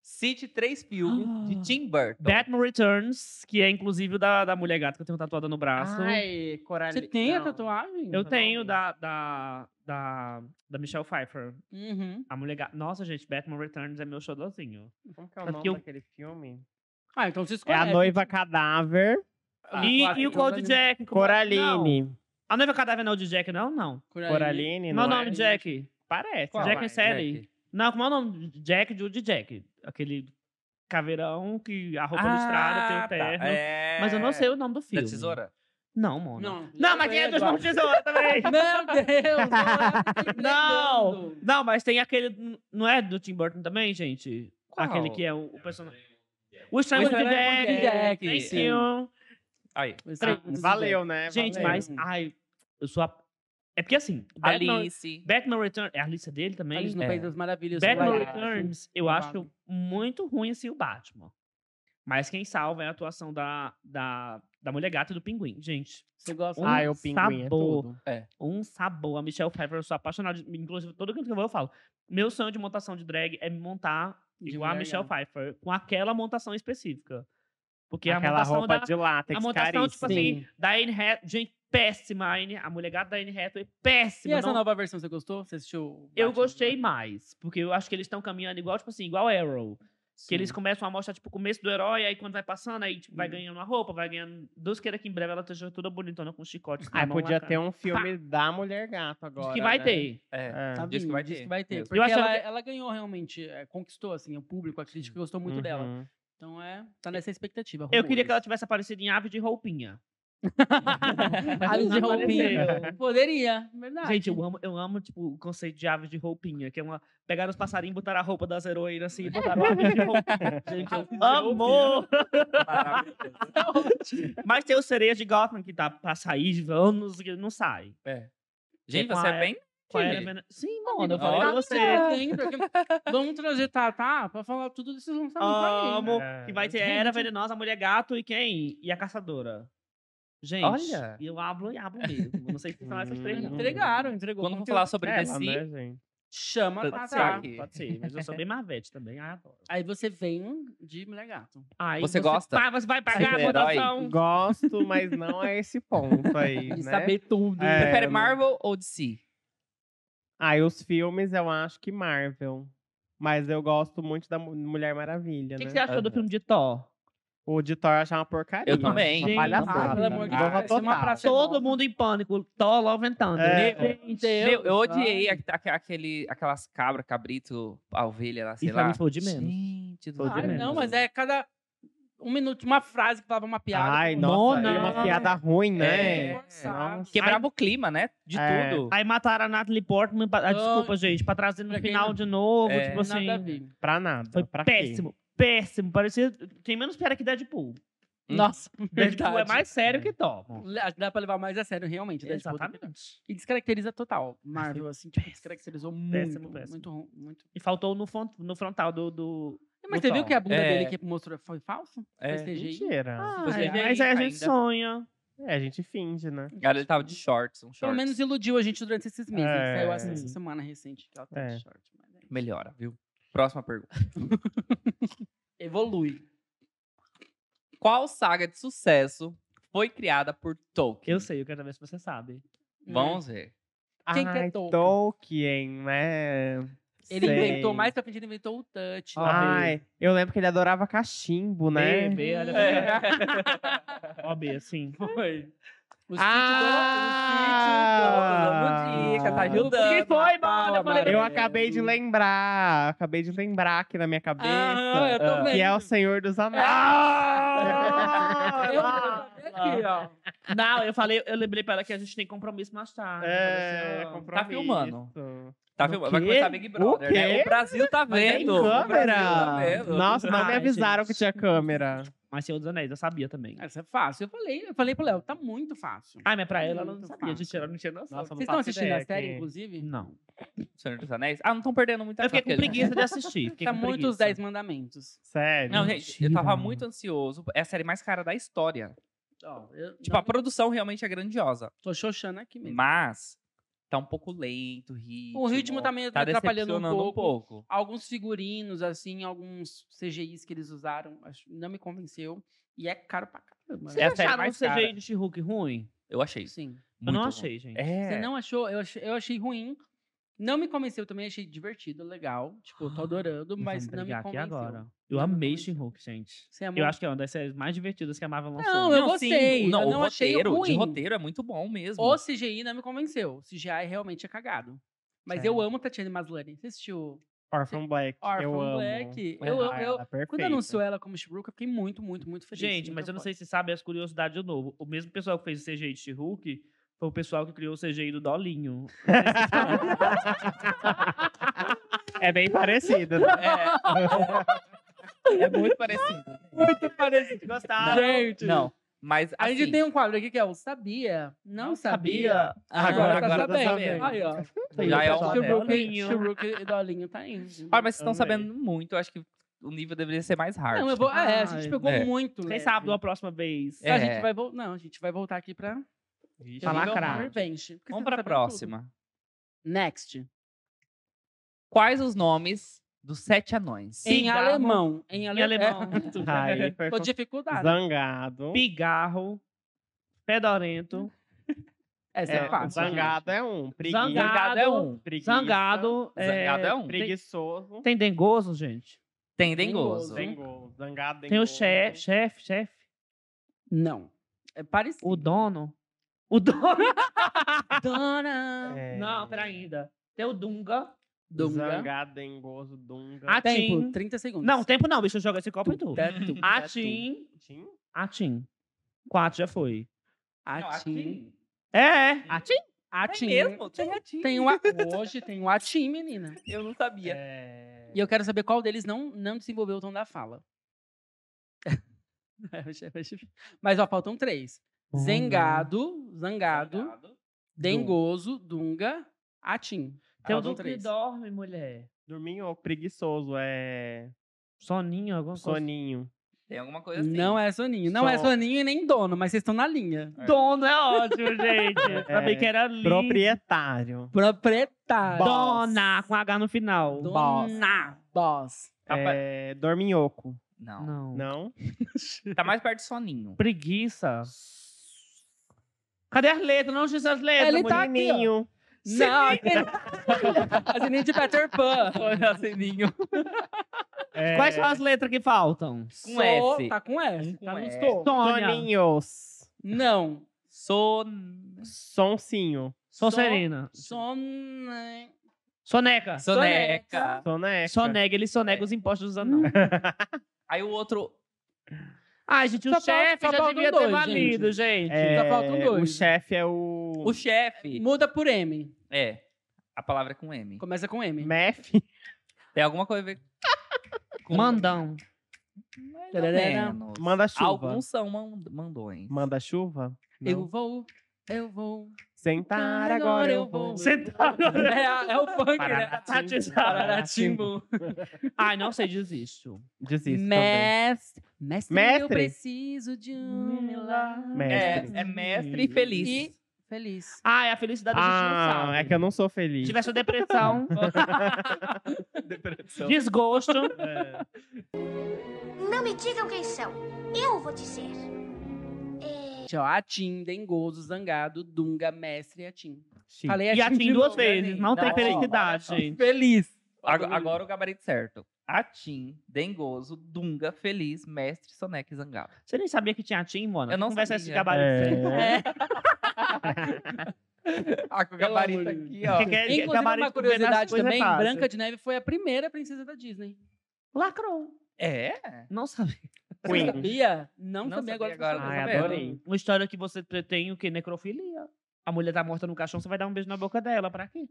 Speaker 2: Cite três filmes
Speaker 3: Ah.
Speaker 2: de Tim Burton.
Speaker 3: Batman Returns, que é inclusive o da, da mulher gata que eu tenho tatuada no braço.
Speaker 4: Ai, coragem.
Speaker 1: Você tem a
Speaker 4: não.
Speaker 1: tatuagem?
Speaker 3: eu tenho da, da, da, da Michelle Pfeiffer.
Speaker 1: Uhum.
Speaker 3: A mulher gata. Nossa, gente, Batman Returns é meu xodózinho.
Speaker 4: Como que é o
Speaker 3: Tanto
Speaker 4: nome
Speaker 3: que eu-
Speaker 4: daquele filme?
Speaker 1: Ah, então você
Speaker 4: É
Speaker 1: escolhe.
Speaker 4: a noiva cadáver.
Speaker 1: Ah,
Speaker 3: e,
Speaker 1: claro,
Speaker 3: e o
Speaker 1: então
Speaker 3: Cold
Speaker 1: vai-
Speaker 3: Jack. como- é Não.
Speaker 4: Coraline.
Speaker 3: A noiva cadáver não é o de Jack, não? Não.
Speaker 4: Coraline,
Speaker 3: Meu
Speaker 4: não
Speaker 3: nome,
Speaker 4: é?
Speaker 3: Jack.
Speaker 4: Parece.
Speaker 2: Qual?
Speaker 3: Jack
Speaker 4: vai.
Speaker 3: and Sally. Não, como é o nome? Jack, Judy Jack. Aquele caveirão que
Speaker 2: Ah,
Speaker 3: a roupa listrada tem o terno. Mas eu não sei o nome do
Speaker 2: tá. É. Da
Speaker 3: filme.
Speaker 2: tesoura?
Speaker 3: Não, mano. Não,
Speaker 1: Não, é
Speaker 3: mas tem a
Speaker 1: Edward.
Speaker 3: dos nomes de tesoura também.
Speaker 1: Meu Deus!
Speaker 3: Não!
Speaker 1: Não!
Speaker 3: não, mas tem aquele... Não é do Tim Burton também, gente?
Speaker 2: Qual?
Speaker 3: Aquele que é o, o personagem... O Estranho
Speaker 1: O
Speaker 3: de
Speaker 1: Estranho Mundo de
Speaker 3: Jack.
Speaker 1: Jack,
Speaker 3: Thank
Speaker 1: sim.
Speaker 3: you.
Speaker 2: Aí.
Speaker 4: Valeu, né?
Speaker 3: Gente,
Speaker 4: Valeu.
Speaker 3: mas... Ai, eu sou a... É porque assim... Batman,
Speaker 2: Alice.
Speaker 3: Batman Returns... É a lista dele também?
Speaker 1: Alice no
Speaker 2: É.
Speaker 1: País das Maravilhas.
Speaker 3: Batman
Speaker 1: vai lá.
Speaker 3: Returns, eu acho muito ruim assim o Batman. Mas quem salva é a atuação da, da, da mulher gata e do pinguim, gente.
Speaker 1: Você gosta?
Speaker 3: Um
Speaker 4: Ai, o pinguim é
Speaker 3: sabor.
Speaker 4: tudo.
Speaker 3: Um sabor. A Michelle Pfeiffer, eu sou apaixonado. de- Inclusive, todo canto que eu vou, eu falo. Meu sonho de montação de drag é me montar
Speaker 1: De
Speaker 3: igual a
Speaker 1: mulher
Speaker 3: Michelle Pfeiffer, com aquela montação específica. Porque a
Speaker 4: Aquela
Speaker 3: montação
Speaker 4: roupa
Speaker 3: da,
Speaker 4: de látex
Speaker 3: a montação, tipo
Speaker 4: caríssima.
Speaker 3: assim, da Anne Hathaway, gente, péssima. A, Anne- a mulher gata da Anne Hathaway,
Speaker 1: E
Speaker 3: péssima.
Speaker 1: essa
Speaker 3: não-
Speaker 1: nova versão, você gostou? Você assistiu?
Speaker 3: eu
Speaker 1: Batman?
Speaker 3: gostei mais, porque eu acho que eles estão caminhando igual, tipo assim, igual Arrow. Que eles começam a mostrar, tipo, o começo do herói, aí quando vai passando, aí tipo, vai
Speaker 4: Uhum.
Speaker 3: ganhando uma roupa, vai ganhando. Deus queira que em breve ela esteja toda bonitona com chicote.
Speaker 4: Ai, podia ter um filme da mulher gata agora.
Speaker 3: Que vai
Speaker 4: né?
Speaker 3: ter.
Speaker 2: É.
Speaker 4: É.
Speaker 1: Tá
Speaker 2: Diz que
Speaker 1: vindo,
Speaker 2: vai
Speaker 1: diz
Speaker 2: ter.
Speaker 1: que vai ter.
Speaker 2: Mesmo.
Speaker 1: Porque
Speaker 3: Eu achava
Speaker 1: ela,
Speaker 3: que-
Speaker 1: ela ganhou realmente, é, conquistou assim, o público, a crítica gostou muito dela.
Speaker 4: Uhum.
Speaker 1: Então é, tá nessa expectativa.
Speaker 3: Eu queria que ela
Speaker 1: rumores.
Speaker 3: tivesse aparecido em Ave de Roupinha.
Speaker 1: Alice de
Speaker 3: Não
Speaker 1: roupinha.
Speaker 3: apareceu.
Speaker 1: Poderia,
Speaker 4: Ah,
Speaker 1: verdade.
Speaker 3: Gente, eu amo, eu amo, tipo, o conceito de Ave de Roupinha, que é uma. Pegaram os passarinhos, botaram a roupa das heroínas assim e botaram ave de roupinha. Gente, eu amo!
Speaker 2: Maravilhoso.
Speaker 3: Mas tem o sereia de Gotham que tá pra sair de anos e não sai.
Speaker 2: Gente,
Speaker 3: Com
Speaker 2: você
Speaker 3: a-
Speaker 2: é bem.
Speaker 3: Qual era a
Speaker 2: Entendi.
Speaker 3: vena- Sim, mano, eu
Speaker 1: né?
Speaker 2: Olha,
Speaker 3: falei pra
Speaker 2: olha
Speaker 3: você.
Speaker 1: Vamos trazer Tatá pra falar tudo desses tá
Speaker 3: tá
Speaker 1: lançamentos
Speaker 3: Amo.
Speaker 4: É,
Speaker 3: E vai ter Era Venenosa, a Mulher Gato e quem? E a Caçadora. Gente,
Speaker 2: Olha.
Speaker 3: eu abro e abro mesmo. Não sei se são essas três,
Speaker 1: aí.
Speaker 3: não.
Speaker 1: Entregaram, entregou.
Speaker 2: Quando for
Speaker 1: conteúdo.
Speaker 2: falar sobre
Speaker 4: Ela,
Speaker 2: DC,
Speaker 4: né, gente?
Speaker 1: Chama a
Speaker 2: Pode
Speaker 1: Tatá.
Speaker 2: ser aqui.
Speaker 3: Pode ser, mas eu sou bem Marvete também. Ah, adoro.
Speaker 1: Aí você vem de Mulher Gato.
Speaker 3: Aí
Speaker 2: Você gosta?
Speaker 3: pá, você vai pagar a
Speaker 2: é herói?
Speaker 3: votação.
Speaker 4: Gosto, mas não é esse ponto aí, né?
Speaker 1: E saber tudo.
Speaker 4: É,
Speaker 2: prefere
Speaker 3: né?
Speaker 4: não-
Speaker 2: Marvel ou DC?
Speaker 4: Aí os filmes eu acho que Marvel. Mas eu gosto muito da Mu- Mulher Maravilha,
Speaker 3: O que, que
Speaker 4: né?
Speaker 3: você achou do filme de Thor?
Speaker 4: O de Thor eu achava uma porcaria.
Speaker 2: Eu também.
Speaker 4: Uma
Speaker 3: Gente,
Speaker 4: palhaçada.
Speaker 1: pelo amor de
Speaker 4: Gorra
Speaker 1: Deus, isso é uma
Speaker 4: total.
Speaker 1: praça- Você
Speaker 3: Todo
Speaker 1: gosta?
Speaker 3: mundo em pânico. Thor, Love and Thunder.
Speaker 4: É.
Speaker 3: Gente,
Speaker 2: Meu, eu odiei a- a- aquele, aquelas cabras, cabrito, a ovelha lá, sei
Speaker 3: Isso pra
Speaker 2: lá.
Speaker 3: mim foi o de menos.
Speaker 2: Gente, do
Speaker 3: Foi o de
Speaker 1: Ah,
Speaker 2: céu.
Speaker 3: menos.
Speaker 1: não, mas é cada. um minuto, uma frase que falava uma piada.
Speaker 4: Ai,
Speaker 1: Não,
Speaker 4: nossa,
Speaker 1: não.
Speaker 4: é uma piada ruim, né?
Speaker 2: É.
Speaker 4: Nossa.
Speaker 2: Quebrava o clima, né? De
Speaker 4: É.
Speaker 2: tudo.
Speaker 3: Aí mataram a Natalie Portman. pra- ah,
Speaker 1: Oh.
Speaker 3: desculpa, gente, pra trazer no
Speaker 1: Pra quem
Speaker 3: final
Speaker 1: não-
Speaker 3: de novo.
Speaker 2: É.
Speaker 3: Tipo assim.
Speaker 1: Nada a ver.
Speaker 4: Pra nada.
Speaker 3: Foi
Speaker 4: pra quê?
Speaker 3: péssimo. Péssimo. Parecia. Tem menos piada que Deadpool.
Speaker 2: Hum.
Speaker 1: Nossa,
Speaker 3: Deadpool
Speaker 1: verdade.
Speaker 3: é mais sério que Thor.
Speaker 1: Le- Dá pra levar tipo, mais a sério, realmente. né? Tipo,
Speaker 3: Exatamente.
Speaker 1: E descaracteriza total. Marvel, assim, tipo, descaracterizou muito.
Speaker 3: Péssimo, péssimo.
Speaker 1: Muito, ru- muito.
Speaker 3: E faltou no, fron- no frontal do. do...
Speaker 1: Mas
Speaker 3: Total.
Speaker 1: você viu que a bunda
Speaker 2: É.
Speaker 1: dele que mostrou foi falso?
Speaker 2: É.
Speaker 1: Foi CGI?
Speaker 4: Mentira.
Speaker 3: Ah,
Speaker 2: Você vê
Speaker 3: mas
Speaker 2: aí
Speaker 1: é,
Speaker 3: aí a gente
Speaker 2: ainda.
Speaker 3: sonha.
Speaker 4: É, a gente finge, né?
Speaker 2: Cara, ele tava de shorts, um shorts.
Speaker 1: Pelo menos iludiu a gente durante esses meses.
Speaker 4: É.
Speaker 1: Saiu assim, essa semana recente. Que ela tá de
Speaker 4: É.
Speaker 1: short, mas é.
Speaker 2: Melhora, viu? Próxima pergunta.
Speaker 1: Evolui.
Speaker 2: Qual saga de sucesso foi criada por Tolkien?
Speaker 3: Eu sei, eu quero saber se você sabe.
Speaker 2: Vamos ver.
Speaker 1: Quem que é
Speaker 4: Ai,
Speaker 1: Tolkien?
Speaker 4: Tolkien, né?
Speaker 1: Ele
Speaker 4: Sei.
Speaker 1: inventou, mais pra frente, ele inventou o touch.
Speaker 4: Ai, eu lembro que ele adorava cachimbo, né?
Speaker 3: B, B, olha
Speaker 1: É.
Speaker 3: pra cá. Ó, B, assim.
Speaker 1: Foi. O sítio do- o sítio
Speaker 4: Ah!
Speaker 1: do- dando dica, tá
Speaker 4: Por
Speaker 1: ajudando.
Speaker 3: que foi,
Speaker 1: Paula,
Speaker 3: mano? Eu falei-
Speaker 4: Eu
Speaker 1: maravilhoso.
Speaker 4: acabei de lembrar, acabei de lembrar aqui na minha cabeça.
Speaker 1: Aham, Ah, eu tô vendo.
Speaker 4: que é o Senhor dos Anéis.
Speaker 1: Ah, eu aqui, ó.
Speaker 3: Não, eu falei, eu lembrei pra ela que a gente tem compromisso mais tarde.
Speaker 4: É,
Speaker 3: Eu falei assim, ó,
Speaker 4: compromisso.
Speaker 2: Tá filmando. Tá vendo? Vai
Speaker 4: quê?
Speaker 2: começar Big Brother,
Speaker 4: O
Speaker 2: né?
Speaker 4: quê?
Speaker 2: O Brasil tá
Speaker 3: é
Speaker 1: é
Speaker 4: Tem
Speaker 2: vendo. O Brasil tá
Speaker 4: câmera!
Speaker 2: vendo.
Speaker 4: Nossa, não me
Speaker 3: Ai,
Speaker 4: avisaram que
Speaker 3: gente.
Speaker 4: tinha câmera.
Speaker 3: Mas Senhor dos Anéis, eu sabia também.
Speaker 1: Essa é fácil. Eu falei, eu falei pro Léo, tá muito fácil.
Speaker 3: Ah, mas pra ela, ela não
Speaker 1: Muito
Speaker 3: sabia. A gente ela não tinha noção.
Speaker 4: Nossa, eu não
Speaker 1: Vocês estão
Speaker 4: faço
Speaker 1: assistindo
Speaker 4: ideia
Speaker 1: a série,
Speaker 4: quem-
Speaker 1: inclusive?
Speaker 3: Não.
Speaker 2: Senhor dos Anéis? Ah, não estão perdendo muita
Speaker 3: Eu fiquei com
Speaker 2: coisa, né?
Speaker 3: preguiça de assistir. Fiquei
Speaker 1: Tá
Speaker 3: com
Speaker 1: muito os
Speaker 3: preguiça.
Speaker 1: 10 mandamentos.
Speaker 4: Sério.
Speaker 2: Não, gente, eu tava muito ansioso. É a série mais cara da história.
Speaker 1: Ó, eu
Speaker 2: Tipo, a produção realmente é grandiosa.
Speaker 1: tô xoxando aqui mesmo.
Speaker 2: Mas tá um pouco lento o ritmo.
Speaker 1: O ritmo tá meio
Speaker 2: tá
Speaker 1: atrapalhando um
Speaker 2: decepcionando
Speaker 1: pouco.
Speaker 2: um pouco.
Speaker 1: Alguns figurinos, assim, alguns CGIs que eles usaram, acho- não me convenceu. E é caro pra caramba.
Speaker 3: Vocês
Speaker 2: É a série
Speaker 3: acharam o
Speaker 2: mais
Speaker 3: CGI
Speaker 2: cara.
Speaker 3: de She-Hulk ruim?
Speaker 2: Eu achei isso.
Speaker 1: Sim.
Speaker 3: Eu não
Speaker 2: muito
Speaker 3: achei,
Speaker 2: ruim.
Speaker 3: gente.
Speaker 2: É.
Speaker 1: Você não achou? Eu achei, eu achei ruim. Não me convenceu também, achei divertido, legal. Tipo, eu tô adorando,
Speaker 3: Nós
Speaker 1: mas
Speaker 3: vamos
Speaker 1: não me
Speaker 3: brigar aqui
Speaker 1: convenceu.
Speaker 3: agora.
Speaker 1: Não
Speaker 3: Eu
Speaker 1: me
Speaker 3: amei
Speaker 1: convenceu.
Speaker 3: She-Hulk, gente.
Speaker 1: Você amou?
Speaker 3: Eu acho que é uma das séries mais divertidas que a Marvel lançou.
Speaker 1: Não, eu gostei,
Speaker 2: sim, não,
Speaker 1: eu
Speaker 2: o
Speaker 1: não achei
Speaker 2: roteiro, de
Speaker 1: ruim.
Speaker 2: roteiro é muito bom mesmo.
Speaker 1: O CGI não me convenceu. O CGI realmente é cagado. Mas eu
Speaker 4: Sério.
Speaker 1: amo Tatiana Maslany. Você assistiu
Speaker 4: Orphan Black. eu
Speaker 1: Orphan
Speaker 4: amo.
Speaker 1: Black? Eu, eu,
Speaker 4: Ah,
Speaker 1: eu-
Speaker 4: ela é
Speaker 1: quando
Speaker 4: perfeita.
Speaker 1: anunciou ela como Shibruca, eu fiquei muito, muito, muito feliz.
Speaker 3: Gente, mas
Speaker 1: muito
Speaker 3: eu não
Speaker 1: foda.
Speaker 3: sei se sabem as curiosidades de novo. O mesmo pessoal que fez o CGI de She-Hulk foi o pessoal que criou o CGI do Dolinho.
Speaker 4: É bem parecido, né?
Speaker 2: É muito parecido.
Speaker 1: Muito parecido.
Speaker 3: Gostaram?
Speaker 1: Gente.
Speaker 2: Não, mas
Speaker 1: A gente
Speaker 2: assim,
Speaker 1: tem um quadro aqui que é o Sabia, não, sabia.
Speaker 2: Agora-
Speaker 1: tá
Speaker 2: agora tá
Speaker 1: sabendo.
Speaker 2: sabendo.
Speaker 1: Aí, ó.
Speaker 4: Tá
Speaker 2: Já é um
Speaker 1: Shibruca e-
Speaker 3: Dolinho.
Speaker 1: Shibruca e Dolinho tá indo.
Speaker 2: Ah, mas vocês estão
Speaker 4: Amei.
Speaker 2: sabendo muito, eu acho que o nível deveria ser mais hard.
Speaker 1: Não, eu vou... ah, é, a gente
Speaker 3: Ai,
Speaker 1: pegou
Speaker 2: é.
Speaker 1: muito. né?
Speaker 3: Quem
Speaker 1: leve.
Speaker 3: sabe uma próxima vez.
Speaker 1: A
Speaker 2: É.
Speaker 1: gente vai voltar. Não, a gente vai voltar aqui pra.
Speaker 2: Ixi.
Speaker 4: Tá
Speaker 1: nível
Speaker 4: lacrado.
Speaker 1: Revenge. Porque
Speaker 2: Vamos
Speaker 1: você tá sabendo
Speaker 2: pra
Speaker 1: tudo.
Speaker 2: próxima.
Speaker 1: Next.
Speaker 2: Quais os nomes dos sete anões?
Speaker 1: Em
Speaker 3: Cigarro.
Speaker 1: alemão. Em
Speaker 3: Em alemão.
Speaker 1: alemão.
Speaker 4: Tá, Aí foi
Speaker 1: Tô dificuldade.
Speaker 4: zangado.
Speaker 3: Pigarro. Pedorento.
Speaker 1: Essa é,
Speaker 4: É,
Speaker 1: fácil.
Speaker 4: zangado é um. Preguiça,
Speaker 3: Zangado é um.
Speaker 4: preguiça,
Speaker 3: Zangado.
Speaker 2: Zangado é um.
Speaker 3: Tem,
Speaker 4: Preguiçoso.
Speaker 3: tem dengoso, gente.
Speaker 2: Tem dengoso.
Speaker 1: Dengoso.
Speaker 4: Zangou. Zangado.
Speaker 3: Tem o
Speaker 4: dengoso. é.
Speaker 3: chefe, chefe, chefe.
Speaker 1: Não. É parecido.
Speaker 3: O dono. O dono.
Speaker 1: Dona.
Speaker 4: É.
Speaker 3: Não, pera ainda. Tem o Dunga.
Speaker 1: Dunga.
Speaker 4: Zangado, dengoso, dunga.
Speaker 3: A
Speaker 1: Tempo,
Speaker 3: Tim.
Speaker 1: 30 segundos.
Speaker 3: Não, um tempo não, bicho. Joga esse copo e tudo.
Speaker 1: Tatu,
Speaker 3: A
Speaker 1: tatu.
Speaker 3: Tim.
Speaker 4: Tim?
Speaker 3: A Tim. Quatro já foi.
Speaker 2: Não, a
Speaker 1: Atim.
Speaker 2: Tim.
Speaker 3: É, é. A Tim.
Speaker 1: Atim.
Speaker 2: mesmo? Tem a Tim.
Speaker 1: Tem o a... Hoje tem o Atim, menina.
Speaker 2: Eu não sabia.
Speaker 4: É.
Speaker 1: E eu quero saber qual deles não, não desenvolveu o tom da fala. Mas, ó, faltam três. Zengado, Hum, zangado, dengoso, dunga, atim. Então,
Speaker 3: Tem o
Speaker 1: Faltam
Speaker 3: do que dorme, mulher.
Speaker 4: Dorminho ou preguiçoso é
Speaker 3: Soninho, alguma coisa.
Speaker 4: soninho.
Speaker 2: Tem alguma coisa assim.
Speaker 1: Não é soninho. Não é
Speaker 4: Só-
Speaker 1: soninho e nem dono, mas vocês estão na linha.
Speaker 3: Dono é ótimo,
Speaker 4: assim.
Speaker 3: gente.
Speaker 4: É,
Speaker 3: Sabia que era lindo.
Speaker 4: Proprietário.
Speaker 1: Proprietário.
Speaker 3: Dona, com H no final.
Speaker 1: Dona. Boss.
Speaker 2: Tá pa-
Speaker 4: É, dorminhoco.
Speaker 2: Não.
Speaker 3: Não.
Speaker 4: Não?
Speaker 2: Tá mais perto do soninho.
Speaker 3: Preguiça. Cadê as letras? Não disse as letras,
Speaker 1: Ele
Speaker 3: mulher.
Speaker 1: tá aqui, ó.
Speaker 4: Ninho.
Speaker 1: Não, aquele... a sininho de Peter Pan.
Speaker 2: Soninho.
Speaker 4: É,
Speaker 3: Quais são as letras que faltam?
Speaker 2: Com
Speaker 1: Só-
Speaker 2: S.
Speaker 1: Tá com S.
Speaker 2: Com
Speaker 1: tá no
Speaker 2: S.
Speaker 1: topo.
Speaker 3: Sônia.
Speaker 4: É. Soninhos.
Speaker 1: Não.
Speaker 2: Son...
Speaker 4: Sonsinho.
Speaker 3: Sonserina.
Speaker 1: Son... né?
Speaker 3: Soneca.
Speaker 2: Soneca.
Speaker 4: Soneca.
Speaker 3: Sonega, ele sonega os impostos dos anões.
Speaker 2: Aí o outro.
Speaker 3: Ai, gente,
Speaker 1: Só
Speaker 3: o
Speaker 1: falta-
Speaker 3: chefe
Speaker 1: só
Speaker 3: já
Speaker 1: faltam
Speaker 3: devia ter
Speaker 1: dois,
Speaker 3: valido, gente.
Speaker 4: É,
Speaker 1: Só faltam
Speaker 4: O
Speaker 1: dois.
Speaker 4: chefe é o.
Speaker 2: O chefe.
Speaker 1: Muda por M.
Speaker 2: É. A palavra é com M.
Speaker 1: Começa com M.
Speaker 4: Mef.
Speaker 2: Tem alguma coisa a ver com.
Speaker 3: Tá Mandão.
Speaker 2: Mais ou
Speaker 1: Tarará.
Speaker 2: menos.
Speaker 4: Manda chuva.
Speaker 2: Alguns são man- mandões.
Speaker 4: Manda chuva?
Speaker 1: Eu vou, eu vou.
Speaker 4: Sentar agora eu vou.
Speaker 3: Sentar.
Speaker 1: É, a- é o funk, né?
Speaker 3: Tá Pararatimbu. Ai, não sei, desisto.
Speaker 4: Desisto também.
Speaker 1: Mestre, mestre, eu
Speaker 4: Mestre?
Speaker 1: preciso de um milagre.
Speaker 4: Mestre.
Speaker 2: É, é mestre e feliz.
Speaker 1: E feliz.
Speaker 3: Ai, a felicidade a gente não
Speaker 4: Ah,
Speaker 3: sabe.
Speaker 4: é que eu não sou
Speaker 3: Se
Speaker 4: feliz.
Speaker 3: tivesse uma depressão,
Speaker 4: Depressão.
Speaker 3: desgosto.
Speaker 11: Não me digam quem são. Eu vou dizer.
Speaker 1: Tinha ó, Atim, Dengoso, Zangado, Dunga, Mestre e Atim.
Speaker 4: Sim.
Speaker 1: Falei Atim
Speaker 3: E assim
Speaker 1: de
Speaker 3: duas
Speaker 1: novo,
Speaker 3: vezes.
Speaker 1: né,
Speaker 3: Não tem
Speaker 2: Não,
Speaker 3: felicidade,
Speaker 2: olha só.
Speaker 3: gente.
Speaker 1: gente? Feliz.
Speaker 2: Agora, agora o gabarito certo. Atim, Dengoso, Dunga, Feliz, Mestre, Soneca e Zangado.
Speaker 3: Você nem sabia que tinha Tim, mano?
Speaker 2: Eu não
Speaker 3: Conversa esse
Speaker 2: sabia.
Speaker 3: gabarito.
Speaker 4: É.
Speaker 2: Ah, com o gabarito aqui, ó.
Speaker 3: Que que é
Speaker 1: Inclusive,
Speaker 3: gabarito
Speaker 1: uma
Speaker 3: com pedaço de
Speaker 1: curiosidade
Speaker 3: coisa é
Speaker 1: também,
Speaker 3: fácil.
Speaker 1: Branca de Neve foi a primeira princesa da Disney.
Speaker 3: Lacrou.
Speaker 2: É?
Speaker 3: Não sabia.
Speaker 1: Você
Speaker 4: Queen.
Speaker 1: sabia? Não,
Speaker 2: Não
Speaker 1: sabia,
Speaker 2: sabia
Speaker 1: agora.
Speaker 2: agora,
Speaker 1: tô
Speaker 2: Ai,
Speaker 1: sabendo.
Speaker 2: adorei.
Speaker 3: Uma história que você tem o quê? Necrofilia. A mulher tá morta no caixão, você vai dar um beijo na boca dela. Pra quê?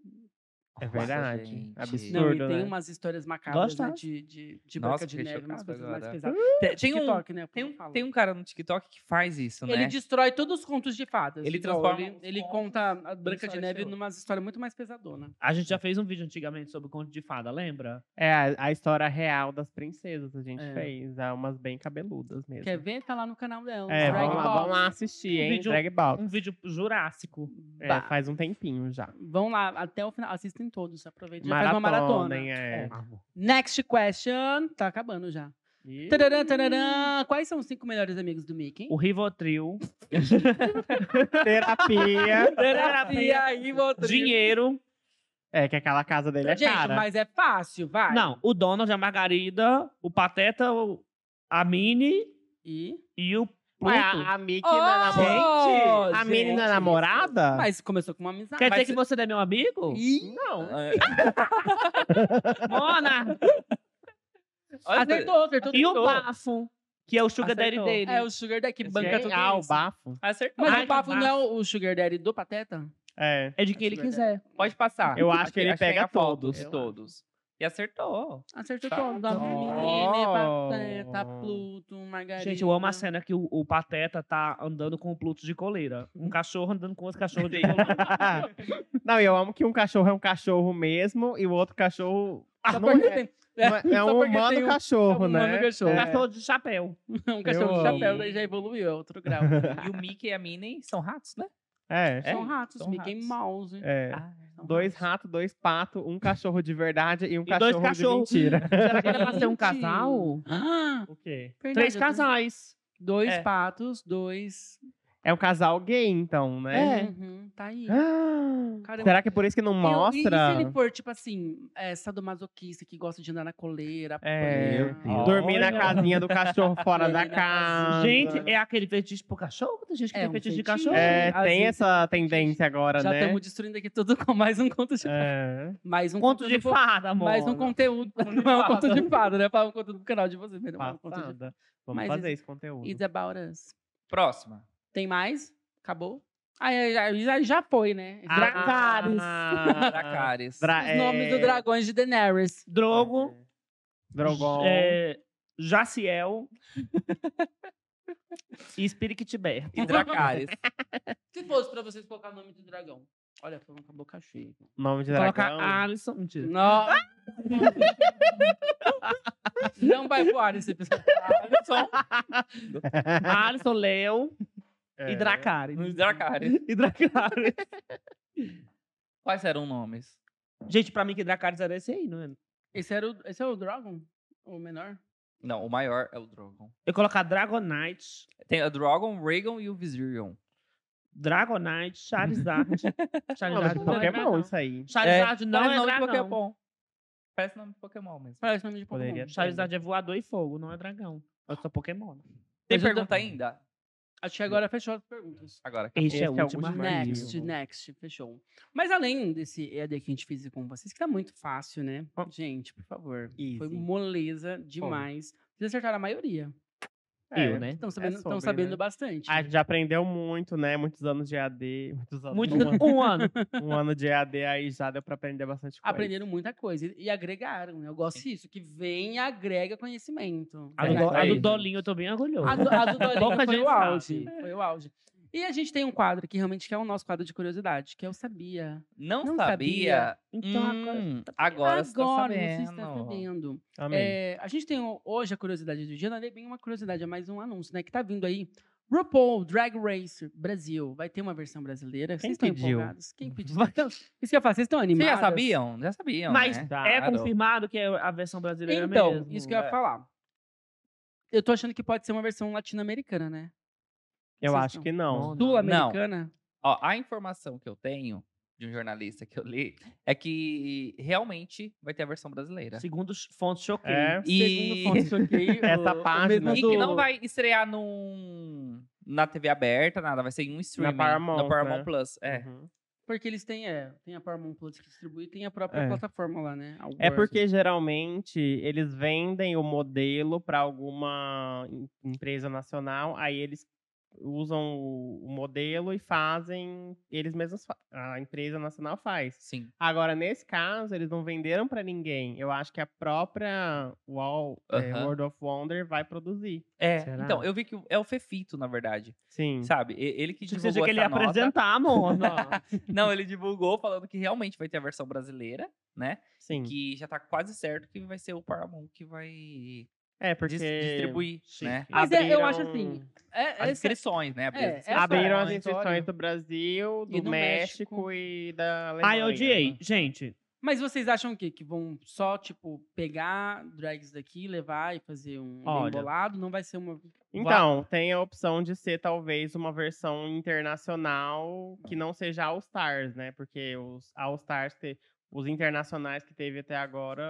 Speaker 4: É
Speaker 2: Nossa,
Speaker 4: verdade.
Speaker 2: gente.
Speaker 1: Não,
Speaker 4: Absurdo.
Speaker 1: e
Speaker 4: Surdo,
Speaker 1: tem
Speaker 4: né?
Speaker 1: umas histórias macabras
Speaker 3: Gosta?
Speaker 1: né, de, de, de
Speaker 2: Nossa,
Speaker 1: Branca de
Speaker 2: fiquei
Speaker 1: Neve, umas
Speaker 2: chocado
Speaker 1: coisas mais
Speaker 2: agora.
Speaker 1: pesadas.
Speaker 2: Tem, tem um,
Speaker 1: TikTok, né? o
Speaker 2: tem,
Speaker 1: povo fala.
Speaker 2: um- tem um cara no TikTok que faz isso, né?
Speaker 1: Ele destrói todos os contos de fadas.
Speaker 2: Ele
Speaker 1: Igual
Speaker 2: transforma
Speaker 1: Ele,
Speaker 2: os
Speaker 1: ele
Speaker 2: contos
Speaker 1: conta a Branca de
Speaker 2: histórias
Speaker 1: Neve
Speaker 2: de
Speaker 1: numa história muito mais pesadona.
Speaker 3: A gente já fez um vídeo antigamente sobre o conto de fada, lembra?
Speaker 4: É a, a história real das princesas a gente
Speaker 1: É.
Speaker 4: fez. Há umas bem cabeludas mesmo.
Speaker 1: Quer ver? Tá lá no canal dela.
Speaker 4: É,
Speaker 1: Drag
Speaker 4: vamos lá,
Speaker 1: Ball.
Speaker 4: vamos lá assistir,
Speaker 3: Um
Speaker 4: hein?
Speaker 3: vídeo-
Speaker 4: Drag Ball.
Speaker 3: Um vídeo jurássico.
Speaker 4: É,
Speaker 1: Bah.
Speaker 4: faz um tempinho já.
Speaker 1: Vão lá, até o final. Assistem todos, aproveitem. Já faz uma
Speaker 4: Maratona,
Speaker 1: maratona.
Speaker 4: hein? É.
Speaker 1: Next question. Tá acabando já.
Speaker 4: E-
Speaker 1: Tararã, tararã. Quais são os cinco melhores amigos do Mickey?
Speaker 3: O Rivotril.
Speaker 4: Terapia.
Speaker 1: Terapia aí, voltou.
Speaker 3: dinheiro.
Speaker 4: É que aquela casa dele é
Speaker 1: Gente,
Speaker 4: cara.
Speaker 1: mas é fácil, vai.
Speaker 3: Não, o Donald, a Margarida, o Pateta, o- a Mini
Speaker 1: E.
Speaker 3: e o Pluto.
Speaker 4: Ué, a, a Mickey
Speaker 1: Oh,
Speaker 4: na namorada. A
Speaker 1: gente.
Speaker 4: Minnie na namorada?
Speaker 1: Mas começou com uma amizade.
Speaker 3: Quer dizer
Speaker 1: Mas-
Speaker 3: que você não é meu amigo?
Speaker 1: Ih,
Speaker 4: Não.
Speaker 3: Mona!
Speaker 2: Olha,
Speaker 1: acertou, acertou.
Speaker 3: e o
Speaker 1: acertou.
Speaker 3: bafo, que é o sugar daddy
Speaker 2: Acertou.
Speaker 3: dele.
Speaker 1: É o Sugar Daddy que banca tudo
Speaker 4: ah, o
Speaker 1: isso.
Speaker 4: bafo.
Speaker 2: acertou.
Speaker 1: Mas
Speaker 3: Ai,
Speaker 1: o
Speaker 3: que
Speaker 1: Bafo não é
Speaker 3: bafo.
Speaker 1: o o Sugar Daddy do Pateta?
Speaker 4: É.
Speaker 3: É de quem ele
Speaker 1: Sugar
Speaker 3: quiser.
Speaker 2: Pode passar.
Speaker 4: Eu acho que ele pega
Speaker 2: a foto
Speaker 4: todos.
Speaker 2: de todos. E acertou.
Speaker 1: Acertou
Speaker 2: Tá.
Speaker 1: todo. A Mini, Pateta, Pluto, Margarida.
Speaker 3: Gente, eu amo a cena que o, o Pateta tá andando com o Pluto de coleira. Um cachorro andando com outro cachorro de coleira.
Speaker 4: Não, eu amo que um cachorro é um cachorro mesmo e o outro cachorro.
Speaker 1: Só
Speaker 4: não
Speaker 1: porque
Speaker 4: é,
Speaker 1: tem-
Speaker 4: não é- é
Speaker 1: só
Speaker 4: um
Speaker 1: porque
Speaker 4: humano
Speaker 1: tem um-
Speaker 4: cachorro,
Speaker 1: é um
Speaker 4: né?
Speaker 1: humano cachorro.
Speaker 3: Um
Speaker 4: É.
Speaker 3: cachorro de chapéu.
Speaker 1: um cachorro de
Speaker 4: Eu
Speaker 1: chapéu,
Speaker 2: amo.
Speaker 1: daí já evoluiu, é outro grau.
Speaker 2: E o Mickey e a Minnie são ratos, né?
Speaker 4: É.
Speaker 1: São ratos,
Speaker 2: são
Speaker 1: Mickey
Speaker 2: ratos.
Speaker 1: Mouse.
Speaker 4: é.
Speaker 2: Ah,
Speaker 1: São
Speaker 4: Dois ratos, dois patos, um cachorro de verdade e um
Speaker 3: E dois
Speaker 4: cachorro
Speaker 3: cachorros.
Speaker 4: de mentira.
Speaker 3: Será que ele vai ser um
Speaker 1: Gente.
Speaker 3: casal?
Speaker 1: Ah,
Speaker 4: O quê?
Speaker 1: verdade,
Speaker 3: Três
Speaker 1: eu tô-
Speaker 3: casais.
Speaker 1: Dois
Speaker 2: É.
Speaker 1: patos, dois.
Speaker 4: É um casal gay, então, né?
Speaker 1: É. Uhum, tá aí.
Speaker 4: Ah,
Speaker 1: Caramba.
Speaker 4: Será que é por isso que não
Speaker 1: Eu- e-
Speaker 4: mostra?
Speaker 1: E, se ele for, tipo assim, é, sadomasoquista que gosta de andar na coleira?
Speaker 4: É,
Speaker 1: apanhar?
Speaker 2: Meu Deus.
Speaker 4: Dormir na
Speaker 3: Olha.
Speaker 4: casinha do cachorro fora
Speaker 1: Dormir
Speaker 4: da
Speaker 1: na
Speaker 4: casa.
Speaker 3: Gente, é aquele fetiche pro cachorro? Tem gente que
Speaker 1: É
Speaker 3: tem
Speaker 1: um
Speaker 3: fetiche de
Speaker 1: fetiche.
Speaker 3: cachorro?
Speaker 4: É,
Speaker 1: às
Speaker 4: tem
Speaker 1: vezes-
Speaker 4: essa tendência agora,
Speaker 1: Já
Speaker 4: né?
Speaker 1: estamos destruindo aqui tudo com mais um conto de.
Speaker 4: É.
Speaker 1: Mais um
Speaker 3: Conto de
Speaker 1: do-
Speaker 3: fada, amor.
Speaker 1: Mais um conteúdo. Não é um conto de fada, né? Para um conto do canal de vocês. Né? É um conto de...
Speaker 4: Passada. Vamos
Speaker 1: Mas
Speaker 4: fazer
Speaker 1: isso-
Speaker 4: esse conteúdo.
Speaker 1: It's about us.
Speaker 2: Próxima.
Speaker 1: Tem mais? Acabou? Ah, é, já, já, já foi, né?
Speaker 4: Ah, Dracarys.
Speaker 2: Dracarys.
Speaker 4: Dra-
Speaker 1: Os
Speaker 4: é,
Speaker 1: nomes dos dragões de Daenerys.
Speaker 3: Drogo.
Speaker 4: Drogon.
Speaker 3: É, Jaciel. e Spiriquitber.
Speaker 2: E Dracarys.
Speaker 1: Se fosse pra vocês colocar o nome do dragão. Olha, falando com a boca cheia.
Speaker 4: Nome de
Speaker 3: Colocar
Speaker 4: dragão.
Speaker 3: Alisson. Mentira.
Speaker 1: Não. Não vai voar esse episódio.
Speaker 2: Alisson
Speaker 3: Alisson, Léo
Speaker 4: É.
Speaker 3: e Dracarys.
Speaker 2: e Dracarys.
Speaker 3: E Dracarys.
Speaker 2: Quais eram os nomes?
Speaker 3: Gente, pra mim que Dracarys era esse aí, não é?
Speaker 1: Esse, era o, esse é o Dragon? O menor?
Speaker 2: Não, o maior é o Drogon.
Speaker 3: Eu colocar Dragonite,
Speaker 2: Tem o Drogon, Rhaegon e o Viserion.
Speaker 3: Dragonite, Charizard.
Speaker 4: Nome
Speaker 3: Charizard
Speaker 4: de
Speaker 3: não é
Speaker 4: Pokémon,
Speaker 3: dragão.
Speaker 4: isso aí.
Speaker 3: Charizard não
Speaker 2: Parece
Speaker 3: é
Speaker 2: nome de
Speaker 3: dragão.
Speaker 2: Pokémon. Parece nome de Pokémon mesmo.
Speaker 1: Parece nome de Pokémon.
Speaker 4: Poderia ter.
Speaker 3: Charizard é voador e fogo, não é dragão. É só Pokémon.
Speaker 2: Tem
Speaker 1: Mas eu
Speaker 2: pergunta
Speaker 1: tô-
Speaker 2: ainda?
Speaker 1: Acho que agora fechou as perguntas.
Speaker 2: Agora.
Speaker 3: Este
Speaker 4: Esse
Speaker 3: é o último
Speaker 4: armário.
Speaker 1: Next, next, fechou. Mas além desse EAD que a gente fez com vocês, que tá muito fácil, né?
Speaker 4: Ó.
Speaker 1: Gente, por favor. Foi
Speaker 4: Easy.
Speaker 1: moleza demais. Vocês acertaram a maioria.
Speaker 4: É,
Speaker 1: Eu, né? Estão sabendo- estão
Speaker 4: sobre,
Speaker 1: sabendo bastante.
Speaker 4: A gente já aprendeu muito, né? Muitos anos de AD. Muitos anos.
Speaker 1: Muito-
Speaker 3: um ano.
Speaker 4: um ano de AD aí já deu pra aprender bastante coisa.
Speaker 1: Aprenderam muita coisa e e agregaram. né? Eu gosto disso, que vem e agrega conhecimento.
Speaker 3: A do,
Speaker 1: Agrega
Speaker 3: Do- a do
Speaker 1: coisa.
Speaker 3: Dolinho eu tô bem orgulhoso.
Speaker 1: A do, a do Dolinho
Speaker 3: Pouca
Speaker 1: foi
Speaker 3: gente
Speaker 1: o auge.
Speaker 3: sabe.
Speaker 1: Foi o auge. E a gente tem um quadro que realmente que é o nosso quadro de curiosidade, que é o Sabia.
Speaker 2: Não,
Speaker 1: Não
Speaker 2: sabia?
Speaker 1: sabia. Então
Speaker 2: Hum, agora, você tá
Speaker 1: Agora
Speaker 2: sabendo.
Speaker 1: você está sabendo.
Speaker 2: Amei.
Speaker 1: É, a gente tem o- hoje a curiosidade do dia, não é bem uma curiosidade, é mais um anúncio, né? Que tá vindo aí. RuPaul Drag Race Brasil. Vai ter uma versão brasileira.
Speaker 2: Quem
Speaker 1: vocês estão
Speaker 2: pediu?
Speaker 1: empolgados? Quem pediu? Então, isso que eu falo, vocês estão
Speaker 2: Vocês
Speaker 1: animados?
Speaker 2: já sabiam? Já sabiam,
Speaker 3: Mas
Speaker 2: né?
Speaker 3: é
Speaker 2: Claro.
Speaker 3: confirmado que é a versão brasileira
Speaker 1: Então,
Speaker 3: mesmo.
Speaker 1: isso que eu ia
Speaker 3: É.
Speaker 1: falar. Eu tô achando que pode ser uma versão latino-americana, né?
Speaker 4: Eu
Speaker 1: Vocês
Speaker 4: acho
Speaker 1: não.
Speaker 4: que não.
Speaker 1: Sul-americana?
Speaker 2: Ó, a informação que eu tenho de um jornalista que eu li é que realmente vai ter a versão brasileira.
Speaker 3: Segundo os fontes choquei.
Speaker 2: É. E-
Speaker 1: Segundo fontes choquei,
Speaker 4: Essa página.
Speaker 2: E que não vai estrear num, na TV aberta, nada. Vai ser em um streaming.
Speaker 4: Paramount,
Speaker 2: na Paramount
Speaker 4: né?
Speaker 2: Plus. É.
Speaker 1: Porque eles têm, é, tem a Paramount Plus que distribui e tem a própria
Speaker 4: É.
Speaker 1: plataforma lá, né? A
Speaker 4: É
Speaker 1: Warner.
Speaker 4: porque geralmente eles vendem o modelo para alguma em- empresa nacional, aí eles usam o, o modelo e fazem eles mesmos fa- a empresa nacional faz.
Speaker 2: Sim.
Speaker 4: Agora nesse caso eles não venderam para ninguém. Eu acho que a própria Wall, é,
Speaker 2: Aham.
Speaker 4: World of Wonder vai produzir.
Speaker 2: É,
Speaker 4: Será?
Speaker 2: então, eu vi que é o Fefito, na verdade.
Speaker 4: Sim.
Speaker 2: Sabe? E- Ele que
Speaker 3: Achei que
Speaker 2: divulgou
Speaker 3: seja que ele ia
Speaker 2: essa nota.
Speaker 3: apresentar, amor.
Speaker 2: Não, ele divulgou falando que realmente vai ter a versão brasileira, né?
Speaker 4: Sim.
Speaker 2: Que já tá quase certo que vai ser o Paramount que vai
Speaker 4: É porque
Speaker 2: dis- distribuir, né?
Speaker 1: Mas é, eu acho assim. É,
Speaker 2: As
Speaker 1: é-
Speaker 2: inscrições, né? Abrir
Speaker 1: é,
Speaker 2: as
Speaker 1: essa é a
Speaker 4: Abriram as
Speaker 1: história.
Speaker 4: inscrições do Brasil, do,
Speaker 1: E do
Speaker 4: México,
Speaker 1: México.
Speaker 4: e da Alemanha.
Speaker 3: Ah, eu
Speaker 4: né?
Speaker 3: odiei. Gente,
Speaker 1: Mas vocês acham o quê? Que vão só, tipo, pegar drags daqui, levar e fazer um
Speaker 3: Olha.
Speaker 1: embolado? Não vai ser uma.
Speaker 4: Então, tem a opção de ser talvez uma versão internacional que não seja All Stars, né? Porque os All Stars, te- os internacionais que teve até agora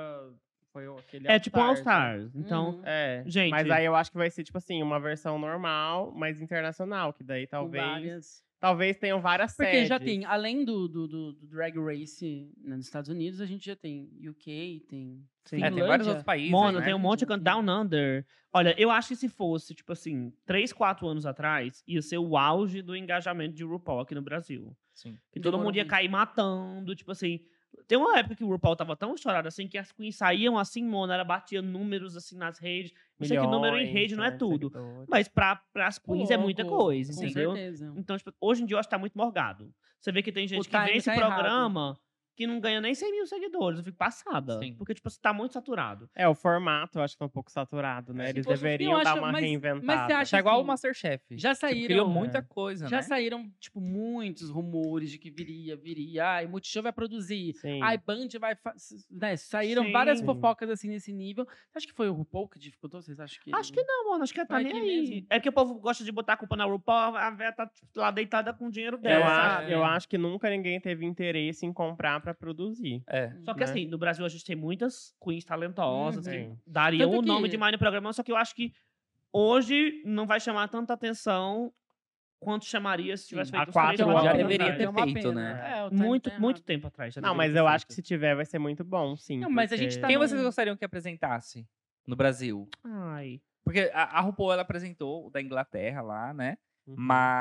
Speaker 4: foi o- aquele
Speaker 3: é tipo All
Speaker 4: né?
Speaker 3: Stars. Então,
Speaker 1: Uhum.
Speaker 4: É,
Speaker 3: Gente.
Speaker 4: mas aí eu acho que vai ser tipo assim, uma versão normal, mas internacional, que daí
Speaker 1: com
Speaker 4: talvez,
Speaker 1: várias-
Speaker 4: talvez tenham várias
Speaker 1: Porque
Speaker 4: séries.
Speaker 1: já tem, além do, do, do- do Drag Race né, nos Estados Unidos, a gente já tem UK, tem.
Speaker 2: É, tem vários outros países,
Speaker 3: Mona,
Speaker 2: né?
Speaker 3: tem um monte de canto Down Under. Olha, eu acho que se fosse, tipo assim, 3, 4 anos atrás, ia ser o auge do engajamento de RuPaul aqui no Brasil.
Speaker 2: Sim.
Speaker 3: Que todo
Speaker 1: Demorou
Speaker 3: mundo ia
Speaker 1: muito.
Speaker 3: cair matando, tipo assim. Tem uma época que o RuPaul tava tão estourado assim que as queens saíam assim, Mona, ela batia números assim nas redes. Não sei que número em
Speaker 4: Milhões,
Speaker 3: rede não é
Speaker 4: né, de
Speaker 3: tudo.
Speaker 4: seguidores.
Speaker 3: Mas pra, pras queens é muita
Speaker 1: Louco,
Speaker 3: coisa,
Speaker 1: com
Speaker 3: entendeu?
Speaker 1: certeza.
Speaker 3: Então, tipo, hoje em dia eu acho que tá muito morgado. Você vê que tem gente que vê
Speaker 1: time
Speaker 3: esse
Speaker 1: tá errado.
Speaker 3: programa que não ganha nem 100 mil seguidores. Eu fico passada.
Speaker 2: Sim.
Speaker 3: Porque, tipo, você tá muito saturado.
Speaker 4: É, o formato eu acho que tá um pouco saturado, né?
Speaker 2: Se
Speaker 4: Eles
Speaker 2: fosse-
Speaker 4: deveriam
Speaker 1: um eu acho-
Speaker 4: dar uma
Speaker 1: mas- mas você
Speaker 4: reinventada.
Speaker 1: acha
Speaker 2: Tá igual
Speaker 1: assim,
Speaker 2: o Masterchef.
Speaker 1: Já
Speaker 2: Tipo,
Speaker 1: saíram.
Speaker 2: criou
Speaker 1: né?
Speaker 2: muita coisa,
Speaker 1: Já
Speaker 2: né?
Speaker 1: saíram, tipo, muitos rumores de que viria, viria. Ai, Multishow vai produzir.
Speaker 4: Sim.
Speaker 1: Ai, Band vai. fa- s- Né? Saíram
Speaker 3: Sim.
Speaker 1: várias
Speaker 4: Sim.
Speaker 1: fofocas assim nesse nível. Você acha que foi o RuPaul que dificultou? Vocês acham que.
Speaker 3: Acho que não, mano. Acho que ela tá
Speaker 1: Vai
Speaker 3: nem
Speaker 1: que
Speaker 3: aí.
Speaker 1: mesmo.
Speaker 3: É que o povo gosta de botar a culpa na RuPaul, a véia tá tipo, lá deitada com o dinheiro
Speaker 4: Eu,
Speaker 1: né?
Speaker 3: dela.
Speaker 4: acho,
Speaker 3: sabe?
Speaker 4: eu acho que nunca ninguém teve interesse em comprar pra produzir.
Speaker 2: É.
Speaker 3: Só que
Speaker 4: né?
Speaker 3: assim, no Brasil a gente tem muitas queens talentosas
Speaker 4: Uhum.
Speaker 3: que dariam
Speaker 1: Tanto
Speaker 3: o nome
Speaker 1: que-
Speaker 3: de demais no programa, só que eu acho que hoje não vai chamar tanta atenção quanto chamaria se tivesse
Speaker 1: Sim.
Speaker 4: Há
Speaker 3: feito os
Speaker 4: quatro
Speaker 3: três
Speaker 1: Então,
Speaker 4: anos
Speaker 3: anos
Speaker 2: Já
Speaker 1: é uma
Speaker 3: atrás.
Speaker 2: deveria ter
Speaker 1: pena, é uma
Speaker 2: feito,
Speaker 1: pena.
Speaker 2: né?
Speaker 1: É, o timing
Speaker 3: Muito,
Speaker 1: tá
Speaker 3: muito
Speaker 1: errado.
Speaker 3: tempo atrás. já
Speaker 4: Não,
Speaker 3: deveria
Speaker 4: mas
Speaker 3: ter
Speaker 4: eu
Speaker 3: feito.
Speaker 4: acho que se tiver vai ser muito bom, sim.
Speaker 1: Não, mas a gente
Speaker 4: porque-
Speaker 1: tá
Speaker 2: Quem
Speaker 1: num-
Speaker 2: vocês gostariam que apresentasse no Brasil?
Speaker 3: Ai.
Speaker 2: Porque a, a RuPaul, ela apresentou o da Inglaterra lá, né?
Speaker 4: Uhum.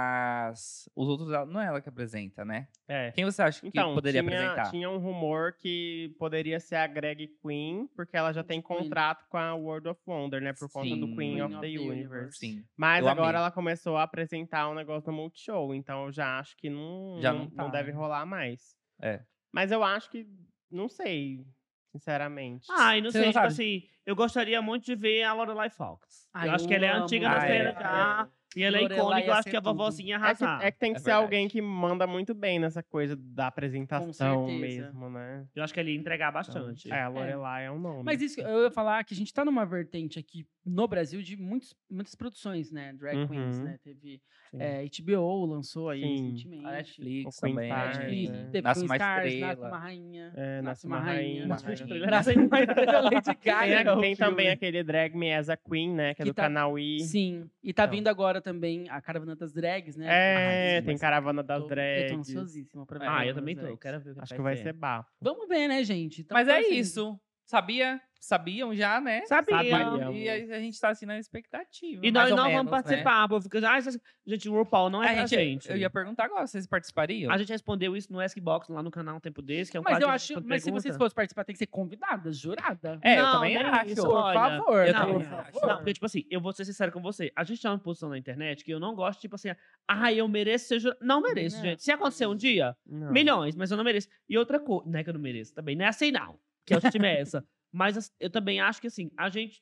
Speaker 2: Mas os outros, ela- não é ela que apresenta, né?
Speaker 4: É.
Speaker 2: Quem você acha que
Speaker 4: Então,
Speaker 2: poderia
Speaker 4: tinha,
Speaker 2: apresentar?
Speaker 4: tinha um rumor que poderia ser a Greg Queen, porque ela já tem
Speaker 1: Queen.
Speaker 4: contrato com a World of Wonder, né? Por conta do
Speaker 2: Sim.
Speaker 4: Queen, of the, Universe.
Speaker 2: Sim.
Speaker 4: Mas
Speaker 2: Eu
Speaker 4: agora
Speaker 2: amei.
Speaker 4: ela começou a apresentar um negócio no Multishow, então eu já acho que não,
Speaker 2: Já
Speaker 4: não,
Speaker 2: não tá,
Speaker 4: não deve
Speaker 2: né?
Speaker 4: rolar mais.
Speaker 2: É.
Speaker 4: Mas eu acho que. Não sei, sinceramente. É
Speaker 3: Ai, não
Speaker 2: Você
Speaker 3: sei,
Speaker 2: não
Speaker 3: tipo
Speaker 2: sabe?
Speaker 3: assim, eu gostaria muito de ver a Lorelai Fox.
Speaker 1: Ai,
Speaker 3: eu acho que
Speaker 1: eu
Speaker 3: ela é
Speaker 1: amo
Speaker 3: antiga
Speaker 2: ela.
Speaker 3: na cena
Speaker 2: Ah, é.
Speaker 3: já, e ela é
Speaker 1: Lorelai
Speaker 3: icônica, eu
Speaker 1: ia
Speaker 3: acho que
Speaker 1: ser
Speaker 3: a
Speaker 1: tudo.
Speaker 3: vovozinha ia
Speaker 4: É que,
Speaker 3: arrasar.
Speaker 4: é que tem que
Speaker 2: É
Speaker 4: ser alguém
Speaker 2: verdade.
Speaker 4: que manda muito bem nessa coisa da apresentação
Speaker 1: certeza.
Speaker 4: mesmo, né?
Speaker 3: Eu acho que ela ia entregar
Speaker 4: Então,
Speaker 3: bastante.
Speaker 4: é, a Lorelai é. um nome.
Speaker 1: Mas isso, eu ia falar que a gente tá numa vertente aqui no Brasil de muitos, muitas produções, né? Drag queens,
Speaker 4: Uhum.
Speaker 1: né? Teve
Speaker 4: Sim.
Speaker 1: é, HBO, lançou aí
Speaker 4: Sim.
Speaker 1: recentemente.
Speaker 2: A Ah, Netflix
Speaker 4: O Queen
Speaker 2: também.
Speaker 4: Stars,
Speaker 1: Netflix,
Speaker 4: né?
Speaker 1: teve
Speaker 2: Nasce
Speaker 1: Queen
Speaker 2: uma
Speaker 1: Stars,
Speaker 2: estrela.
Speaker 1: Nasce uma rainha.
Speaker 4: É,
Speaker 1: Nasce
Speaker 4: Nasce
Speaker 1: uma
Speaker 4: uma
Speaker 1: rainha.
Speaker 4: rainha. né?
Speaker 1: Nasce uma
Speaker 3: estrela.
Speaker 1: Nasce uma estrela. Lady
Speaker 4: Tem,
Speaker 1: Gaga.
Speaker 4: a- né? tem
Speaker 1: o
Speaker 4: também
Speaker 1: filme.
Speaker 4: aquele Drag Me As a Queen, né? Que é
Speaker 1: Que
Speaker 4: do
Speaker 1: tá-
Speaker 4: canal I.
Speaker 1: Sim. E tá
Speaker 4: Então.
Speaker 1: vindo agora também a Caravana das Drags, né?
Speaker 4: É,
Speaker 1: Ai,
Speaker 4: tem Caravana das
Speaker 1: tô- Eu tô
Speaker 4: Drags.
Speaker 1: ansiosíssima pra ver.
Speaker 3: Ah,
Speaker 1: a
Speaker 3: eu
Speaker 1: Caravana
Speaker 3: também
Speaker 1: das
Speaker 3: tô. Eu
Speaker 1: Drags.
Speaker 3: quero ver o que
Speaker 4: Acho que vai ser bafo.
Speaker 1: Vamos ver, né, gente? Então,
Speaker 2: Mas é
Speaker 1: torcendo.
Speaker 2: isso. sabia, sabiam já, né?
Speaker 3: Sabiam.
Speaker 2: Sabiam. E aí a gente tá assim na expectativa.
Speaker 3: E nós
Speaker 2: mais ou
Speaker 3: não
Speaker 2: menos, né?
Speaker 3: vamos participar. Vou ficar, "Ah, vocês- gente, o RuPaul não é
Speaker 2: A
Speaker 3: pra
Speaker 2: gente-
Speaker 3: gente.
Speaker 2: eu ia perguntar agora, vocês participariam?
Speaker 3: A gente respondeu isso no Askbox lá no canal um tempo desse, que é um
Speaker 1: mas
Speaker 3: quadro
Speaker 1: eu
Speaker 3: de
Speaker 1: acho,
Speaker 3: resposta
Speaker 1: mas se
Speaker 3: pergunta.
Speaker 1: vocês fossem participar, tem que ser convidada, jurada.
Speaker 2: É, eu também
Speaker 3: nem
Speaker 2: acho. né?
Speaker 3: isso,
Speaker 1: Por
Speaker 3: olha.
Speaker 1: favor,
Speaker 3: Não,
Speaker 1: por
Speaker 3: eu
Speaker 1: favor.
Speaker 3: Não, porque, tipo assim, eu vou ser sincero com você. A gente tá numa posição na internet que eu não gosto, tipo assim, ah, eu mereço ser jurado. Não mereço, gente. Se acontecer um dia,
Speaker 4: Não.
Speaker 3: milhões, mas eu não mereço. E outra coisa, não é que eu não mereço também, não é assim não, que eu time é essa. Mas assim, eu também acho que, assim, a gente,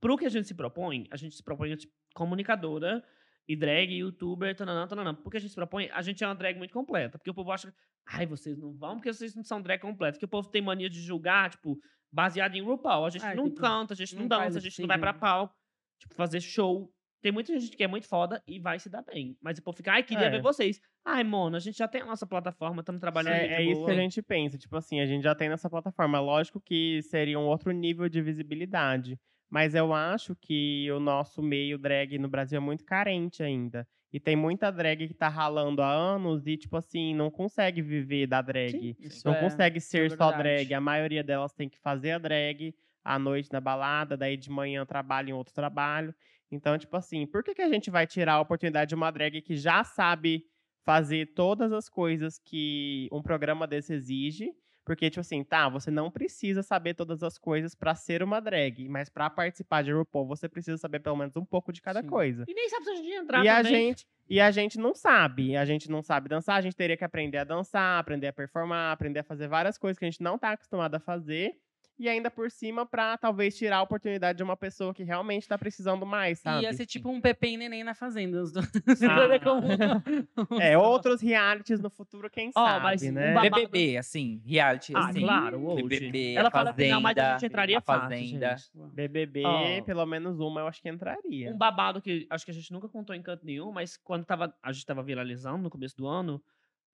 Speaker 3: pro que a gente se propõe, a gente se propõe tipo, comunicadora e drag, youtuber, tananã, tananã. Porque a gente se propõe, a gente é uma drag muito completa. Porque o povo acha, ai, vocês não vão porque vocês não são drag completa. Porque o povo tem mania de julgar, tipo, baseado em RuPaul. A gente
Speaker 1: Ai,
Speaker 3: não
Speaker 1: tem que-
Speaker 3: canta, a gente não,
Speaker 1: não faz
Speaker 3: dança, a gente não vai pra
Speaker 1: assim, né?
Speaker 3: palco. Tipo, fazer show. Tem muita gente que é muito foda e vai se dar bem. Mas o povo fica, ai, queria
Speaker 4: É.
Speaker 3: ver vocês. Ai, mona, a gente já tem a nossa plataforma, estamos trabalhando muito
Speaker 4: É, é isso que
Speaker 3: boa."
Speaker 4: a gente pensa. Tipo assim, a gente já tem nessa plataforma. Lógico que seria um outro nível de visibilidade. Mas eu acho que o nosso meio drag no Brasil é muito carente ainda. E tem muita drag que tá ralando há anos e, tipo assim, não consegue viver da drag.
Speaker 1: isso
Speaker 4: não
Speaker 1: é-
Speaker 4: consegue
Speaker 1: isso é
Speaker 4: ser só
Speaker 1: verdade.
Speaker 4: drag. A maioria delas tem que fazer a drag à noite na balada, daí de manhã trabalha em outro trabalho. Então, tipo assim, por que, que a gente vai tirar a oportunidade de uma drag que já sabe fazer todas as coisas que um programa desse exige? Porque, tipo assim, tá, você não precisa saber todas as coisas pra ser uma drag, mas pra participar de RuPaul, você precisa saber pelo menos um pouco de cada coisa.
Speaker 3: E nem sabe se a gente ia entrar
Speaker 4: E a
Speaker 3: também.
Speaker 4: gente, e a gente não sabe. A gente não sabe dançar, a gente teria que aprender a dançar, aprender a performar, aprender a fazer várias coisas que a gente não tá acostumado a fazer. E ainda por cima, pra talvez tirar a oportunidade de uma pessoa que realmente tá precisando mais, sabe?
Speaker 1: Ia ser tipo um Pepe e Neném na Fazenda. Os dois.
Speaker 4: Ah. É, outros realities no futuro, quem sabe,
Speaker 3: mas um
Speaker 4: né?
Speaker 3: babado-
Speaker 2: BBB, assim, reality,
Speaker 3: Ah,
Speaker 2: assim.
Speaker 3: claro, hoje.
Speaker 2: BBB,
Speaker 3: Ela
Speaker 2: a
Speaker 3: fala que
Speaker 2: Fazenda,
Speaker 3: não, mas a gente entraria
Speaker 2: a
Speaker 3: fácil,
Speaker 2: Fazenda.
Speaker 3: gente.
Speaker 4: BBB,
Speaker 3: Ó.
Speaker 4: pelo menos uma, eu acho que entraria.
Speaker 3: Um babado que acho que a gente nunca contou em canto nenhum, mas quando tava, a gente tava viralizando no começo do ano,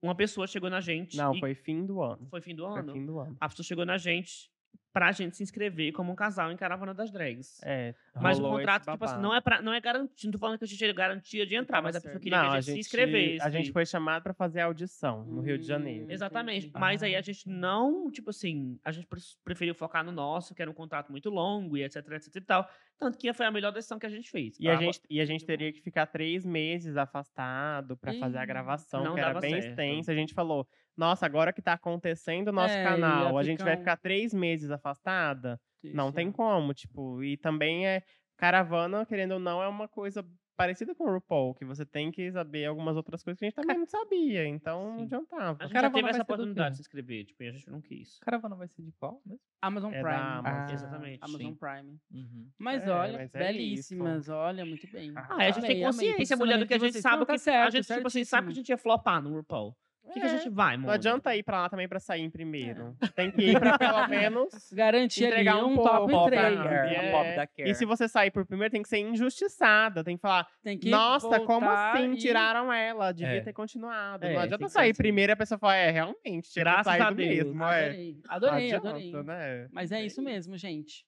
Speaker 3: uma pessoa chegou na gente.
Speaker 4: Não,
Speaker 3: e-
Speaker 4: foi fim do ano.
Speaker 3: Foi fim do
Speaker 4: Foi
Speaker 3: ano?
Speaker 4: fim do ano.
Speaker 3: A pessoa chegou na gente pra gente se inscrever como um casal em Caravana das Drags.
Speaker 4: É,
Speaker 3: Mas o
Speaker 4: rolou esse
Speaker 3: contrato, tipo assim,
Speaker 4: babado.
Speaker 3: não é, pra, não é garantido. Não tô falando que a gente tinha garantia de entrar, mas a pessoa queria que a gente, se inscrevesse.
Speaker 4: A gente foi chamado pra fazer audição no Rio de Janeiro.
Speaker 3: Exatamente. Mas aí a gente não, tipo assim, a gente pre- preferiu focar no nosso, que era um contrato muito longo e etc, etc e tal. Tanto que foi a melhor decisão que a gente fez.
Speaker 4: E a,
Speaker 3: Ah,
Speaker 4: gente, e a gente teria que ficar três meses afastado pra fazer a
Speaker 3: Ih,
Speaker 4: gravação,
Speaker 3: não
Speaker 4: que era
Speaker 3: dava
Speaker 4: bem
Speaker 3: certo.
Speaker 4: extensa. A gente falou, nossa, agora que tá acontecendo o nosso
Speaker 1: É,
Speaker 4: canal,
Speaker 1: ia
Speaker 4: a gente vai
Speaker 1: ficar um-
Speaker 4: ficar três meses afastada? Não tem como, tipo, e também é caravana, querendo ou não, é uma coisa parecida com o RuPaul, que você tem que saber algumas outras coisas que a gente também não sabia, então não adiantava.
Speaker 3: A gente já
Speaker 2: Caravana
Speaker 3: teve
Speaker 2: vai
Speaker 3: essa
Speaker 2: ser do
Speaker 3: oportunidade
Speaker 2: quê?
Speaker 3: de se inscrever, tipo, e a gente não quis.
Speaker 2: Caravana vai ser de qual mesmo?
Speaker 1: Amazon
Speaker 4: É
Speaker 1: Prime.
Speaker 4: da Amazon.
Speaker 1: Ah,
Speaker 3: Exatamente.
Speaker 1: Amazon
Speaker 2: Sim.
Speaker 1: Prime.
Speaker 2: Uhum.
Speaker 1: Mas
Speaker 4: É,
Speaker 1: olha,
Speaker 4: mas é
Speaker 1: belíssimas, olha, muito bem.
Speaker 3: Ah, é, a gente tem
Speaker 1: Amei, amei.
Speaker 3: consciência, mulher, do que a
Speaker 1: Posicionamento de
Speaker 3: gente
Speaker 1: vocês.
Speaker 3: sabe
Speaker 1: Não,
Speaker 3: o que
Speaker 1: tá certo,
Speaker 3: a gente, tipo assim, sabe que a
Speaker 1: certíssimo.
Speaker 3: gente ia flopar no RuPaul. O que, que a
Speaker 4: É.
Speaker 3: gente vai, mano?
Speaker 4: Não adianta ir pra lá também pra sair em primeiro. Tem que ir pra pelo menos.
Speaker 1: Garantir
Speaker 4: entregar
Speaker 1: ali
Speaker 4: um
Speaker 1: um,
Speaker 4: pouco,
Speaker 1: top
Speaker 4: Bob,
Speaker 1: 3.
Speaker 4: cara.
Speaker 2: A
Speaker 4: É.
Speaker 2: Bob da Care.
Speaker 4: E se você sair por primeiro, tem que ser injustiçada. Tem que falar, nossa, como assim? Tiraram ela, devia
Speaker 2: É.
Speaker 4: ter continuado.
Speaker 3: É,
Speaker 4: não
Speaker 3: tem
Speaker 4: adianta
Speaker 3: que ser
Speaker 4: sair
Speaker 3: assim.
Speaker 4: primeiro e a pessoa fala, é, realmente, tinha
Speaker 3: Graças
Speaker 4: que sair
Speaker 3: a
Speaker 4: do
Speaker 3: Deus.
Speaker 4: mesmo. É.
Speaker 1: né?" Adorei, adorei.
Speaker 4: Adianta,
Speaker 1: adorei.
Speaker 4: né?
Speaker 1: Mas é isso mesmo, gente.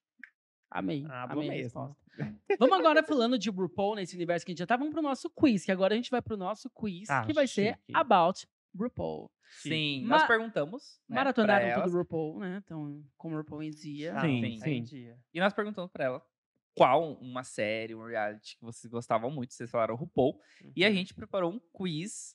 Speaker 1: Amei.
Speaker 4: Abro
Speaker 1: amei a
Speaker 4: mesmo.
Speaker 1: resposta. Vamos agora falando de RuPaul nesse universo que a gente já tá, vamos pro nosso quiz, que agora a gente vai pro nosso quiz,
Speaker 4: Ah,
Speaker 1: que vai ser
Speaker 4: chique.
Speaker 1: About RuPaul.
Speaker 2: Sim,
Speaker 1: Ma-
Speaker 2: nós perguntamos. Né, pra
Speaker 1: Maratonaram
Speaker 2: elas,
Speaker 1: tudo RuPaul, né? Então, como RuPaul em é dia.
Speaker 4: Ah,
Speaker 2: Sim,
Speaker 4: tem
Speaker 2: sim.
Speaker 4: dia.
Speaker 2: E nós perguntamos pra ela qual uma série, um reality que vocês gostavam muito, vocês falaram RuPaul. E a
Speaker 3: Uhum.
Speaker 2: gente preparou um quiz,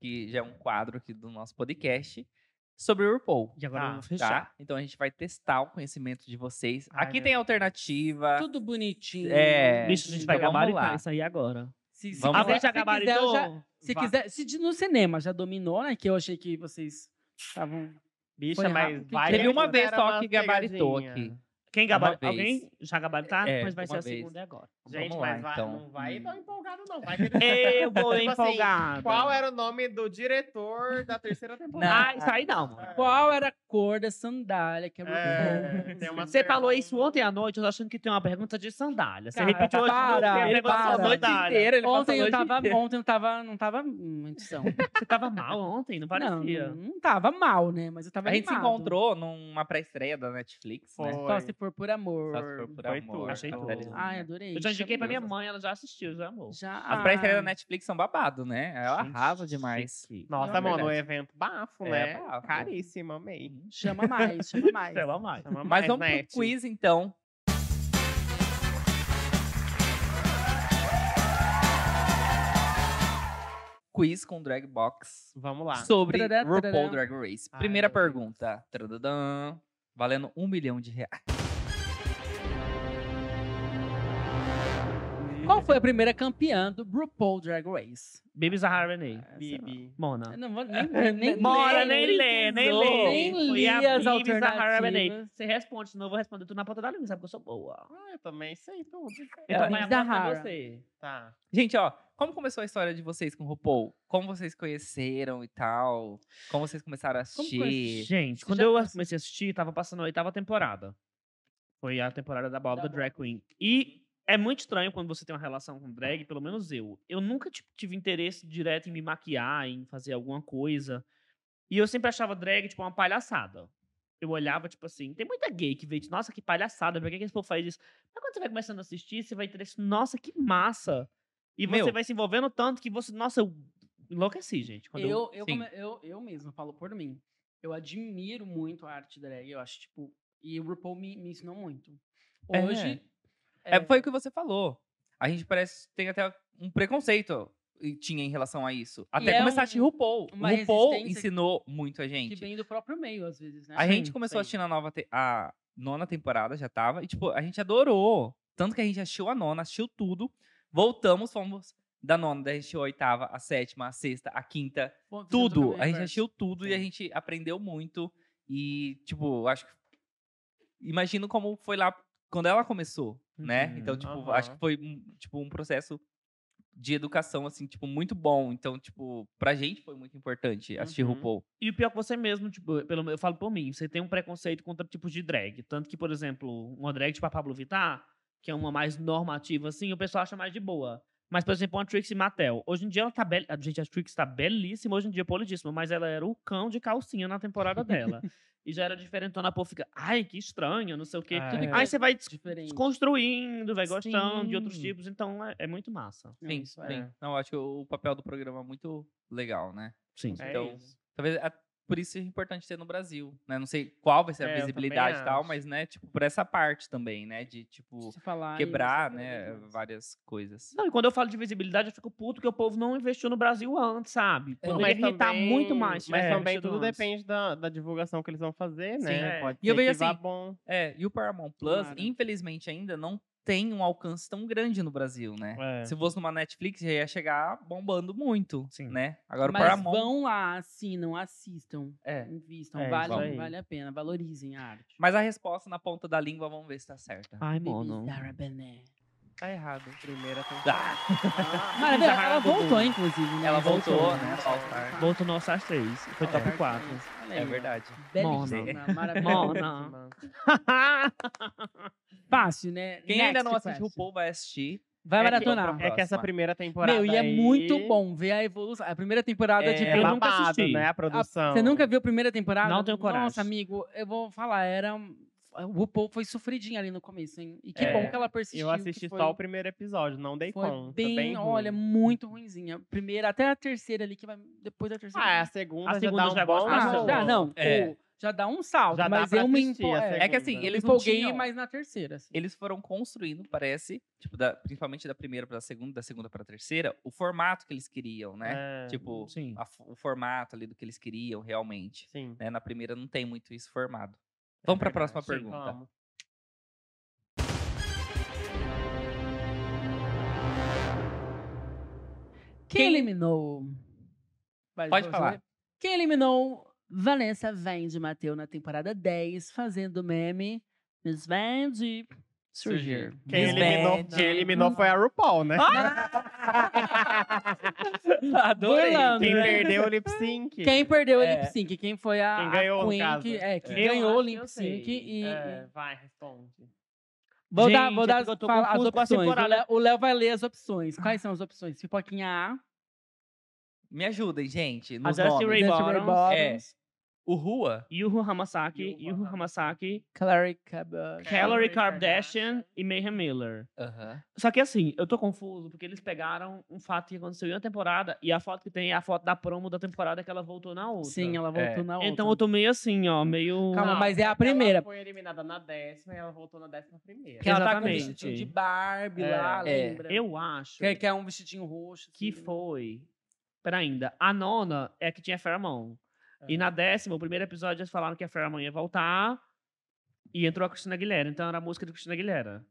Speaker 2: que já é um quadro aqui do nosso podcast, sobre o RuPaul.
Speaker 3: E agora
Speaker 4: Tá,
Speaker 3: vamos fechar.
Speaker 2: Tá? Então a gente vai testar o conhecimento de vocês.
Speaker 4: Ai,
Speaker 2: aqui
Speaker 4: meu
Speaker 2: tem alternativa.
Speaker 1: Tudo bonitinho.
Speaker 2: Ah.
Speaker 1: né,
Speaker 2: É.
Speaker 3: Bicho, a gente vai
Speaker 2: Então, vamos
Speaker 3: gabaritar
Speaker 2: lá.
Speaker 3: isso aí agora.
Speaker 1: Se, se,
Speaker 2: Vamos
Speaker 1: quiser,
Speaker 2: lá.
Speaker 1: se, quiser, eu
Speaker 3: então?
Speaker 1: já, se
Speaker 2: Vai.
Speaker 1: quiser, se de- no cinema já dominou, né? Que eu achei que vocês estavam.
Speaker 4: Bicha,
Speaker 1: Foi
Speaker 4: mas
Speaker 1: rápido.
Speaker 4: vai.
Speaker 2: Teve
Speaker 3: né?
Speaker 2: uma
Speaker 4: era
Speaker 2: vez só
Speaker 4: umas
Speaker 2: que gabaritou
Speaker 4: pegadinha.
Speaker 2: aqui.
Speaker 3: Quem gabaritar?
Speaker 2: Uma vez.
Speaker 3: Alguém já gabaritar?
Speaker 2: É,
Speaker 3: Mas vai ser
Speaker 2: uma
Speaker 3: a
Speaker 2: vez.
Speaker 3: segunda e agora.
Speaker 4: Gente,
Speaker 2: Vamos lá,
Speaker 4: mas vai,
Speaker 2: então.
Speaker 4: não vai
Speaker 2: Hum.
Speaker 4: tão empolgado, não. Vai que-
Speaker 3: Eu vou
Speaker 4: Tipo assim,
Speaker 3: empolgado.
Speaker 4: Qual era o nome do diretor da terceira temporada?
Speaker 3: Ah, isso aí não, mano.
Speaker 1: Qual era a cor da sandália que era RuPaul?
Speaker 4: É, tem uma
Speaker 3: Você
Speaker 4: pergunta.
Speaker 3: falou isso ontem à noite, eu tô achando que tem uma pergunta de sandália. Você
Speaker 1: Cara,
Speaker 3: repetiu hoje
Speaker 1: para,
Speaker 3: no ele
Speaker 1: para.
Speaker 3: passou a
Speaker 1: A noite
Speaker 3: sandália.
Speaker 1: Ontem eu tava. Ontem eu tava. Não tava muito são.
Speaker 3: Você tava mal ontem,
Speaker 1: Não,
Speaker 3: não parecia.
Speaker 1: não, não tava mal, né? Mas eu tava
Speaker 2: A gente se
Speaker 1: animado.
Speaker 2: encontrou numa pré-estreia da Netflix, né?
Speaker 4: Foi.
Speaker 1: Só se for por amor.
Speaker 2: Só se for por
Speaker 3: Foi
Speaker 2: amor.
Speaker 3: tudo. Achei
Speaker 2: Aquela
Speaker 3: tudo.
Speaker 2: ali.
Speaker 1: Ai, adorei.
Speaker 3: Eu já indiquei pra minha
Speaker 1: Maravilhosa.
Speaker 3: mãe, ela já assistiu, já amou.
Speaker 1: Já.
Speaker 2: As né? pré-estreias da Netflix são babado, né? Ela arrasa demais.
Speaker 4: Nossa,
Speaker 2: É
Speaker 4: mano, o
Speaker 2: verdade.
Speaker 4: evento bafo,
Speaker 2: É,
Speaker 4: né?
Speaker 2: bafo.
Speaker 4: Caríssimo, amei.
Speaker 1: Chama mais, chama mais.
Speaker 3: Sei lá mais.
Speaker 4: Chama
Speaker 2: Mas
Speaker 4: mais,
Speaker 2: vamos pro
Speaker 4: Net.
Speaker 2: quiz, então. Quiz com drag box
Speaker 4: Vamos lá.
Speaker 2: sobre
Speaker 1: Tarará, tarará.
Speaker 2: RuPaul Drag Race.
Speaker 4: Ai,
Speaker 2: Primeira
Speaker 4: meu Deus.
Speaker 2: pergunta. Tadadã. Valendo um milhão de reais. é
Speaker 1: Qual foi a primeira campeã do RuPaul Drag Race?
Speaker 3: Baby Zahara Renee.
Speaker 4: Bibi.
Speaker 1: Eu
Speaker 3: Mona.
Speaker 1: Não vou nem, nem, nem
Speaker 3: Mora,
Speaker 1: ler,
Speaker 3: nem lê, nem
Speaker 1: precisou.
Speaker 3: lê.
Speaker 1: Nem
Speaker 3: Foi a
Speaker 1: li as
Speaker 3: Bibi Zahara Renee.
Speaker 1: alternativas.
Speaker 3: Você responde, senão eu vou responder tudo na ponta da língua, sabe que eu sou boa.
Speaker 4: Ah, eu também sei tudo.
Speaker 2: Ela-
Speaker 3: Então,
Speaker 1: Bibi
Speaker 3: vai, a bola é
Speaker 1: Zahara.
Speaker 3: você.
Speaker 4: Tá.
Speaker 2: Gente, ó, como começou a história de vocês com o RuPaul? Como vocês conheceram e tal? Como vocês começaram a
Speaker 3: Como conhece-
Speaker 2: assistir?
Speaker 3: Gente,
Speaker 2: Você
Speaker 3: quando
Speaker 2: já
Speaker 3: eu comecei a assistir, tava passando a oitava temporada. Foi a temporada da Bob da, Drag Queen. E é muito estranho quando você tem uma relação com drag, pelo menos eu. Eu nunca tipo, tive interesse direto em me maquiar, em fazer alguma coisa. E eu sempre achava drag, tipo, uma palhaçada. Eu olhava, tipo assim, tem muita gay que vê, tipo, nossa, que palhaçada, pra que, que esse povo faz isso? Mas quando você vai começando a assistir, você vai ter esse, nossa, que massa. E você
Speaker 2: Meu.
Speaker 3: vai se envolvendo tanto que você, nossa, eu enlouqueci, gente. Quando eu,
Speaker 1: Eu, eu,
Speaker 2: Sim.
Speaker 1: come- eu, eu mesma falo por mim. Eu admiro muito a arte drag. Eu acho, tipo... E o RuPaul me, me ensinou muito.
Speaker 2: É.
Speaker 1: Hoje...
Speaker 2: É, foi o que você falou. A gente parece tem até um preconceito e tinha em relação a isso. Até
Speaker 1: é
Speaker 2: começar
Speaker 1: um-
Speaker 2: a assistir RuPaul. O
Speaker 1: uma
Speaker 2: RuPaul
Speaker 1: resistência
Speaker 2: ensinou muito a
Speaker 1: Que
Speaker 2: gente.
Speaker 1: vem do próprio meio, às vezes, né?
Speaker 2: A
Speaker 1: Sim,
Speaker 2: gente começou a
Speaker 1: sim.
Speaker 2: assistir na nova te- a nona temporada, já tava, e tipo, a gente adorou. Tanto que a gente assistiu a nona, assistiu tudo. Voltamos, fomos da nona, daí a gente assistiu a oitava, a sétima, a sexta, a quinta,
Speaker 1: Bom, é fizemos o
Speaker 2: tudo.
Speaker 1: caminho
Speaker 2: A gente
Speaker 1: inverso.
Speaker 2: assistiu tudo
Speaker 4: É.
Speaker 2: e a gente aprendeu muito. E, tipo, acho que. Imagino como foi lá quando ela começou, né?
Speaker 3: Uhum.
Speaker 2: Então, tipo,
Speaker 4: Aham.
Speaker 2: acho que foi um, tipo, um processo de educação, assim, tipo, muito bom. Então, tipo, pra gente foi muito importante assistir
Speaker 4: Uhum.
Speaker 2: RuPaul.
Speaker 3: E o pior que você mesmo, tipo, pelo, eu falo por mim, você tem um preconceito contra tipos de drag. Tanto que, por exemplo, uma drag tipo a Pablo Vittar, que é uma mais normativa, assim, o pessoal acha mais de boa. Mas, por exemplo, uma Trixie Mattel. Hoje em dia ela tá bela. a- Gente, a Trixie tá belíssima, hoje em dia polidíssima, mas ela era o cão de calcinha na temporada dela. e já era diferentona, a povo fica, ai, que estranho, não sei o quê.
Speaker 2: Ah, Tudo é. que
Speaker 3: Aí você vai des-
Speaker 1: Diferente.
Speaker 3: desconstruindo, vai gostando de outros
Speaker 2: Sim.
Speaker 3: tipos, então é, é muito massa.
Speaker 1: Não,
Speaker 2: Sim,
Speaker 1: isso é.
Speaker 2: sim. Não, acho que o papel do programa é muito legal, né?
Speaker 3: Sim.
Speaker 4: É
Speaker 2: Então,
Speaker 4: isso.
Speaker 2: Talvez a- por isso seja importante ter no Brasil, né? Não sei qual vai ser a
Speaker 4: É, eu
Speaker 2: visibilidade e
Speaker 4: também
Speaker 2: tal,
Speaker 4: acho. Ah,
Speaker 2: mas, né, tipo, por essa parte também, né? De, tipo,
Speaker 1: Se falar e
Speaker 2: quebrar,
Speaker 1: você-
Speaker 2: né, várias coisas.
Speaker 3: Não, e quando eu falo de visibilidade, eu fico puto que o povo não investiu no Brasil antes, sabe?
Speaker 2: É,
Speaker 3: Poderia irritar muito mais. é, se
Speaker 4: Mas
Speaker 3: tivesse
Speaker 4: também
Speaker 3: investido
Speaker 4: tudo
Speaker 3: antes.
Speaker 4: depende da, da divulgação que eles vão fazer,
Speaker 3: Sim,
Speaker 4: né?
Speaker 3: é.
Speaker 4: Pode
Speaker 2: E eu
Speaker 4: ser
Speaker 2: vejo
Speaker 4: que vá
Speaker 2: assim,
Speaker 4: bom.
Speaker 2: É, e o Paramount Plus,
Speaker 1: Tomara.
Speaker 2: infelizmente, ainda não tem um alcance tão grande no Brasil, né?
Speaker 4: É.
Speaker 2: Se fosse numa Netflix, já ia chegar bombando muito,
Speaker 3: Sim.
Speaker 2: né? Agora
Speaker 1: Mas
Speaker 2: o Paramount...
Speaker 1: vão lá, assinam, assistam,
Speaker 2: É.
Speaker 1: invistam,
Speaker 4: É, isso
Speaker 1: vale,
Speaker 4: aí.
Speaker 1: vale a pena, valorizem a arte.
Speaker 2: Mas a resposta na ponta da língua, vamos ver se tá certa.
Speaker 4: Ah,
Speaker 3: Ai,
Speaker 1: Baby
Speaker 3: mano.
Speaker 1: Sarah Benet.
Speaker 2: Tá errado.
Speaker 3: Ah,
Speaker 4: Primeira
Speaker 2: Tá.
Speaker 1: Maravilha, ela
Speaker 3: Sarah Benet.
Speaker 1: voltou, inclusive, né?
Speaker 2: Ela voltou, né? All-Star.
Speaker 3: Voltou no All-Star 3. Foi
Speaker 1: É,
Speaker 3: top 4.
Speaker 1: Olha aí,
Speaker 2: É
Speaker 1: ó.
Speaker 2: verdade.
Speaker 1: Belíssima, maravilhosa.
Speaker 3: Mona.
Speaker 1: Fácil, né?
Speaker 2: Quem
Speaker 1: Next
Speaker 2: ainda não assiste
Speaker 1: question.
Speaker 2: o Paul vai assistir.
Speaker 1: Vai
Speaker 2: é que-
Speaker 1: maratonar.
Speaker 4: É que essa
Speaker 2: Próxima.
Speaker 4: primeira temporada.
Speaker 1: Meu, e é
Speaker 4: aí
Speaker 1: muito bom ver a evolução. A primeira temporada de
Speaker 4: É
Speaker 1: Pelo
Speaker 3: nunca
Speaker 4: babado,
Speaker 3: assisti.
Speaker 4: né? A
Speaker 1: Ah,
Speaker 4: produção.
Speaker 1: Você nunca viu a primeira temporada?
Speaker 3: Não tenho
Speaker 1: Nossa,
Speaker 3: coragem.
Speaker 1: amigo, eu vou falar, era. um, O RuPaul foi sofridinho ali no começo, hein? E que
Speaker 2: É,
Speaker 1: bom que ela persistiu.
Speaker 4: Eu assisti
Speaker 1: que foi,
Speaker 4: só o primeiro episódio, não dei
Speaker 1: foi
Speaker 4: conta. tá
Speaker 1: bem,
Speaker 4: ruim.
Speaker 1: olha, muito ruinzinha. Primeira, até a terceira ali, que vai depois da terceira.
Speaker 4: Ah, a segunda,
Speaker 3: A segunda
Speaker 4: já dá um
Speaker 3: já
Speaker 4: bom.
Speaker 3: gosta
Speaker 1: Ah,
Speaker 3: bastante.
Speaker 1: já não.
Speaker 2: É.
Speaker 1: pô, já dá um salto,
Speaker 4: Já dá
Speaker 1: mas
Speaker 4: pra
Speaker 1: eu me
Speaker 4: assistir
Speaker 1: empo...
Speaker 4: a
Speaker 1: é,
Speaker 2: É que assim,
Speaker 4: segunda.
Speaker 1: eu me
Speaker 2: eles não
Speaker 1: empolguei
Speaker 2: tinham...
Speaker 1: mais na terceira. assim.
Speaker 2: Eles foram construindo, parece, tipo, da- principalmente da primeira pra segunda, da segunda pra terceira, o formato que eles queriam, né?
Speaker 4: É,
Speaker 2: Tipo,
Speaker 3: Ah, Sim.
Speaker 2: a fo- o formato ali do que eles queriam realmente.
Speaker 4: Sim.
Speaker 2: né? Na primeira não tem muito isso formado. Vamos pra
Speaker 4: verdade.
Speaker 2: próxima
Speaker 4: Sim,
Speaker 2: pergunta.
Speaker 4: vamos.
Speaker 1: Quem eliminou? Vai,
Speaker 2: Pode
Speaker 1: vou-
Speaker 2: falar.
Speaker 1: Quem eliminou Vanessa Vende Mateu na temporada 10, fazendo o meme Miss Vende surgir.
Speaker 4: Quem
Speaker 2: Miss
Speaker 4: eliminou,
Speaker 2: Bad.
Speaker 4: quem eliminou foi a RuPaul, né?
Speaker 2: Adorei.
Speaker 1: Burlando,
Speaker 4: Quem
Speaker 1: né?
Speaker 4: perdeu o lip sync.
Speaker 1: Quem perdeu
Speaker 2: É.
Speaker 1: o lip sync? Quem foi a,
Speaker 4: Quem
Speaker 1: a
Speaker 4: ganhou, no
Speaker 1: queen
Speaker 4: caso.
Speaker 1: que, é, que
Speaker 4: É.
Speaker 3: Eu
Speaker 1: ganhou
Speaker 3: acho
Speaker 1: o
Speaker 3: que eu
Speaker 1: lip sync
Speaker 3: sei.
Speaker 1: e...
Speaker 4: É, vai, responde.
Speaker 1: Vou
Speaker 3: Gente,
Speaker 1: dar, vou
Speaker 3: é
Speaker 1: dar
Speaker 3: porque eu tô
Speaker 1: fala- as
Speaker 3: confuso com a
Speaker 1: opções. O
Speaker 3: temporada.
Speaker 1: Léo- O Léo vai ler as opções. Quais são as opções? Pipoquinha A,
Speaker 2: Me ajudem, gente.
Speaker 3: A
Speaker 2: Nos
Speaker 3: Dusty
Speaker 2: nomes.
Speaker 3: Ray
Speaker 1: Dusty Ray
Speaker 3: Bottoms.
Speaker 1: Bottoms.
Speaker 2: É. O Rua.
Speaker 3: Yuhu Hamasaki, Yuhu Hamasaki,
Speaker 2: Calorie Carbon.
Speaker 3: Calorie Kardashian e Mayhem Miller.
Speaker 2: Aham.
Speaker 3: Só que assim, eu tô confuso, porque eles pegaram um fato que aconteceu em uma temporada e a foto que tem é a foto da promo da temporada que ela voltou na outra.
Speaker 1: Sim, ela voltou
Speaker 2: É.
Speaker 1: na outra.
Speaker 3: Então eu tô meio assim, ó, meio.
Speaker 1: Calma, mas é a
Speaker 4: Ela
Speaker 1: primeira.
Speaker 4: foi eliminada na décima e ela voltou na décima primeira.
Speaker 1: Que ela tá com
Speaker 3: Exatamente.
Speaker 1: vestido de Barbie lá,
Speaker 2: É.
Speaker 1: lembra?
Speaker 3: Eu acho
Speaker 1: Que, que é um vestidinho roxo.
Speaker 3: que
Speaker 1: assim.
Speaker 3: foi. Pera ainda, a nona é a que tinha Pheromone. E na décima, o primeiro episódio, eles falaram que a Pheromone ia voltar e entrou a Cristina Aguilera. Então era a música de Cristina Aguilera.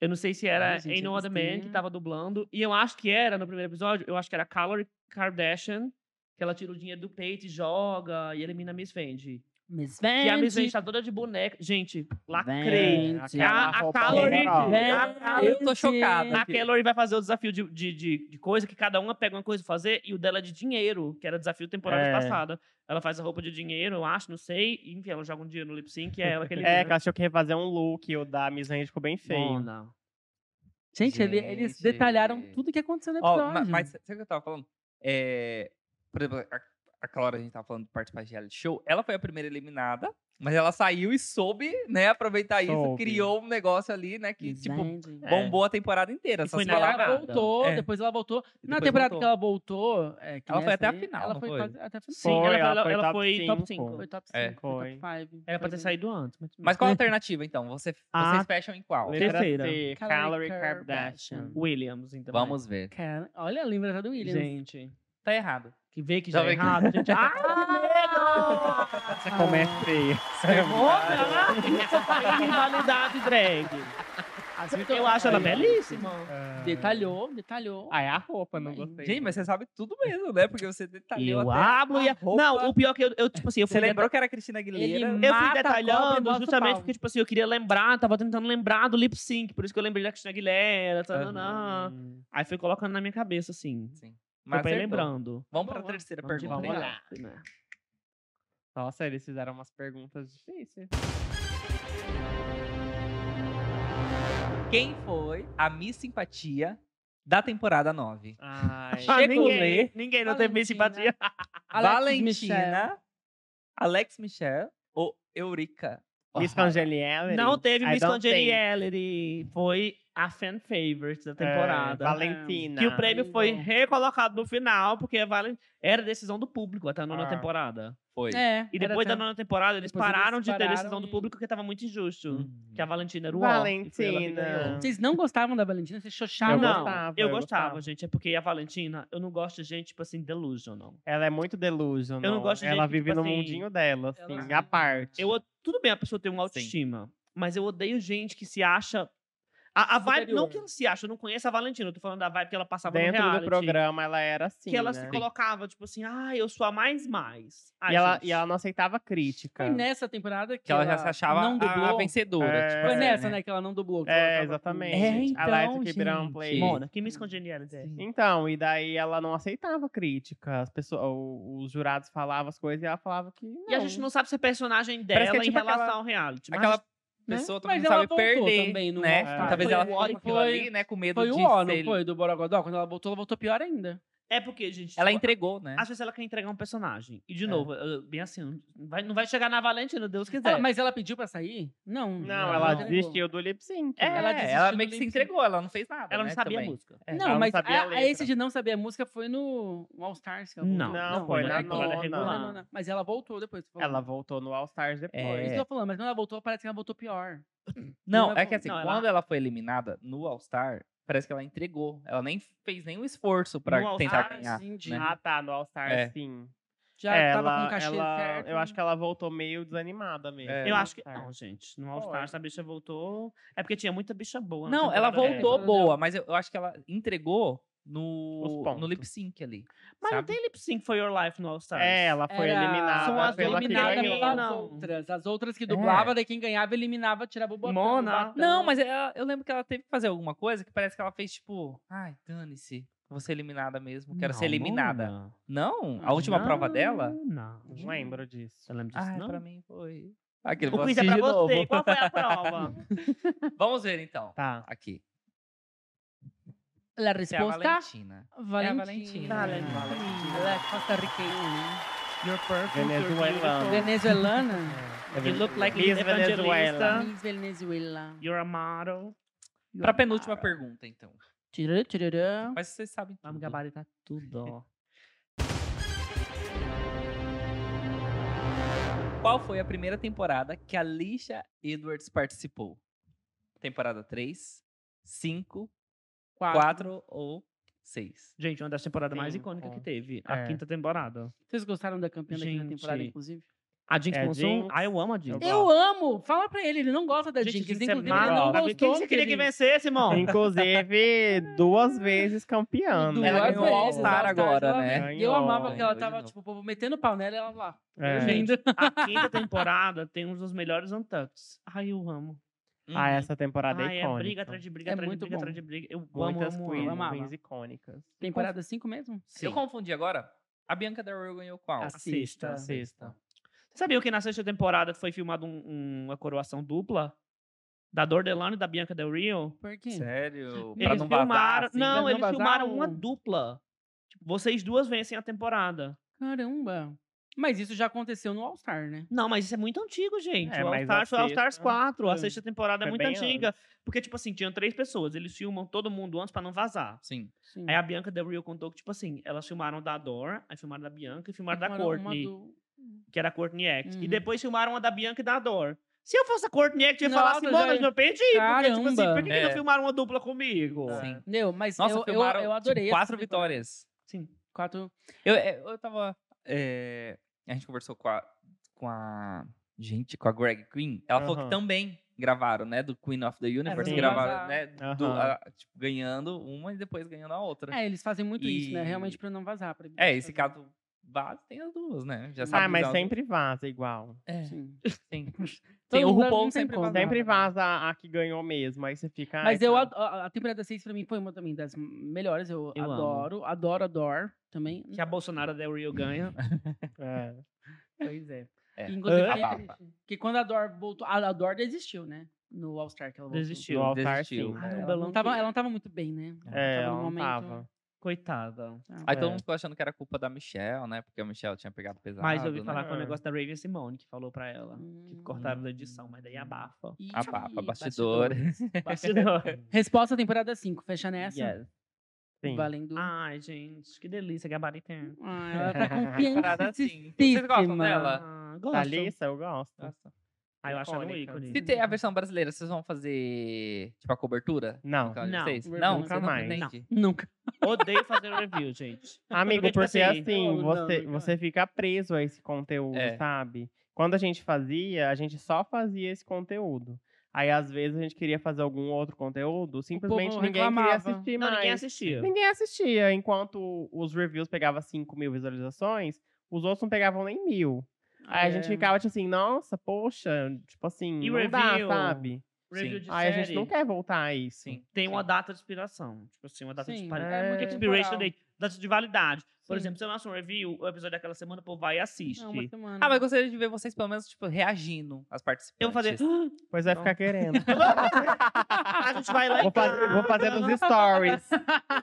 Speaker 3: Eu não sei se era
Speaker 1: Ai, gente,
Speaker 3: Ain't No
Speaker 1: eles
Speaker 3: Other Man que
Speaker 1: têm-
Speaker 3: tava dublando. E eu acho que era, no primeiro episódio, eu acho que era Calorie Kardashian, que ela tira o dinheiro do peito e joga e elimina a Miss Fendi.
Speaker 1: Miss
Speaker 3: E a Miss
Speaker 1: Venti.
Speaker 3: Fendi tá toda de boneca. Gente, lacrei.
Speaker 1: Venti.
Speaker 4: É,
Speaker 3: A, a
Speaker 4: tá
Speaker 3: Calorie... A Calorie
Speaker 2: Eu tô chocada.
Speaker 3: a Kellory vai fazer o desafio de, de, de, de coisa que cada uma pega uma coisa pra fazer e o dela é de dinheiro, que era desafio temporada
Speaker 4: É.
Speaker 3: passada. Ela faz a roupa de dinheiro, eu acho, não sei. e, enfim, ela joga um dinheiro no lip sync e é ela que ele.
Speaker 4: É, que ela achou que ia fazer um look e o da Miss Hand ficou bem feio.
Speaker 3: Mona.
Speaker 1: Gente, ele- eles
Speaker 2: Gente.
Speaker 1: detalharam tudo que aconteceu no
Speaker 2: Ó,
Speaker 1: episódio.
Speaker 2: ma- mas sabe o que eu tava falando? É, por exemplo, a, a Clara, a gente tava falando de participar de reality show, ela foi a primeira eliminada, mas ela saiu e soube, né, aproveitar isso,
Speaker 4: Soube.
Speaker 2: criou um negócio ali, né, que,
Speaker 1: Miss
Speaker 2: tipo,
Speaker 1: Venti.
Speaker 2: bombou a temporada inteira.
Speaker 3: E
Speaker 2: Essas
Speaker 3: foi na
Speaker 2: palavras.
Speaker 1: é, tipo, Ela
Speaker 3: cagada.
Speaker 1: voltou,
Speaker 2: É.
Speaker 1: depois ela voltou.
Speaker 2: E
Speaker 1: Na
Speaker 2: depois
Speaker 1: temporada
Speaker 2: voltou.
Speaker 1: que ela voltou. é, que
Speaker 2: Ela foi
Speaker 1: nessa
Speaker 2: até a
Speaker 1: aí,
Speaker 2: final,
Speaker 1: Ela
Speaker 2: não
Speaker 1: foi,
Speaker 2: foi?
Speaker 1: quase até a final.
Speaker 3: Sim,
Speaker 4: Foi,
Speaker 3: ela,
Speaker 4: ela
Speaker 3: ela-
Speaker 4: foi
Speaker 3: ela
Speaker 4: top
Speaker 3: foi top
Speaker 4: cinco.
Speaker 3: 5.
Speaker 1: Foi top 5,
Speaker 2: É.
Speaker 1: foi
Speaker 4: Foi.
Speaker 1: top 5.
Speaker 3: Era pra
Speaker 4: Uhum.
Speaker 3: ter saído antes. Mas, tudo
Speaker 2: Mas
Speaker 3: bem.
Speaker 2: qual a alternativa, então? Você,
Speaker 4: Ah,
Speaker 2: vocês fecham em qual?
Speaker 4: Letra
Speaker 3: Terceira.
Speaker 4: C, Calorie Kardashian.
Speaker 3: Williams, então. né?
Speaker 2: Vamos ver.
Speaker 1: Cara, olha a lembrança do Williams.
Speaker 3: Gente,
Speaker 2: Tá errado.
Speaker 3: que vê que
Speaker 2: Tá
Speaker 3: já é
Speaker 2: vendo?
Speaker 3: errado. Gente, ah,
Speaker 4: Essa como é feia.
Speaker 3: Mona! né? Rivalidade drag. Eu acho ela belíssima.
Speaker 1: É. Detalhou, detalhou.
Speaker 4: Ah, é a roupa, não gostei.
Speaker 2: Gente, mas você sabe tudo mesmo, né? Porque você detalhou
Speaker 3: Eu
Speaker 2: até
Speaker 3: abro e.
Speaker 2: a
Speaker 3: a-
Speaker 2: roupa.
Speaker 3: Não, o pior que eu, eu tipo assim, eu
Speaker 2: Você
Speaker 3: fui
Speaker 2: lembrou que era a Cristina Aguilera?
Speaker 1: Ele-
Speaker 3: Eu fui
Speaker 1: Mata, cobra e
Speaker 3: detalhando
Speaker 1: mostra o
Speaker 3: justamente
Speaker 1: pau.
Speaker 3: porque, tipo assim, eu queria lembrar, tava tentando lembrar do lip sync, por isso que eu lembrei da Cristina Aguilera, tananã. Aí fui colocando na minha cabeça, assim.
Speaker 2: Sim,
Speaker 3: Mas
Speaker 2: acertou.
Speaker 3: lembrando.
Speaker 2: então, Vamos pra terceira
Speaker 3: Vamos de
Speaker 2: pergunta.
Speaker 4: Vamos
Speaker 2: então.
Speaker 4: lá. Nossa, eles fizeram umas perguntas difíceis.
Speaker 2: Quem foi a Miss Simpatia da temporada 9?
Speaker 4: Ai.
Speaker 2: Chega o
Speaker 3: ninguém,
Speaker 2: Lê.
Speaker 3: ninguém não tem minha
Speaker 1: Valentina.
Speaker 2: né?
Speaker 3: simpatia.
Speaker 1: Alex
Speaker 2: Valentina,
Speaker 1: Michel.
Speaker 2: Alex Michel ou Eurica?
Speaker 4: Miss Congeniality.
Speaker 3: Não teve
Speaker 4: I
Speaker 3: Miss
Speaker 4: don't think.
Speaker 3: Congeniality. Foi a fan favorite da
Speaker 4: É,
Speaker 3: temporada.
Speaker 4: Valentina.
Speaker 3: que o prêmio foi
Speaker 1: Não.
Speaker 3: recolocado no final, porque a Valen... era decisão do público até a nona
Speaker 4: Ah.
Speaker 3: temporada.
Speaker 2: Foi.
Speaker 1: É,
Speaker 3: E depois da
Speaker 1: era
Speaker 3: nona temporada, eles
Speaker 1: Depois eles
Speaker 3: pararam de ter
Speaker 1: pararam
Speaker 3: decisão do
Speaker 1: e-
Speaker 3: público, que tava muito injusto.
Speaker 2: Uhum.
Speaker 3: Que a Valentina era o ó, e foi ela que ganhou.
Speaker 4: Valentina.
Speaker 1: tanto- Vocês não gostavam da Valentina? Vocês
Speaker 4: Eu
Speaker 1: xoxaram?
Speaker 3: não,
Speaker 4: gostava,
Speaker 3: eu
Speaker 4: eu
Speaker 3: gostava,
Speaker 4: gostava.
Speaker 3: gente. É porque a Valentina, eu não gosto de gente, tipo assim, delusional.
Speaker 4: Ela é muito delusional.
Speaker 3: Eu não gosto de
Speaker 4: Ela
Speaker 3: gente que,
Speaker 4: vive
Speaker 3: tipo
Speaker 4: no
Speaker 3: assim,
Speaker 4: mundinho dela,
Speaker 1: ela-
Speaker 4: assim, à parte.
Speaker 3: Eu, tudo bem a pessoa ter uma autoestima, mas eu odeio gente que se acha... A, a vibe, não
Speaker 1: Superior.
Speaker 3: que ela se acha, eu não conheço a Valentina, eu tô falando da vibe que ela passava
Speaker 4: Dentro
Speaker 3: no
Speaker 4: do
Speaker 3: reality.
Speaker 4: programa, ela era assim,
Speaker 3: Que ela
Speaker 4: né?
Speaker 3: se colocava, tipo assim, ah, eu sou a mais mais. Ai,
Speaker 4: E ela,
Speaker 3: gente.
Speaker 4: e ela não aceitava crítica.
Speaker 1: Foi nessa temporada que,
Speaker 2: Que ela já se achava
Speaker 1: não
Speaker 2: a,
Speaker 1: dublou.
Speaker 2: vencedora.
Speaker 4: É.
Speaker 2: tipo
Speaker 1: Foi
Speaker 2: assim,
Speaker 1: nessa, né? Que ela não dublou. que ela
Speaker 4: É,
Speaker 1: tava com-
Speaker 4: exatamente.
Speaker 2: É,
Speaker 4: a Let's
Speaker 2: então,
Speaker 4: Keep It On
Speaker 2: gente.
Speaker 4: Play.
Speaker 3: Mona, que Miss Congeniality é?
Speaker 4: Então, e daí ela não aceitava crítica. As pessoas, o- os jurados falavam as coisas e ela falava que não.
Speaker 3: E a gente não sabe se é personagem
Speaker 4: Parece
Speaker 3: dela
Speaker 4: que é
Speaker 3: em
Speaker 4: tipo aquela-
Speaker 3: relação ao reality. mas
Speaker 2: Aquela
Speaker 4: né?
Speaker 2: pessoa também
Speaker 1: Mas
Speaker 2: não
Speaker 1: ela
Speaker 2: sabe
Speaker 1: voltou
Speaker 2: perder,
Speaker 1: também, não
Speaker 2: né?
Speaker 4: voltou.
Speaker 2: Talvez
Speaker 1: Foi
Speaker 2: ela
Speaker 1: o
Speaker 2: fique
Speaker 1: ó,
Speaker 2: com aquilo
Speaker 1: foi-
Speaker 2: ali, né? Com medo
Speaker 1: Foi
Speaker 2: de
Speaker 1: o ó,
Speaker 2: ser-
Speaker 1: não foi? Do Borogodó? Quando ela voltou, ela voltou pior ainda.
Speaker 3: É porque, gente.
Speaker 2: Ela
Speaker 3: tipo,
Speaker 2: entregou, né?
Speaker 3: Às vezes ela quer entregar um personagem. E, de
Speaker 2: É.
Speaker 3: novo, eu- bem assim, não vai, não vai chegar na Valentina, Deus quiser.
Speaker 1: Ela- mas ela pediu pra sair? Não.
Speaker 4: Não, ela
Speaker 1: entregou.
Speaker 4: desistiu do lip sync.
Speaker 2: É,
Speaker 4: né?
Speaker 2: ela,
Speaker 1: desistiu do
Speaker 2: meio que se
Speaker 1: lip sync.
Speaker 2: entregou, ela não fez nada.
Speaker 3: ela não
Speaker 2: né,
Speaker 3: sabia
Speaker 2: também.
Speaker 3: a música.
Speaker 4: É,
Speaker 1: Não,
Speaker 4: ela
Speaker 1: mas
Speaker 4: sabia
Speaker 1: a- a-
Speaker 4: letra.
Speaker 1: esse de não saber a música foi no All Stars que ela
Speaker 3: Não,
Speaker 1: voltou.
Speaker 4: não, foi
Speaker 1: né?
Speaker 4: na
Speaker 1: É que ela era
Speaker 4: nona.
Speaker 1: regular. Não, não, não. Mas ela voltou depois. Falou.
Speaker 4: Ela voltou no All Stars depois.
Speaker 1: É.
Speaker 2: É.
Speaker 1: Isso que eu tô falando, mas quando ela voltou, parece que ela voltou pior.
Speaker 2: Não,
Speaker 1: Ela
Speaker 2: é que assim,
Speaker 3: não, ela-
Speaker 2: quando ela foi eliminada no All-Star, parece que ela entregou. Ela nem fez nenhum esforço
Speaker 3: No
Speaker 2: pra
Speaker 3: All
Speaker 2: tentar
Speaker 3: Star,
Speaker 2: ganhar.
Speaker 1: Entendi.
Speaker 2: né?
Speaker 4: Ah, tá, no All Stars,
Speaker 2: É.
Speaker 4: sim.
Speaker 1: Já
Speaker 4: É, ela,
Speaker 1: tava com o cachê
Speaker 4: ela-
Speaker 1: certo. né?
Speaker 4: Eu acho que ela voltou meio desanimada mesmo.
Speaker 2: É.
Speaker 3: Eu
Speaker 4: no
Speaker 3: acho que.
Speaker 4: All-Star.
Speaker 3: Não, gente. No All
Speaker 4: Foi.
Speaker 3: Stars a bicha voltou. É porque tinha muita bicha boa. na
Speaker 2: Não, ela
Speaker 3: temporada.
Speaker 2: voltou
Speaker 1: É.
Speaker 2: boa, mas eu, eu acho que ela entregou
Speaker 4: Os
Speaker 2: no,
Speaker 4: pontos.
Speaker 2: no lip sync ali.
Speaker 3: Mas não
Speaker 2: sabe?
Speaker 3: tem lip sync for your life no All Stars.
Speaker 4: É, ela foi
Speaker 1: Era-
Speaker 4: eliminada
Speaker 1: São as
Speaker 4: pela
Speaker 1: eliminadas
Speaker 4: que ganhou. É.
Speaker 1: pelas
Speaker 3: Não.
Speaker 1: outras. As outras que dublava, daí quem ganhava, eliminava, tirava o botão.
Speaker 3: Mona.
Speaker 1: o batom.
Speaker 2: Não, mas ela- eu lembro que ela teve que fazer alguma coisa que parece que ela fez tipo, ai, dane-se, vou ser eliminada mesmo, quero ser eliminada. é. Não? A última
Speaker 3: Não,
Speaker 2: prova dela?
Speaker 3: Não.
Speaker 4: Não lembro disso.
Speaker 3: Eu lembro disso,
Speaker 2: Ai,
Speaker 3: não?
Speaker 2: Ah, é pra mim foi. Aquele
Speaker 3: O
Speaker 2: vou
Speaker 3: quiz é pra
Speaker 2: assistir de
Speaker 3: você.
Speaker 2: novo.
Speaker 3: Qual foi a prova?
Speaker 2: Vamos ver então.
Speaker 4: Tá.
Speaker 2: Aqui.
Speaker 1: La
Speaker 2: Essa é a
Speaker 1: resposta?
Speaker 2: Valentina.
Speaker 1: Valentina.
Speaker 2: Valentina.
Speaker 1: Valentina. Ela é costarriquenha. né?
Speaker 4: Your perfect, your
Speaker 3: Venezuelana.
Speaker 4: beautiful.
Speaker 1: Venezuelana?
Speaker 3: É, You look like
Speaker 4: Miss
Speaker 3: an evangelista.
Speaker 4: Venezuela.
Speaker 1: Miss Venezuela.
Speaker 3: You're a model.
Speaker 2: Pra penúltima pergunta, então.
Speaker 1: Tirã, tirarã.
Speaker 2: Mas vocês sabem
Speaker 3: Vamos gabaritar tudo, ó.
Speaker 2: Qual foi a primeira temporada que a Alicia Edwards participou? Temporada 3, 5,
Speaker 1: Quatro.
Speaker 2: 4 ou 6?
Speaker 3: Gente, uma das temporadas mais
Speaker 4: Cinco.
Speaker 3: icônicas que teve. A
Speaker 4: É.
Speaker 3: quinta temporada.
Speaker 1: Vocês gostaram da campeã da quinta
Speaker 3: Gente.
Speaker 1: temporada, inclusive?
Speaker 3: A Jinx
Speaker 4: É,
Speaker 3: Monsoon.
Speaker 4: Jinx.
Speaker 3: Ah, eu amo a Jinx.
Speaker 4: Eu
Speaker 1: Eu amo! Fala pra ele, ele não gosta da
Speaker 3: Gente,
Speaker 1: Jinx.
Speaker 3: isso é
Speaker 1: Inclusive, ele não
Speaker 3: maravilhoso. Quem
Speaker 1: gostou.
Speaker 3: você queria que
Speaker 1: querido.
Speaker 3: vencesse, irmão?
Speaker 4: Inclusive, duas vezes campeã.
Speaker 2: Duas
Speaker 4: né?
Speaker 1: Ela
Speaker 2: Ela
Speaker 1: ganhou
Speaker 2: ganhou
Speaker 1: o
Speaker 2: o
Speaker 1: All-Star
Speaker 2: All-Star agora,
Speaker 1: ela
Speaker 2: né?
Speaker 1: E eu
Speaker 4: Ganhou.
Speaker 1: amava que ela
Speaker 2: Ganhou de
Speaker 1: tava,
Speaker 2: novo.
Speaker 1: tipo, o povo metendo pau nela e ela lá.
Speaker 4: É.
Speaker 1: Gente,
Speaker 3: A quinta temporada tem um dos melhores Untucks. Ai, eu amo.
Speaker 4: Ah, essa temporada
Speaker 3: Ai,
Speaker 4: é
Speaker 3: é
Speaker 4: icônica.
Speaker 3: briga atrás de briga,
Speaker 1: É
Speaker 3: atrás de
Speaker 1: muito
Speaker 3: briga,
Speaker 1: bom.
Speaker 3: atrás de briga. Eu amo,
Speaker 4: Muitas
Speaker 3: amo,
Speaker 4: queens,
Speaker 3: amo.
Speaker 1: amava.
Speaker 4: queens icônicas.
Speaker 1: temporada 5 mesmo?
Speaker 2: Eu confundi agora. A Bianca Del Rio ganhou qual?
Speaker 1: A Assista.
Speaker 3: Assista.
Speaker 4: Sexta.
Speaker 3: Vocês sabiam que na sexta temporada foi filmada um, uma coroação dupla? Da Dor Delano e da Bianca Del Rio?
Speaker 1: Por quê?
Speaker 2: Sério?
Speaker 3: Eles
Speaker 2: pra não
Speaker 3: filmaram.
Speaker 2: vazar, assim?
Speaker 3: não,
Speaker 1: não
Speaker 3: eles
Speaker 1: vazar
Speaker 3: filmaram uma
Speaker 1: um-
Speaker 3: dupla. Tipo, vocês duas vencem a temporada.
Speaker 1: Caramba! Mas isso já aconteceu no All-Star, né?
Speaker 3: Não, mas isso é muito antigo, gente.
Speaker 4: É,
Speaker 3: o All
Speaker 4: mas a
Speaker 3: Stars foi All Stars
Speaker 4: sexta-
Speaker 3: 4. A
Speaker 4: Hum.
Speaker 3: sexta temporada é
Speaker 4: Foi
Speaker 3: muito
Speaker 4: bem
Speaker 3: antiga. Porque, tipo assim, tinham três pessoas. Eles filmam todo mundo antes pra não vazar.
Speaker 2: Sim.
Speaker 1: Sim.
Speaker 3: Aí a Bianca Del Rio contou que, tipo assim, elas filmaram da Dor, aí filmaram da Bianca e filmaram da
Speaker 1: Agora uma
Speaker 3: Courtney,
Speaker 1: do-
Speaker 3: que era a Courtney Act. E
Speaker 1: Uhum.
Speaker 3: depois filmaram a da Bianca e da Dor. Se eu fosse a Courtney Act, eu ia
Speaker 1: Nossa,
Speaker 3: falar assim,
Speaker 1: já
Speaker 3: mano,
Speaker 1: ia-
Speaker 3: eu perdi. Porque, tipo assim,
Speaker 1: Caramba.
Speaker 3: por que, que
Speaker 2: É.
Speaker 3: não filmaram uma dupla comigo?
Speaker 2: Sim.
Speaker 1: Meu, mas
Speaker 2: Nossa,
Speaker 1: eu, eu,
Speaker 2: filmaram
Speaker 1: eu adorei.
Speaker 2: tipo,
Speaker 1: essa
Speaker 2: quatro
Speaker 1: temporada.
Speaker 2: vitórias.
Speaker 3: Sim.
Speaker 1: Quatro.
Speaker 2: Eu, é, eu tava. é, a gente conversou com a, com a. Gente, com a Greg Queen. Ela falou que
Speaker 4: Aham.
Speaker 2: também gravaram, né? Do Queen of the Universe.
Speaker 1: sim.
Speaker 2: gravaram,
Speaker 1: Aham.
Speaker 2: né? do-
Speaker 4: Aham.
Speaker 2: a- tipo, ganhando uma e depois ganhando a outra. É,
Speaker 1: É, eles fazem muito isso, né?
Speaker 2: E- É,
Speaker 1: Realmente pra não vazar. Pra
Speaker 2: esse caso base tem as duas, né? Já sabe
Speaker 4: Ah,
Speaker 2: que
Speaker 4: mas
Speaker 2: as duas-
Speaker 4: sempre vaza igual.
Speaker 2: É,
Speaker 1: Sim.
Speaker 2: tem.
Speaker 1: Todo
Speaker 2: tem o
Speaker 1: mundo
Speaker 2: RuPaul
Speaker 1: não tem
Speaker 2: sempre né.
Speaker 1: como.
Speaker 2: vazando.
Speaker 4: Sempre vaza a, a que ganhou mesmo, aí você fica... ai,
Speaker 1: Mas eu
Speaker 4: tá.
Speaker 1: ado- a, a temporada 6 pra mim foi uma também das melhores. Eu,
Speaker 3: Eu amo.
Speaker 1: adoro, adoro, adoro também.
Speaker 3: Que a Bolsonaro Del Rio ganha.
Speaker 4: É.
Speaker 1: Pois é.
Speaker 2: É.
Speaker 1: E, inclusive,
Speaker 2: Ah.
Speaker 1: que, que quando a Dor voltou. A, a Dor desistiu, né? No All-Star que ela voltou.
Speaker 3: Desistiu.
Speaker 4: No altar,
Speaker 2: desistiu.
Speaker 4: sim.
Speaker 1: Ah,
Speaker 3: Ela
Speaker 1: ela, não
Speaker 3: não
Speaker 1: tava,
Speaker 3: queria.
Speaker 1: ela não tava muito bem, né?
Speaker 4: É,
Speaker 1: tava
Speaker 4: ela
Speaker 1: num
Speaker 4: não
Speaker 1: momento-
Speaker 4: tava.
Speaker 3: Coitada.
Speaker 2: Aí
Speaker 4: É.
Speaker 2: todo mundo ficou achando que era culpa da Michelle, né? Porque a Michelle tinha pegado pesado.
Speaker 3: Mas eu ouvi
Speaker 2: né?
Speaker 3: falar com o
Speaker 4: É.
Speaker 3: negócio da Raven Simone, que falou pra ela. Que
Speaker 1: Hum.
Speaker 3: cortaram da edição, mas daí abafa.
Speaker 1: Ih,
Speaker 2: Abafa, bastidores.
Speaker 1: bastidores. Resposta temporada 5. Fecha nessa.
Speaker 3: Yes.
Speaker 4: Sim.
Speaker 1: Valendo.
Speaker 3: Ai, gente, que delícia, gabarito.
Speaker 1: Ah, ela tá
Speaker 2: Parada
Speaker 1: confiante.
Speaker 2: assim. Vocês gostam
Speaker 1: Sim,
Speaker 2: dela?
Speaker 3: Ah,
Speaker 4: Da
Speaker 3: gosto.
Speaker 4: Alissa, eu gosto.
Speaker 3: Aí eu acho ela um
Speaker 4: Icônica.
Speaker 3: ícone.
Speaker 2: Se tem a versão brasileira, vocês vão fazer, tipo, a cobertura?
Speaker 4: Não.
Speaker 2: Então,
Speaker 3: Não,
Speaker 2: vocês?
Speaker 1: nunca
Speaker 2: não, vocês
Speaker 4: mais.
Speaker 2: Não. entendem?
Speaker 1: Nunca.
Speaker 3: Odeio fazer review, gente.
Speaker 4: Amigo,
Speaker 3: tipo
Speaker 4: porque
Speaker 3: assim,
Speaker 1: eu-
Speaker 4: assim,
Speaker 1: não,
Speaker 4: você,
Speaker 1: nunca
Speaker 4: você fica preso a esse conteúdo,
Speaker 2: É.
Speaker 4: sabe? Quando a gente fazia, a gente só fazia esse conteúdo. Aí, às vezes, a gente queria fazer algum outro conteúdo, simplesmente ninguém queria
Speaker 1: reclamava.
Speaker 4: assistir
Speaker 3: Não,
Speaker 4: mais.
Speaker 3: ninguém assistia.
Speaker 4: Ninguém assistia. Enquanto os reviews pegavam 5 mil visualizações, os outros não pegavam nem mil. Aí a gente
Speaker 1: É.
Speaker 4: ficava, tipo assim, nossa, poxa, tipo assim,
Speaker 3: Ah, E
Speaker 4: não dá,
Speaker 3: review?
Speaker 4: sabe?
Speaker 3: Review de
Speaker 4: Aí a
Speaker 3: série
Speaker 4: gente não quer voltar a isso.
Speaker 2: Sim.
Speaker 3: tem uma data de expiração. Tipo assim, uma data de
Speaker 1: Sim,
Speaker 3: validade.
Speaker 1: é muito
Speaker 3: expiration
Speaker 1: temporal.
Speaker 3: date, data de validade. Por
Speaker 1: Sim.
Speaker 3: exemplo, se eu lanço um review, o episódio daquela semana, o povo vai e assiste.
Speaker 1: Não, uma semana.
Speaker 2: Ah,
Speaker 4: Uhum.
Speaker 2: mas gostaria de ver vocês, pelo menos, tipo, reagindo às participantes.
Speaker 3: eu vou fazer. "Ah,
Speaker 4: Pois vai ficar querendo.
Speaker 3: a gente vai lá
Speaker 4: vou,
Speaker 3: em
Speaker 4: fazer, vou fazer nos stories.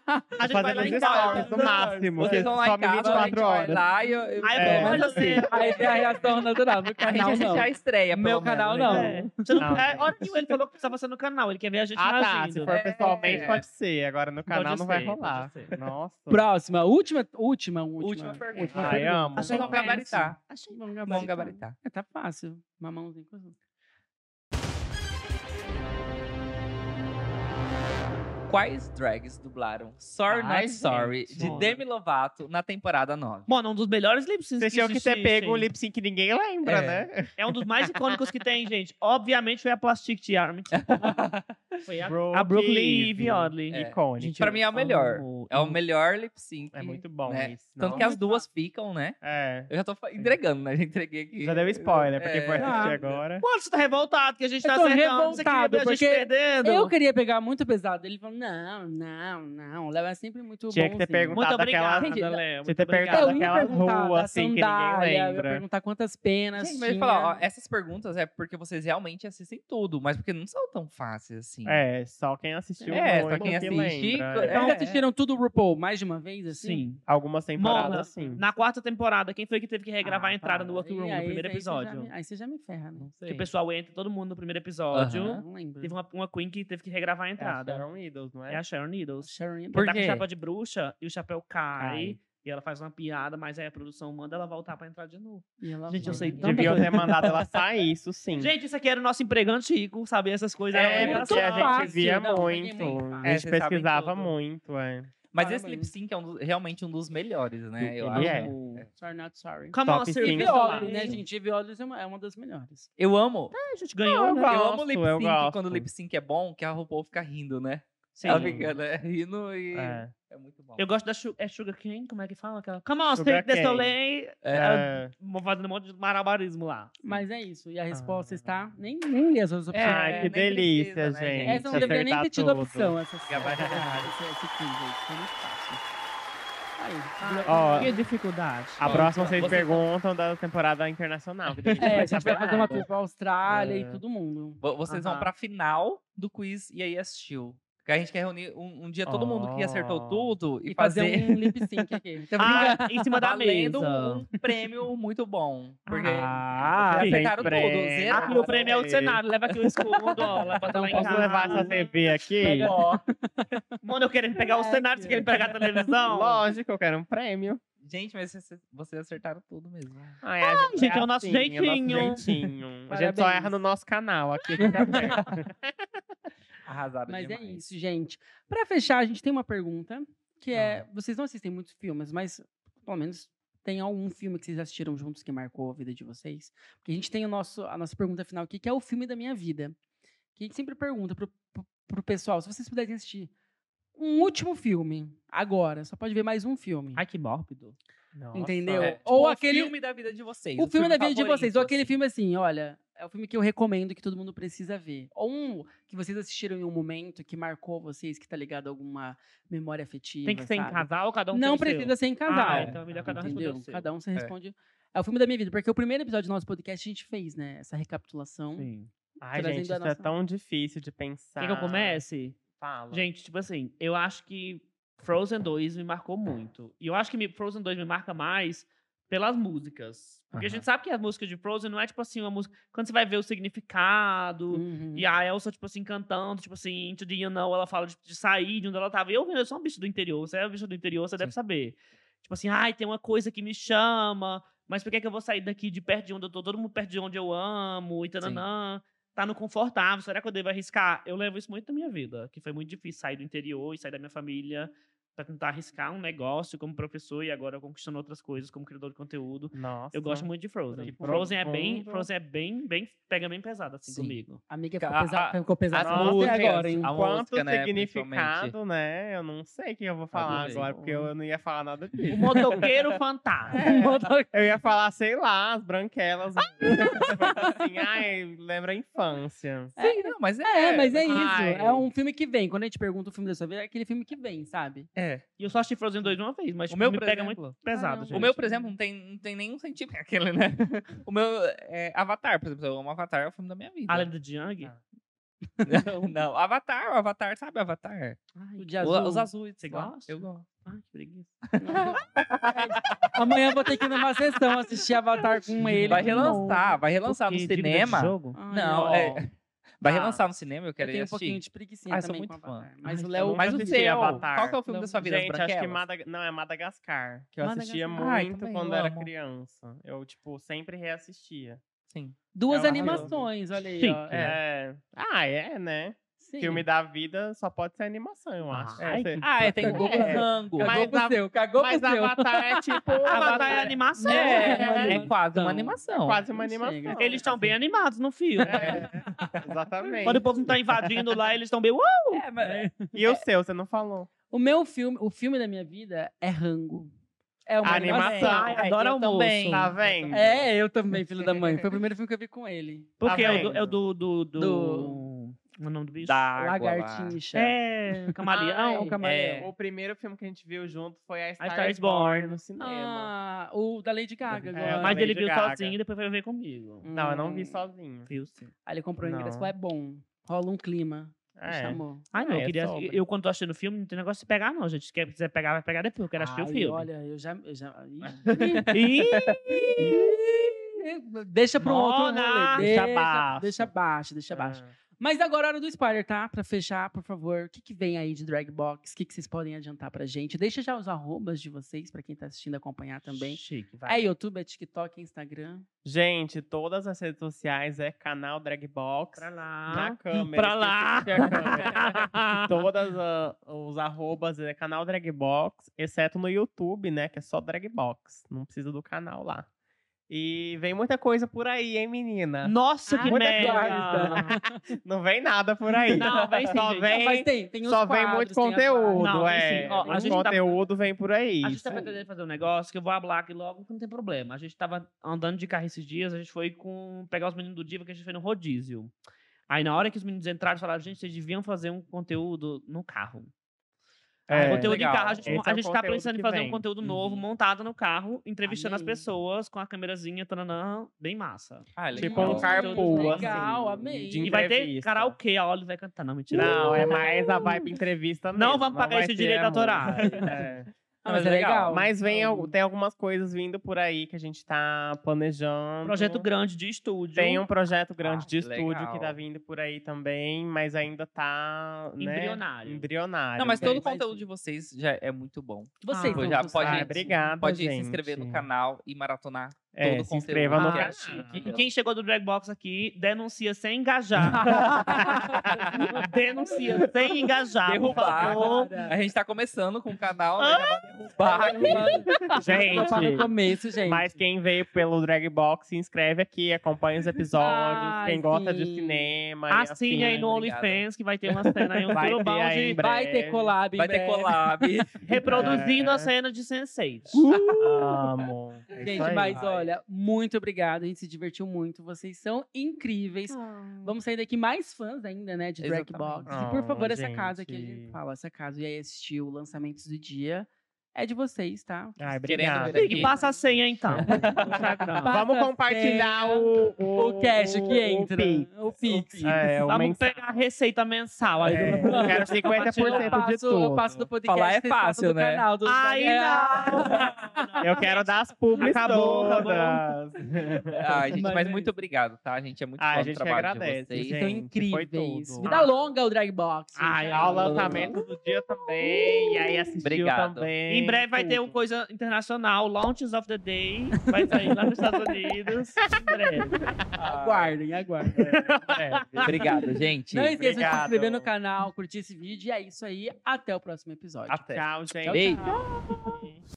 Speaker 3: A gente
Speaker 4: Vou
Speaker 3: vai lá
Speaker 4: fazer
Speaker 3: em
Speaker 4: nos
Speaker 3: casa.
Speaker 4: stories, no máximo.
Speaker 2: Vocês
Speaker 4: que
Speaker 2: vão lá em
Speaker 4: some
Speaker 2: casa, a gente
Speaker 4: 24
Speaker 2: vai
Speaker 4: horas.
Speaker 2: lá e eu... eu
Speaker 3: Aí eu
Speaker 4: É.
Speaker 3: vou, mas assim,
Speaker 1: Aí tem a reação natural. No
Speaker 2: A gente
Speaker 1: canal,
Speaker 2: assiste
Speaker 1: não.
Speaker 2: a estreia, pelo
Speaker 1: Meu
Speaker 2: menos,
Speaker 1: canal,
Speaker 2: né?
Speaker 1: não.
Speaker 3: É, você não-
Speaker 4: Não.
Speaker 3: é, hora nenhuma ele falou que precisava ser no canal, ele quer ver a gente
Speaker 4: Ah, tá.
Speaker 3: reagindo.
Speaker 4: Se for pessoalmente, pode ser. Agora no canal não vai
Speaker 3: ser, É. pode
Speaker 4: rolar.
Speaker 3: ser.
Speaker 4: Nossa.
Speaker 1: Próxima, última, última, última.
Speaker 2: Última pergunta.
Speaker 1: Última
Speaker 4: Ai, amo.
Speaker 2: Vocês vão
Speaker 1: Conversa.
Speaker 2: gabaritar.
Speaker 1: Achei bom
Speaker 2: Vão
Speaker 4: então.
Speaker 1: gabaritar.
Speaker 2: gabaritar.
Speaker 1: É, tá fácil. Mamãozinho com açúcar.
Speaker 2: Quais drags dublaram Sorry
Speaker 4: Ai,
Speaker 2: Not Sorry
Speaker 4: gente.
Speaker 2: de Demi Lovato na temporada 9?
Speaker 3: Mano, é um dos melhores lip syncs
Speaker 4: Vocês tinham que ter
Speaker 3: existe,
Speaker 4: pego um
Speaker 3: gente.
Speaker 4: lip sync que ninguém lembra,
Speaker 2: É.
Speaker 4: né?
Speaker 3: É um dos mais icônicos que tem, gente. Obviamente foi a Plastic Charm. foi a, a Brooklyn Eve,
Speaker 1: né?
Speaker 3: Oddly.
Speaker 2: É.
Speaker 4: Icônico.
Speaker 3: Gente,
Speaker 2: Pra
Speaker 3: eu
Speaker 2: mim é o melhor.
Speaker 3: amo.
Speaker 2: É o melhor lip sync.
Speaker 4: É muito bom
Speaker 2: né?
Speaker 4: isso.
Speaker 2: Tanto
Speaker 4: não?
Speaker 2: que as duas ficam, né?
Speaker 4: É.
Speaker 2: Eu já tô fa- entregando, né? Já entreguei aqui.
Speaker 4: Já deu spoiler, porque
Speaker 2: É.
Speaker 4: foi assistir
Speaker 1: Ah.
Speaker 4: agora.
Speaker 3: Mano, você tá revoltado que a gente
Speaker 1: Eu
Speaker 3: tá
Speaker 1: tô
Speaker 3: acertando. Você queria
Speaker 1: revoltado,
Speaker 3: ver a gente
Speaker 1: porque
Speaker 3: perdendo.
Speaker 1: Eu queria pegar muito pesado. Ele falou: não, não, não. Leva é sempre muito
Speaker 4: Tinha que
Speaker 1: bom.
Speaker 4: ter perguntado
Speaker 3: Muito
Speaker 4: daquela-
Speaker 3: obrigada,
Speaker 1: Gente, é um
Speaker 3: Léo.
Speaker 4: Você
Speaker 3: Muito
Speaker 4: ter
Speaker 3: obrigado.
Speaker 4: perguntado
Speaker 1: Eu ia
Speaker 4: aquelas
Speaker 1: perguntar da
Speaker 4: ruas assim que
Speaker 1: sandália,
Speaker 4: ninguém
Speaker 1: Eu ia
Speaker 4: lembra.
Speaker 1: perguntar quantas penas
Speaker 2: Gente, mas eu ia
Speaker 1: tinha.
Speaker 2: é falar, ó, essas perguntas é porque vocês realmente assistem tudo, mas porque não são tão fáceis assim. assim.
Speaker 4: É, só quem assistiu
Speaker 2: É,
Speaker 4: muito
Speaker 2: pra quem
Speaker 4: que
Speaker 2: assiste,
Speaker 4: lembra.
Speaker 2: é.
Speaker 1: Então assistiram tudo o RuPaul mais de uma vez, assim?
Speaker 4: Sim, algumas
Speaker 3: Mona,
Speaker 4: temporadas, sim.
Speaker 3: Na quarta temporada, quem foi que teve que regravar a
Speaker 1: Ah,
Speaker 3: entrada
Speaker 1: para.
Speaker 3: no Workroom
Speaker 1: E
Speaker 3: no
Speaker 1: aí,
Speaker 3: primeiro
Speaker 1: aí você já
Speaker 3: episódio?
Speaker 1: me- Aí você já me ferra, né?
Speaker 3: Que o pessoal entra, todo mundo no primeiro episódio.
Speaker 2: Aham.
Speaker 1: Não lembro.
Speaker 3: Teve uma, uma Queen que teve que regravar a
Speaker 4: É a
Speaker 3: entrada.
Speaker 4: Sharon Needles, não
Speaker 3: É
Speaker 4: é?
Speaker 3: a Sharon Needles.
Speaker 1: Sharon-
Speaker 3: Ela
Speaker 2: Por
Speaker 3: tá com
Speaker 2: quê?
Speaker 3: chapa de bruxa e o chapéu cai.
Speaker 4: Cai.
Speaker 3: E ela faz uma piada, mas aí a produção manda ela voltar pra entrar de novo.
Speaker 1: E ela
Speaker 3: Gente,
Speaker 1: vai.
Speaker 3: eu sei tanta
Speaker 4: Uhum. Deviam
Speaker 3: coisa.
Speaker 4: ter mandado ela sair, isso sim.
Speaker 3: Gente, isso aqui era o nosso emprego antigo, saber essas coisas.
Speaker 4: é,
Speaker 3: era
Speaker 4: porque
Speaker 3: muito
Speaker 4: a gente
Speaker 3: fácil.
Speaker 4: via
Speaker 1: Não, peguei
Speaker 4: muito.
Speaker 1: muito
Speaker 4: A
Speaker 1: fácil.
Speaker 2: É, vocês
Speaker 4: gente
Speaker 2: sabem
Speaker 4: pesquisava
Speaker 2: tudo.
Speaker 4: muito, é.
Speaker 2: Mas
Speaker 1: Parabéns.
Speaker 2: esse lip sync é um dos- realmente um dos melhores, né? Eu acho.
Speaker 4: Ele é.
Speaker 1: Sorry, not sorry.
Speaker 3: Come
Speaker 4: Top
Speaker 3: on,
Speaker 1: E
Speaker 4: Sim,
Speaker 3: Sirius.
Speaker 4: cinco.
Speaker 3: olá.
Speaker 1: Violis, né, gente? E Violis é uma, é uma das melhores.
Speaker 2: Eu amo.
Speaker 3: A gente ganhou,
Speaker 4: Não,
Speaker 3: né?
Speaker 4: gosto,
Speaker 2: eu amo lip
Speaker 4: eu
Speaker 2: sync
Speaker 4: gosto.
Speaker 2: quando o lip sync é bom, que a RuPaul fica rindo, né?
Speaker 4: Tá
Speaker 3: Sim.
Speaker 2: Ela fica né, rindo e. É,
Speaker 4: é.
Speaker 2: muito bom.
Speaker 3: Eu gosto da su é Sugar King, como é que fala? Aquela, Come on,
Speaker 4: Sugar
Speaker 3: take this
Speaker 4: cane.
Speaker 3: Soleil. Ela
Speaker 4: É.
Speaker 3: fazendo um monte de marabarismo lá.
Speaker 1: Mas é isso. E a resposta está. Nem, É, nem li as outras opções. É,
Speaker 4: Ai,
Speaker 2: nem
Speaker 4: que delícia,
Speaker 2: precisa, né,
Speaker 4: gente.
Speaker 2: gente?
Speaker 1: Essa não deveria nem
Speaker 4: acertar
Speaker 1: ter tido
Speaker 4: tudo.
Speaker 1: opção. Essa esse,
Speaker 2: Gabar-
Speaker 1: esse quiz aí. Foi muito fácil. Aí.
Speaker 4: Ó,
Speaker 3: que dificuldade.
Speaker 4: A próxima vocês
Speaker 2: você-
Speaker 4: perguntam da temporada internacional. que daí a gente
Speaker 1: É,
Speaker 4: vai
Speaker 1: a gente vai fazer uma tour pra Austrália
Speaker 4: tá É.
Speaker 1: e todo mundo.
Speaker 2: Vo- Vocês vão
Speaker 4: Aham.
Speaker 2: pra final do quiz e aí assistiu. Porque a gente quer reunir um, um dia todo mundo que acertou
Speaker 4: Oh.
Speaker 2: tudo e,
Speaker 1: E fazer,
Speaker 2: fazer,
Speaker 1: um lip sync aqui.
Speaker 3: Ah, em cima da mesa.
Speaker 2: valendo um prêmio muito bom. Porque
Speaker 4: Ah,
Speaker 2: vocês
Speaker 4: tem
Speaker 2: acertaram tudo.
Speaker 4: Ah, prêmio.
Speaker 2: zeraram.
Speaker 3: Aqui o prêmio é o
Speaker 4: Ei.
Speaker 3: cenário, leva aqui o escudo, ó, leva tá lá em
Speaker 4: Então Posso
Speaker 3: casa.
Speaker 4: levar essa TV aqui?
Speaker 3: Ó. Mano, eu querendo pegar o cenário, você querendo pegar a televisão.
Speaker 4: Lógico, eu quero um prêmio.
Speaker 2: Gente, mas vocês, vocês acertaram tudo mesmo.
Speaker 4: Ai, a gente,
Speaker 3: gente, é o nosso
Speaker 4: assim, é o nosso
Speaker 3: jeitinho.
Speaker 4: jeitinho. A gente só
Speaker 1: Parabéns.
Speaker 4: erra no nosso canal aqui. que tá certo.
Speaker 2: Arrasaram
Speaker 1: Mas
Speaker 2: demais.
Speaker 1: é isso, gente. Pra fechar, a gente tem uma pergunta, que é...
Speaker 2: Ah.
Speaker 1: Vocês não assistem muitos filmes, mas pelo menos tem algum filme que vocês assistiram juntos que marcou a vida de vocês? Porque a gente tem o nosso, a nossa pergunta final aqui, que é o filme da minha vida. Que a gente sempre pergunta pro, pro, pro pessoal, se vocês pudessem assistir um último filme, agora, só pode ver mais um filme.
Speaker 3: Ai, que mórbido.
Speaker 4: Nossa.
Speaker 1: Entendeu?
Speaker 2: É, tipo,
Speaker 1: Ou
Speaker 2: o
Speaker 1: aquele
Speaker 2: filme da vida de vocês.
Speaker 1: O filme da vida de
Speaker 2: favorito,
Speaker 1: vocês, ou aquele
Speaker 2: assim.
Speaker 1: filme assim, olha, é o filme que eu recomendo que todo mundo precisa ver. Ou um que vocês assistiram em um momento que marcou vocês, que tá ligado a alguma memória afetiva.
Speaker 3: Tem que ser em
Speaker 1: sabe?
Speaker 3: casal ou cada um
Speaker 1: Não
Speaker 3: tem o seu?
Speaker 1: precisa ser em casal.
Speaker 3: Ah, então é melhor cada um responder o
Speaker 1: entendeu?
Speaker 3: seu.
Speaker 1: Cada um se
Speaker 2: É.
Speaker 1: responde. É. o filme da minha vida, porque o primeiro episódio do nosso podcast a gente fez, né? Essa recapitulação.
Speaker 4: Ai,
Speaker 1: Trazendo
Speaker 4: gente, isso
Speaker 1: a
Speaker 4: é
Speaker 1: nossa-
Speaker 4: tão difícil de pensar.
Speaker 3: Quer que eu comece?
Speaker 4: Fala.
Speaker 3: Gente, tipo assim, eu acho que Frozen 2 me marcou muito. E eu acho que me- Frozen 2 me marca mais pelas músicas. Porque a
Speaker 2: Aham.
Speaker 3: gente sabe que as músicas de Frozen não é tipo assim uma música. Quando você vai ver o significado.
Speaker 1: Uhum.
Speaker 3: E a Elsa, tipo assim, cantando, tipo assim, Into the You Know, ela fala de, de sair de onde ela tava. Eu, eu sou um bicho do interior, você é um bicho do interior, você deve saber. Tipo assim, ai, tem uma coisa que me chama, mas por que, que eu vou sair daqui de perto de onde eu tô? Todo mundo perto de onde eu amo, e tananã. Tá no confortável, será que eu devo arriscar? Eu levo isso muito da minha vida, que foi muito difícil sair do interior e sair da minha família pra tentar arriscar um negócio como professor e agora conquistando outras coisas como criador de conteúdo.
Speaker 4: Nossa.
Speaker 3: Eu gosto muito de Frozen.
Speaker 4: Que
Speaker 3: Frozen é bem,
Speaker 4: profundo.
Speaker 3: Frozen é bem, bem, pega bem pesado assim
Speaker 2: Sim.
Speaker 3: comigo.
Speaker 1: Amiga, ficou
Speaker 2: A-
Speaker 1: pesado.
Speaker 2: a-
Speaker 1: Ficou pesado
Speaker 4: As
Speaker 1: pra você
Speaker 4: músicas,
Speaker 1: agora, hein?
Speaker 2: a
Speaker 4: quanto
Speaker 2: música, né,
Speaker 4: significado,
Speaker 2: principalmente.
Speaker 4: né? Eu não sei o que eu vou falar
Speaker 2: Adorei.
Speaker 4: agora, porque eu não ia falar nada
Speaker 3: O
Speaker 4: disso.
Speaker 3: motoqueiro fantasma.
Speaker 1: É.
Speaker 4: Eu ia falar, sei lá, as branquelas. assim, ai, lembra a infância.
Speaker 2: É, não, mas é.
Speaker 1: É, mas é isso.
Speaker 4: Ai.
Speaker 1: É um filme que vem. Quando a gente pergunta o filme da sua vida, é aquele filme que vem, sabe?
Speaker 2: é.
Speaker 3: E eu só assisti Frozen 2 uma vez, mas
Speaker 2: O
Speaker 3: tipo,
Speaker 2: meu,
Speaker 3: me
Speaker 2: por
Speaker 3: pega
Speaker 2: exemplo,
Speaker 3: muito pesado.
Speaker 1: Caramba.
Speaker 3: gente.
Speaker 2: O meu, por exemplo, não tem, não tem nenhum sentimento. Aquele, né? O meu é Avatar, por exemplo. Eu amo Avatar, é o filme da minha vida.
Speaker 3: A Lenda de Yang?
Speaker 4: Ah.
Speaker 2: Não, não. Avatar, o Avatar, sabe Avatar?
Speaker 1: O de
Speaker 2: O-
Speaker 1: azul.
Speaker 2: Os azuis. Você
Speaker 3: Gosto.
Speaker 2: gosta? Eu gosto.
Speaker 3: Ai, que preguiça.
Speaker 1: Amanhã eu vou ter que ir numa sessão assistir Avatar com ele. é
Speaker 2: vai
Speaker 1: de novo.
Speaker 2: relançar, vai relançar
Speaker 3: Por
Speaker 2: no
Speaker 3: quê? Dívida de
Speaker 2: cinema.
Speaker 3: jogo?
Speaker 1: Ai,
Speaker 2: Não, é- Vai
Speaker 1: Ah.
Speaker 2: relançar no cinema, eu
Speaker 1: Eu
Speaker 2: quero ir
Speaker 1: tenho um pouquinho
Speaker 2: assistir.
Speaker 1: de preguiçinha
Speaker 2: Ah, eu sou
Speaker 1: também com
Speaker 2: muito fã. tá
Speaker 1: Avatar. Mas
Speaker 4: Ai,
Speaker 1: o
Speaker 4: eu
Speaker 1: Léo...
Speaker 4: nunca
Speaker 2: Mas o
Speaker 4: assisti
Speaker 2: seu,
Speaker 4: Avatar.
Speaker 2: qual que é o filme da sua vida? As
Speaker 4: Gente, acho que
Speaker 2: Branquelas?
Speaker 4: Madag... não, é Madagascar, que eu assistia
Speaker 2: Madagascar. Ai,
Speaker 4: muito
Speaker 2: também,
Speaker 4: quando
Speaker 2: eu
Speaker 4: era
Speaker 2: amo.
Speaker 4: criança. Eu, tipo, sempre reassistia.
Speaker 2: Sim.
Speaker 1: Duas
Speaker 4: É
Speaker 1: animações, olha aí.
Speaker 3: Sim.
Speaker 1: ó.
Speaker 4: É. Ah, é, né?
Speaker 1: Sim.
Speaker 4: Filme da vida só pode ser animação, eu acho.
Speaker 3: Ai,
Speaker 4: É, você-
Speaker 2: Ah, é, tem o Goku
Speaker 4: É.
Speaker 2: Rango.
Speaker 4: Mas
Speaker 1: Cagou pro
Speaker 4: na-
Speaker 1: seu, cagou
Speaker 4: Mas
Speaker 1: pro seu.
Speaker 4: Avatar é tipo.
Speaker 3: Avatar é animação.
Speaker 2: É,
Speaker 1: É,
Speaker 2: é,
Speaker 1: é
Speaker 2: quase
Speaker 4: um
Speaker 2: uma animação.
Speaker 4: Quase uma
Speaker 1: Não chega.
Speaker 4: animação.
Speaker 3: Eles estão bem animados no filme.
Speaker 4: É,
Speaker 3: Quando o
Speaker 4: exatamente.
Speaker 3: povo não tá invadindo lá, eles estão bem. "Uou!"
Speaker 2: É, mas-
Speaker 4: E o seu, você não falou.
Speaker 1: O meu filme, o filme da minha vida é Rango. É uma
Speaker 4: A
Speaker 1: animação.
Speaker 4: animação.
Speaker 2: Ai,
Speaker 3: Ai, adoro
Speaker 2: eu
Speaker 3: almoço.
Speaker 2: também.
Speaker 4: Tá vendo?
Speaker 1: É, eu também, filho da mãe. Foi o primeiro filme que eu vi com ele.
Speaker 3: Porque é o do.
Speaker 4: vendo?
Speaker 3: É o do, do, do- é
Speaker 1: Do-
Speaker 3: O nome do bicho?
Speaker 2: Da água lá.
Speaker 1: Lagartixa.
Speaker 3: É,
Speaker 4: Ai,
Speaker 3: Camaleão.
Speaker 1: o Camaleão.
Speaker 2: é.
Speaker 4: O primeiro filme que a gente viu junto foi A Star,
Speaker 3: Star
Speaker 4: is
Speaker 3: is Born.
Speaker 4: Born no cinema.
Speaker 1: Ah, o da Lady Gaga
Speaker 4: É,
Speaker 1: agora.
Speaker 3: Mas
Speaker 4: Lady
Speaker 3: ele viu
Speaker 4: Gaga.
Speaker 3: sozinho e depois veio ver comigo.
Speaker 4: Não, eu não vi
Speaker 1: Hum.
Speaker 4: sozinho.
Speaker 3: Viu sim.
Speaker 1: Aí ele comprou o ingresso, falou,
Speaker 4: Não.
Speaker 1: é bom. Rola um clima.
Speaker 3: É.
Speaker 1: chamou.
Speaker 3: Ai, não, eu
Speaker 4: É,
Speaker 3: queria.
Speaker 4: sobre.
Speaker 3: Eu, quando tô assistindo o filme, não tem negócio de pegar, não, gente. Se quer- quiser pegar, vai pegar depois. Eu quero assistir o
Speaker 1: Ai,
Speaker 3: filme.
Speaker 1: Olha, eu já. Eu já Ih.
Speaker 3: Ih,
Speaker 1: Ih. deixa pra um outro rolê. Deixa,
Speaker 3: Mona! Deixa
Speaker 1: deixa
Speaker 3: abaixo.
Speaker 1: baixo. Deixa baixo, Mas agora é hora do spoiler, tá? Pra fechar, por favor. O que, que vem aí de Drag Box? O que, que vocês podem adiantar pra gente? Deixa já os arrobas de vocês, pra quem tá assistindo acompanhar também.
Speaker 3: Chique, vai.
Speaker 1: É YouTube, é TikTok, é Instagram.
Speaker 4: Gente, todas as redes sociais é canal Dragbox.
Speaker 3: Pra
Speaker 4: Na
Speaker 3: lá.
Speaker 4: câmera.
Speaker 3: Pra lá.
Speaker 4: esqueci de assistir a câmera. Todas ah, os arrobas é canal Dragbox, exceto no YouTube, né? Que é só Dragbox. Não precisa do canal lá. E vem muita coisa por aí, hein, menina?
Speaker 3: Nossa,
Speaker 1: Ah,
Speaker 3: que
Speaker 4: muita então, né?
Speaker 3: merda.
Speaker 4: Não vem nada por aí.
Speaker 3: Hum. Não, vem sim,
Speaker 4: só
Speaker 3: gente.
Speaker 1: Não, mas
Speaker 4: vem,
Speaker 1: tem, tem os
Speaker 4: só vem
Speaker 1: quadros,
Speaker 4: muito
Speaker 1: tem as
Speaker 4: conteúdo,
Speaker 1: lives.
Speaker 3: Não, vem
Speaker 4: é.
Speaker 3: sim. Ó, a
Speaker 4: muito
Speaker 3: gente tá-
Speaker 4: conteúdo vem por aí.
Speaker 3: A gente tá
Speaker 4: isso aí.
Speaker 3: pretendendo fazer um negócio que eu vou hablar aqui logo que não tem problema. A gente tava andando de carro esses dias, a gente foi com pegar os meninos do Diva que a gente foi no rodízio. Aí na hora que os meninos entraram, eles falaram, gente, vocês deviam fazer um conteúdo no carro.
Speaker 4: É,
Speaker 3: conteúdo
Speaker 4: legal.
Speaker 3: em carro, a gente,
Speaker 4: Esse
Speaker 3: a
Speaker 4: é o
Speaker 3: gente tá
Speaker 4: conteúdo
Speaker 3: pensando em
Speaker 4: que
Speaker 3: fazer um
Speaker 4: vem.
Speaker 3: conteúdo novo,
Speaker 2: Uhum.
Speaker 3: montado no carro, entrevistando as
Speaker 1: Amei.
Speaker 3: pessoas com a câmerazinha, tananã, bem massa.
Speaker 2: Ah, legal.
Speaker 4: Tipo um
Speaker 3: Nossa,
Speaker 4: carpool,
Speaker 3: tudo
Speaker 4: assim.
Speaker 1: legal, amei.
Speaker 4: de
Speaker 3: E vai ter
Speaker 4: entrevista.
Speaker 3: karaokê, a Oli vai cantar, não, mentira.
Speaker 4: Não, é mais a vibe entrevista
Speaker 3: Não
Speaker 4: mesmo,
Speaker 3: vamos pagar
Speaker 4: vai
Speaker 3: esse
Speaker 4: ser
Speaker 3: direito
Speaker 4: a
Speaker 3: autoral.
Speaker 4: música. É.
Speaker 1: Ah, mas é legal.
Speaker 4: Mas vem,
Speaker 1: Então,
Speaker 4: al- tem algumas coisas vindo por aí que a gente tá planejando.
Speaker 3: um Projeto grande de estúdio.
Speaker 4: um Tem um projeto grande
Speaker 2: Ah,
Speaker 4: de estúdio
Speaker 2: legal.
Speaker 4: que tá vindo por aí também, mas ainda tá, né,
Speaker 3: Embrionário.
Speaker 4: Embrionário.
Speaker 2: Não, mas
Speaker 4: bem.
Speaker 2: todo o conteúdo de vocês já é muito bom.
Speaker 1: Vocês
Speaker 3: Ah,
Speaker 1: vão
Speaker 2: já
Speaker 1: postar.
Speaker 2: pode-
Speaker 4: Ah, obrigada,
Speaker 2: Pode
Speaker 4: gente.
Speaker 2: se inscrever no canal e maratonar
Speaker 4: É,
Speaker 2: todo o
Speaker 4: se
Speaker 2: conteúdo.
Speaker 4: inscreva no
Speaker 2: que
Speaker 1: Ah,
Speaker 2: é
Speaker 4: canal.
Speaker 2: chique.
Speaker 3: E quem chegou do Drag Box aqui, denuncia sem engajar. denuncia sem engajar. por
Speaker 2: Derrubar.
Speaker 3: favor.
Speaker 4: Ah,
Speaker 2: A gente tá começando com o canal, né? Já vai derrubar aqui.
Speaker 1: Tá no
Speaker 4: Gente,
Speaker 1: começo, gente.
Speaker 4: mas quem veio pelo Drag Box, se inscreve aqui, acompanha os episódios.
Speaker 1: Ai,
Speaker 4: quem gosta de
Speaker 1: sim.
Speaker 4: cinema. e
Speaker 3: Assine aí no
Speaker 2: obrigado.
Speaker 3: OnlyFans que vai ter uma cena aí, um
Speaker 4: assim, Vai ter
Speaker 3: surubão
Speaker 4: aí em
Speaker 3: de
Speaker 4: breve.
Speaker 1: Vai ter
Speaker 4: um
Speaker 1: collab, em
Speaker 2: Vai ter
Speaker 1: breve.
Speaker 2: collab.
Speaker 3: reproduzindo
Speaker 4: É.
Speaker 3: a cena de Sense8.
Speaker 4: Amo. É isso
Speaker 1: Gente,
Speaker 4: aí.
Speaker 1: mas olha, muito obrigado. A gente se divertiu muito. Vocês são incríveis. Vamos sair daqui mais fãs ainda, né? De Drag
Speaker 2: Exatamente.
Speaker 1: Box. e por
Speaker 4: Oh,
Speaker 1: favor, essa casa que a
Speaker 4: gente.
Speaker 1: gente fala, essa casa e aí assistiu lançamentos do dia, é de vocês, tá?
Speaker 4: Ai,
Speaker 2: Querendo
Speaker 4: obrigado.
Speaker 2: ver aqui.
Speaker 3: E passa a senha então.
Speaker 1: Passa
Speaker 4: Vamos
Speaker 1: a
Speaker 4: compartilhar
Speaker 1: senha,
Speaker 4: o, o,
Speaker 1: O cash que entra.
Speaker 4: Pi.
Speaker 1: O Pix.
Speaker 4: É, o
Speaker 3: Vamos
Speaker 4: mens-
Speaker 3: pegar a receita mensal aí.
Speaker 4: É,
Speaker 3: do-
Speaker 4: eu quero
Speaker 1: Eu
Speaker 4: 50% de
Speaker 1: passo, eu
Speaker 4: tudo.
Speaker 1: passo do podcast.
Speaker 2: Falar é
Speaker 1: vocês passam
Speaker 2: fácil,
Speaker 1: do
Speaker 2: né?
Speaker 1: Canal, do,
Speaker 3: Ai,
Speaker 1: é,
Speaker 3: não!
Speaker 4: Eu quero dar as públicas
Speaker 3: Acabou, acabou.
Speaker 4: todas.
Speaker 2: Ai, gente,
Speaker 1: Mas
Speaker 2: mas,
Speaker 1: é
Speaker 2: muito obrigado, tá? A gente é muito
Speaker 4: Ai,
Speaker 2: fã
Speaker 4: Ah, a
Speaker 2: do
Speaker 4: gente que
Speaker 2: trabalho
Speaker 4: agradece,
Speaker 2: de vocês.
Speaker 4: gente.
Speaker 1: São
Speaker 4: foi
Speaker 1: incríveis.
Speaker 4: tudo.
Speaker 1: Vida longa o Drag Box.
Speaker 4: Ai,
Speaker 1: gente.
Speaker 4: ao lançamento do dia também. E aí assistiu
Speaker 2: Obrigado.
Speaker 4: também.
Speaker 3: Em breve vai ter um.
Speaker 4: tudo.
Speaker 3: uma coisa internacional, Launches of the Day. Vai sair lá nos Estados Unidos. Em breve.
Speaker 1: Aguardem, aguardem.
Speaker 2: Então,
Speaker 4: É,
Speaker 2: Obrigado, gente.
Speaker 1: Não esqueçam de se
Speaker 4: obrigado.
Speaker 1: inscrever no canal, curtir esse vídeo. E é isso aí. Até o próximo episódio.
Speaker 2: Até.
Speaker 4: Tchau, gente.
Speaker 2: Beijo.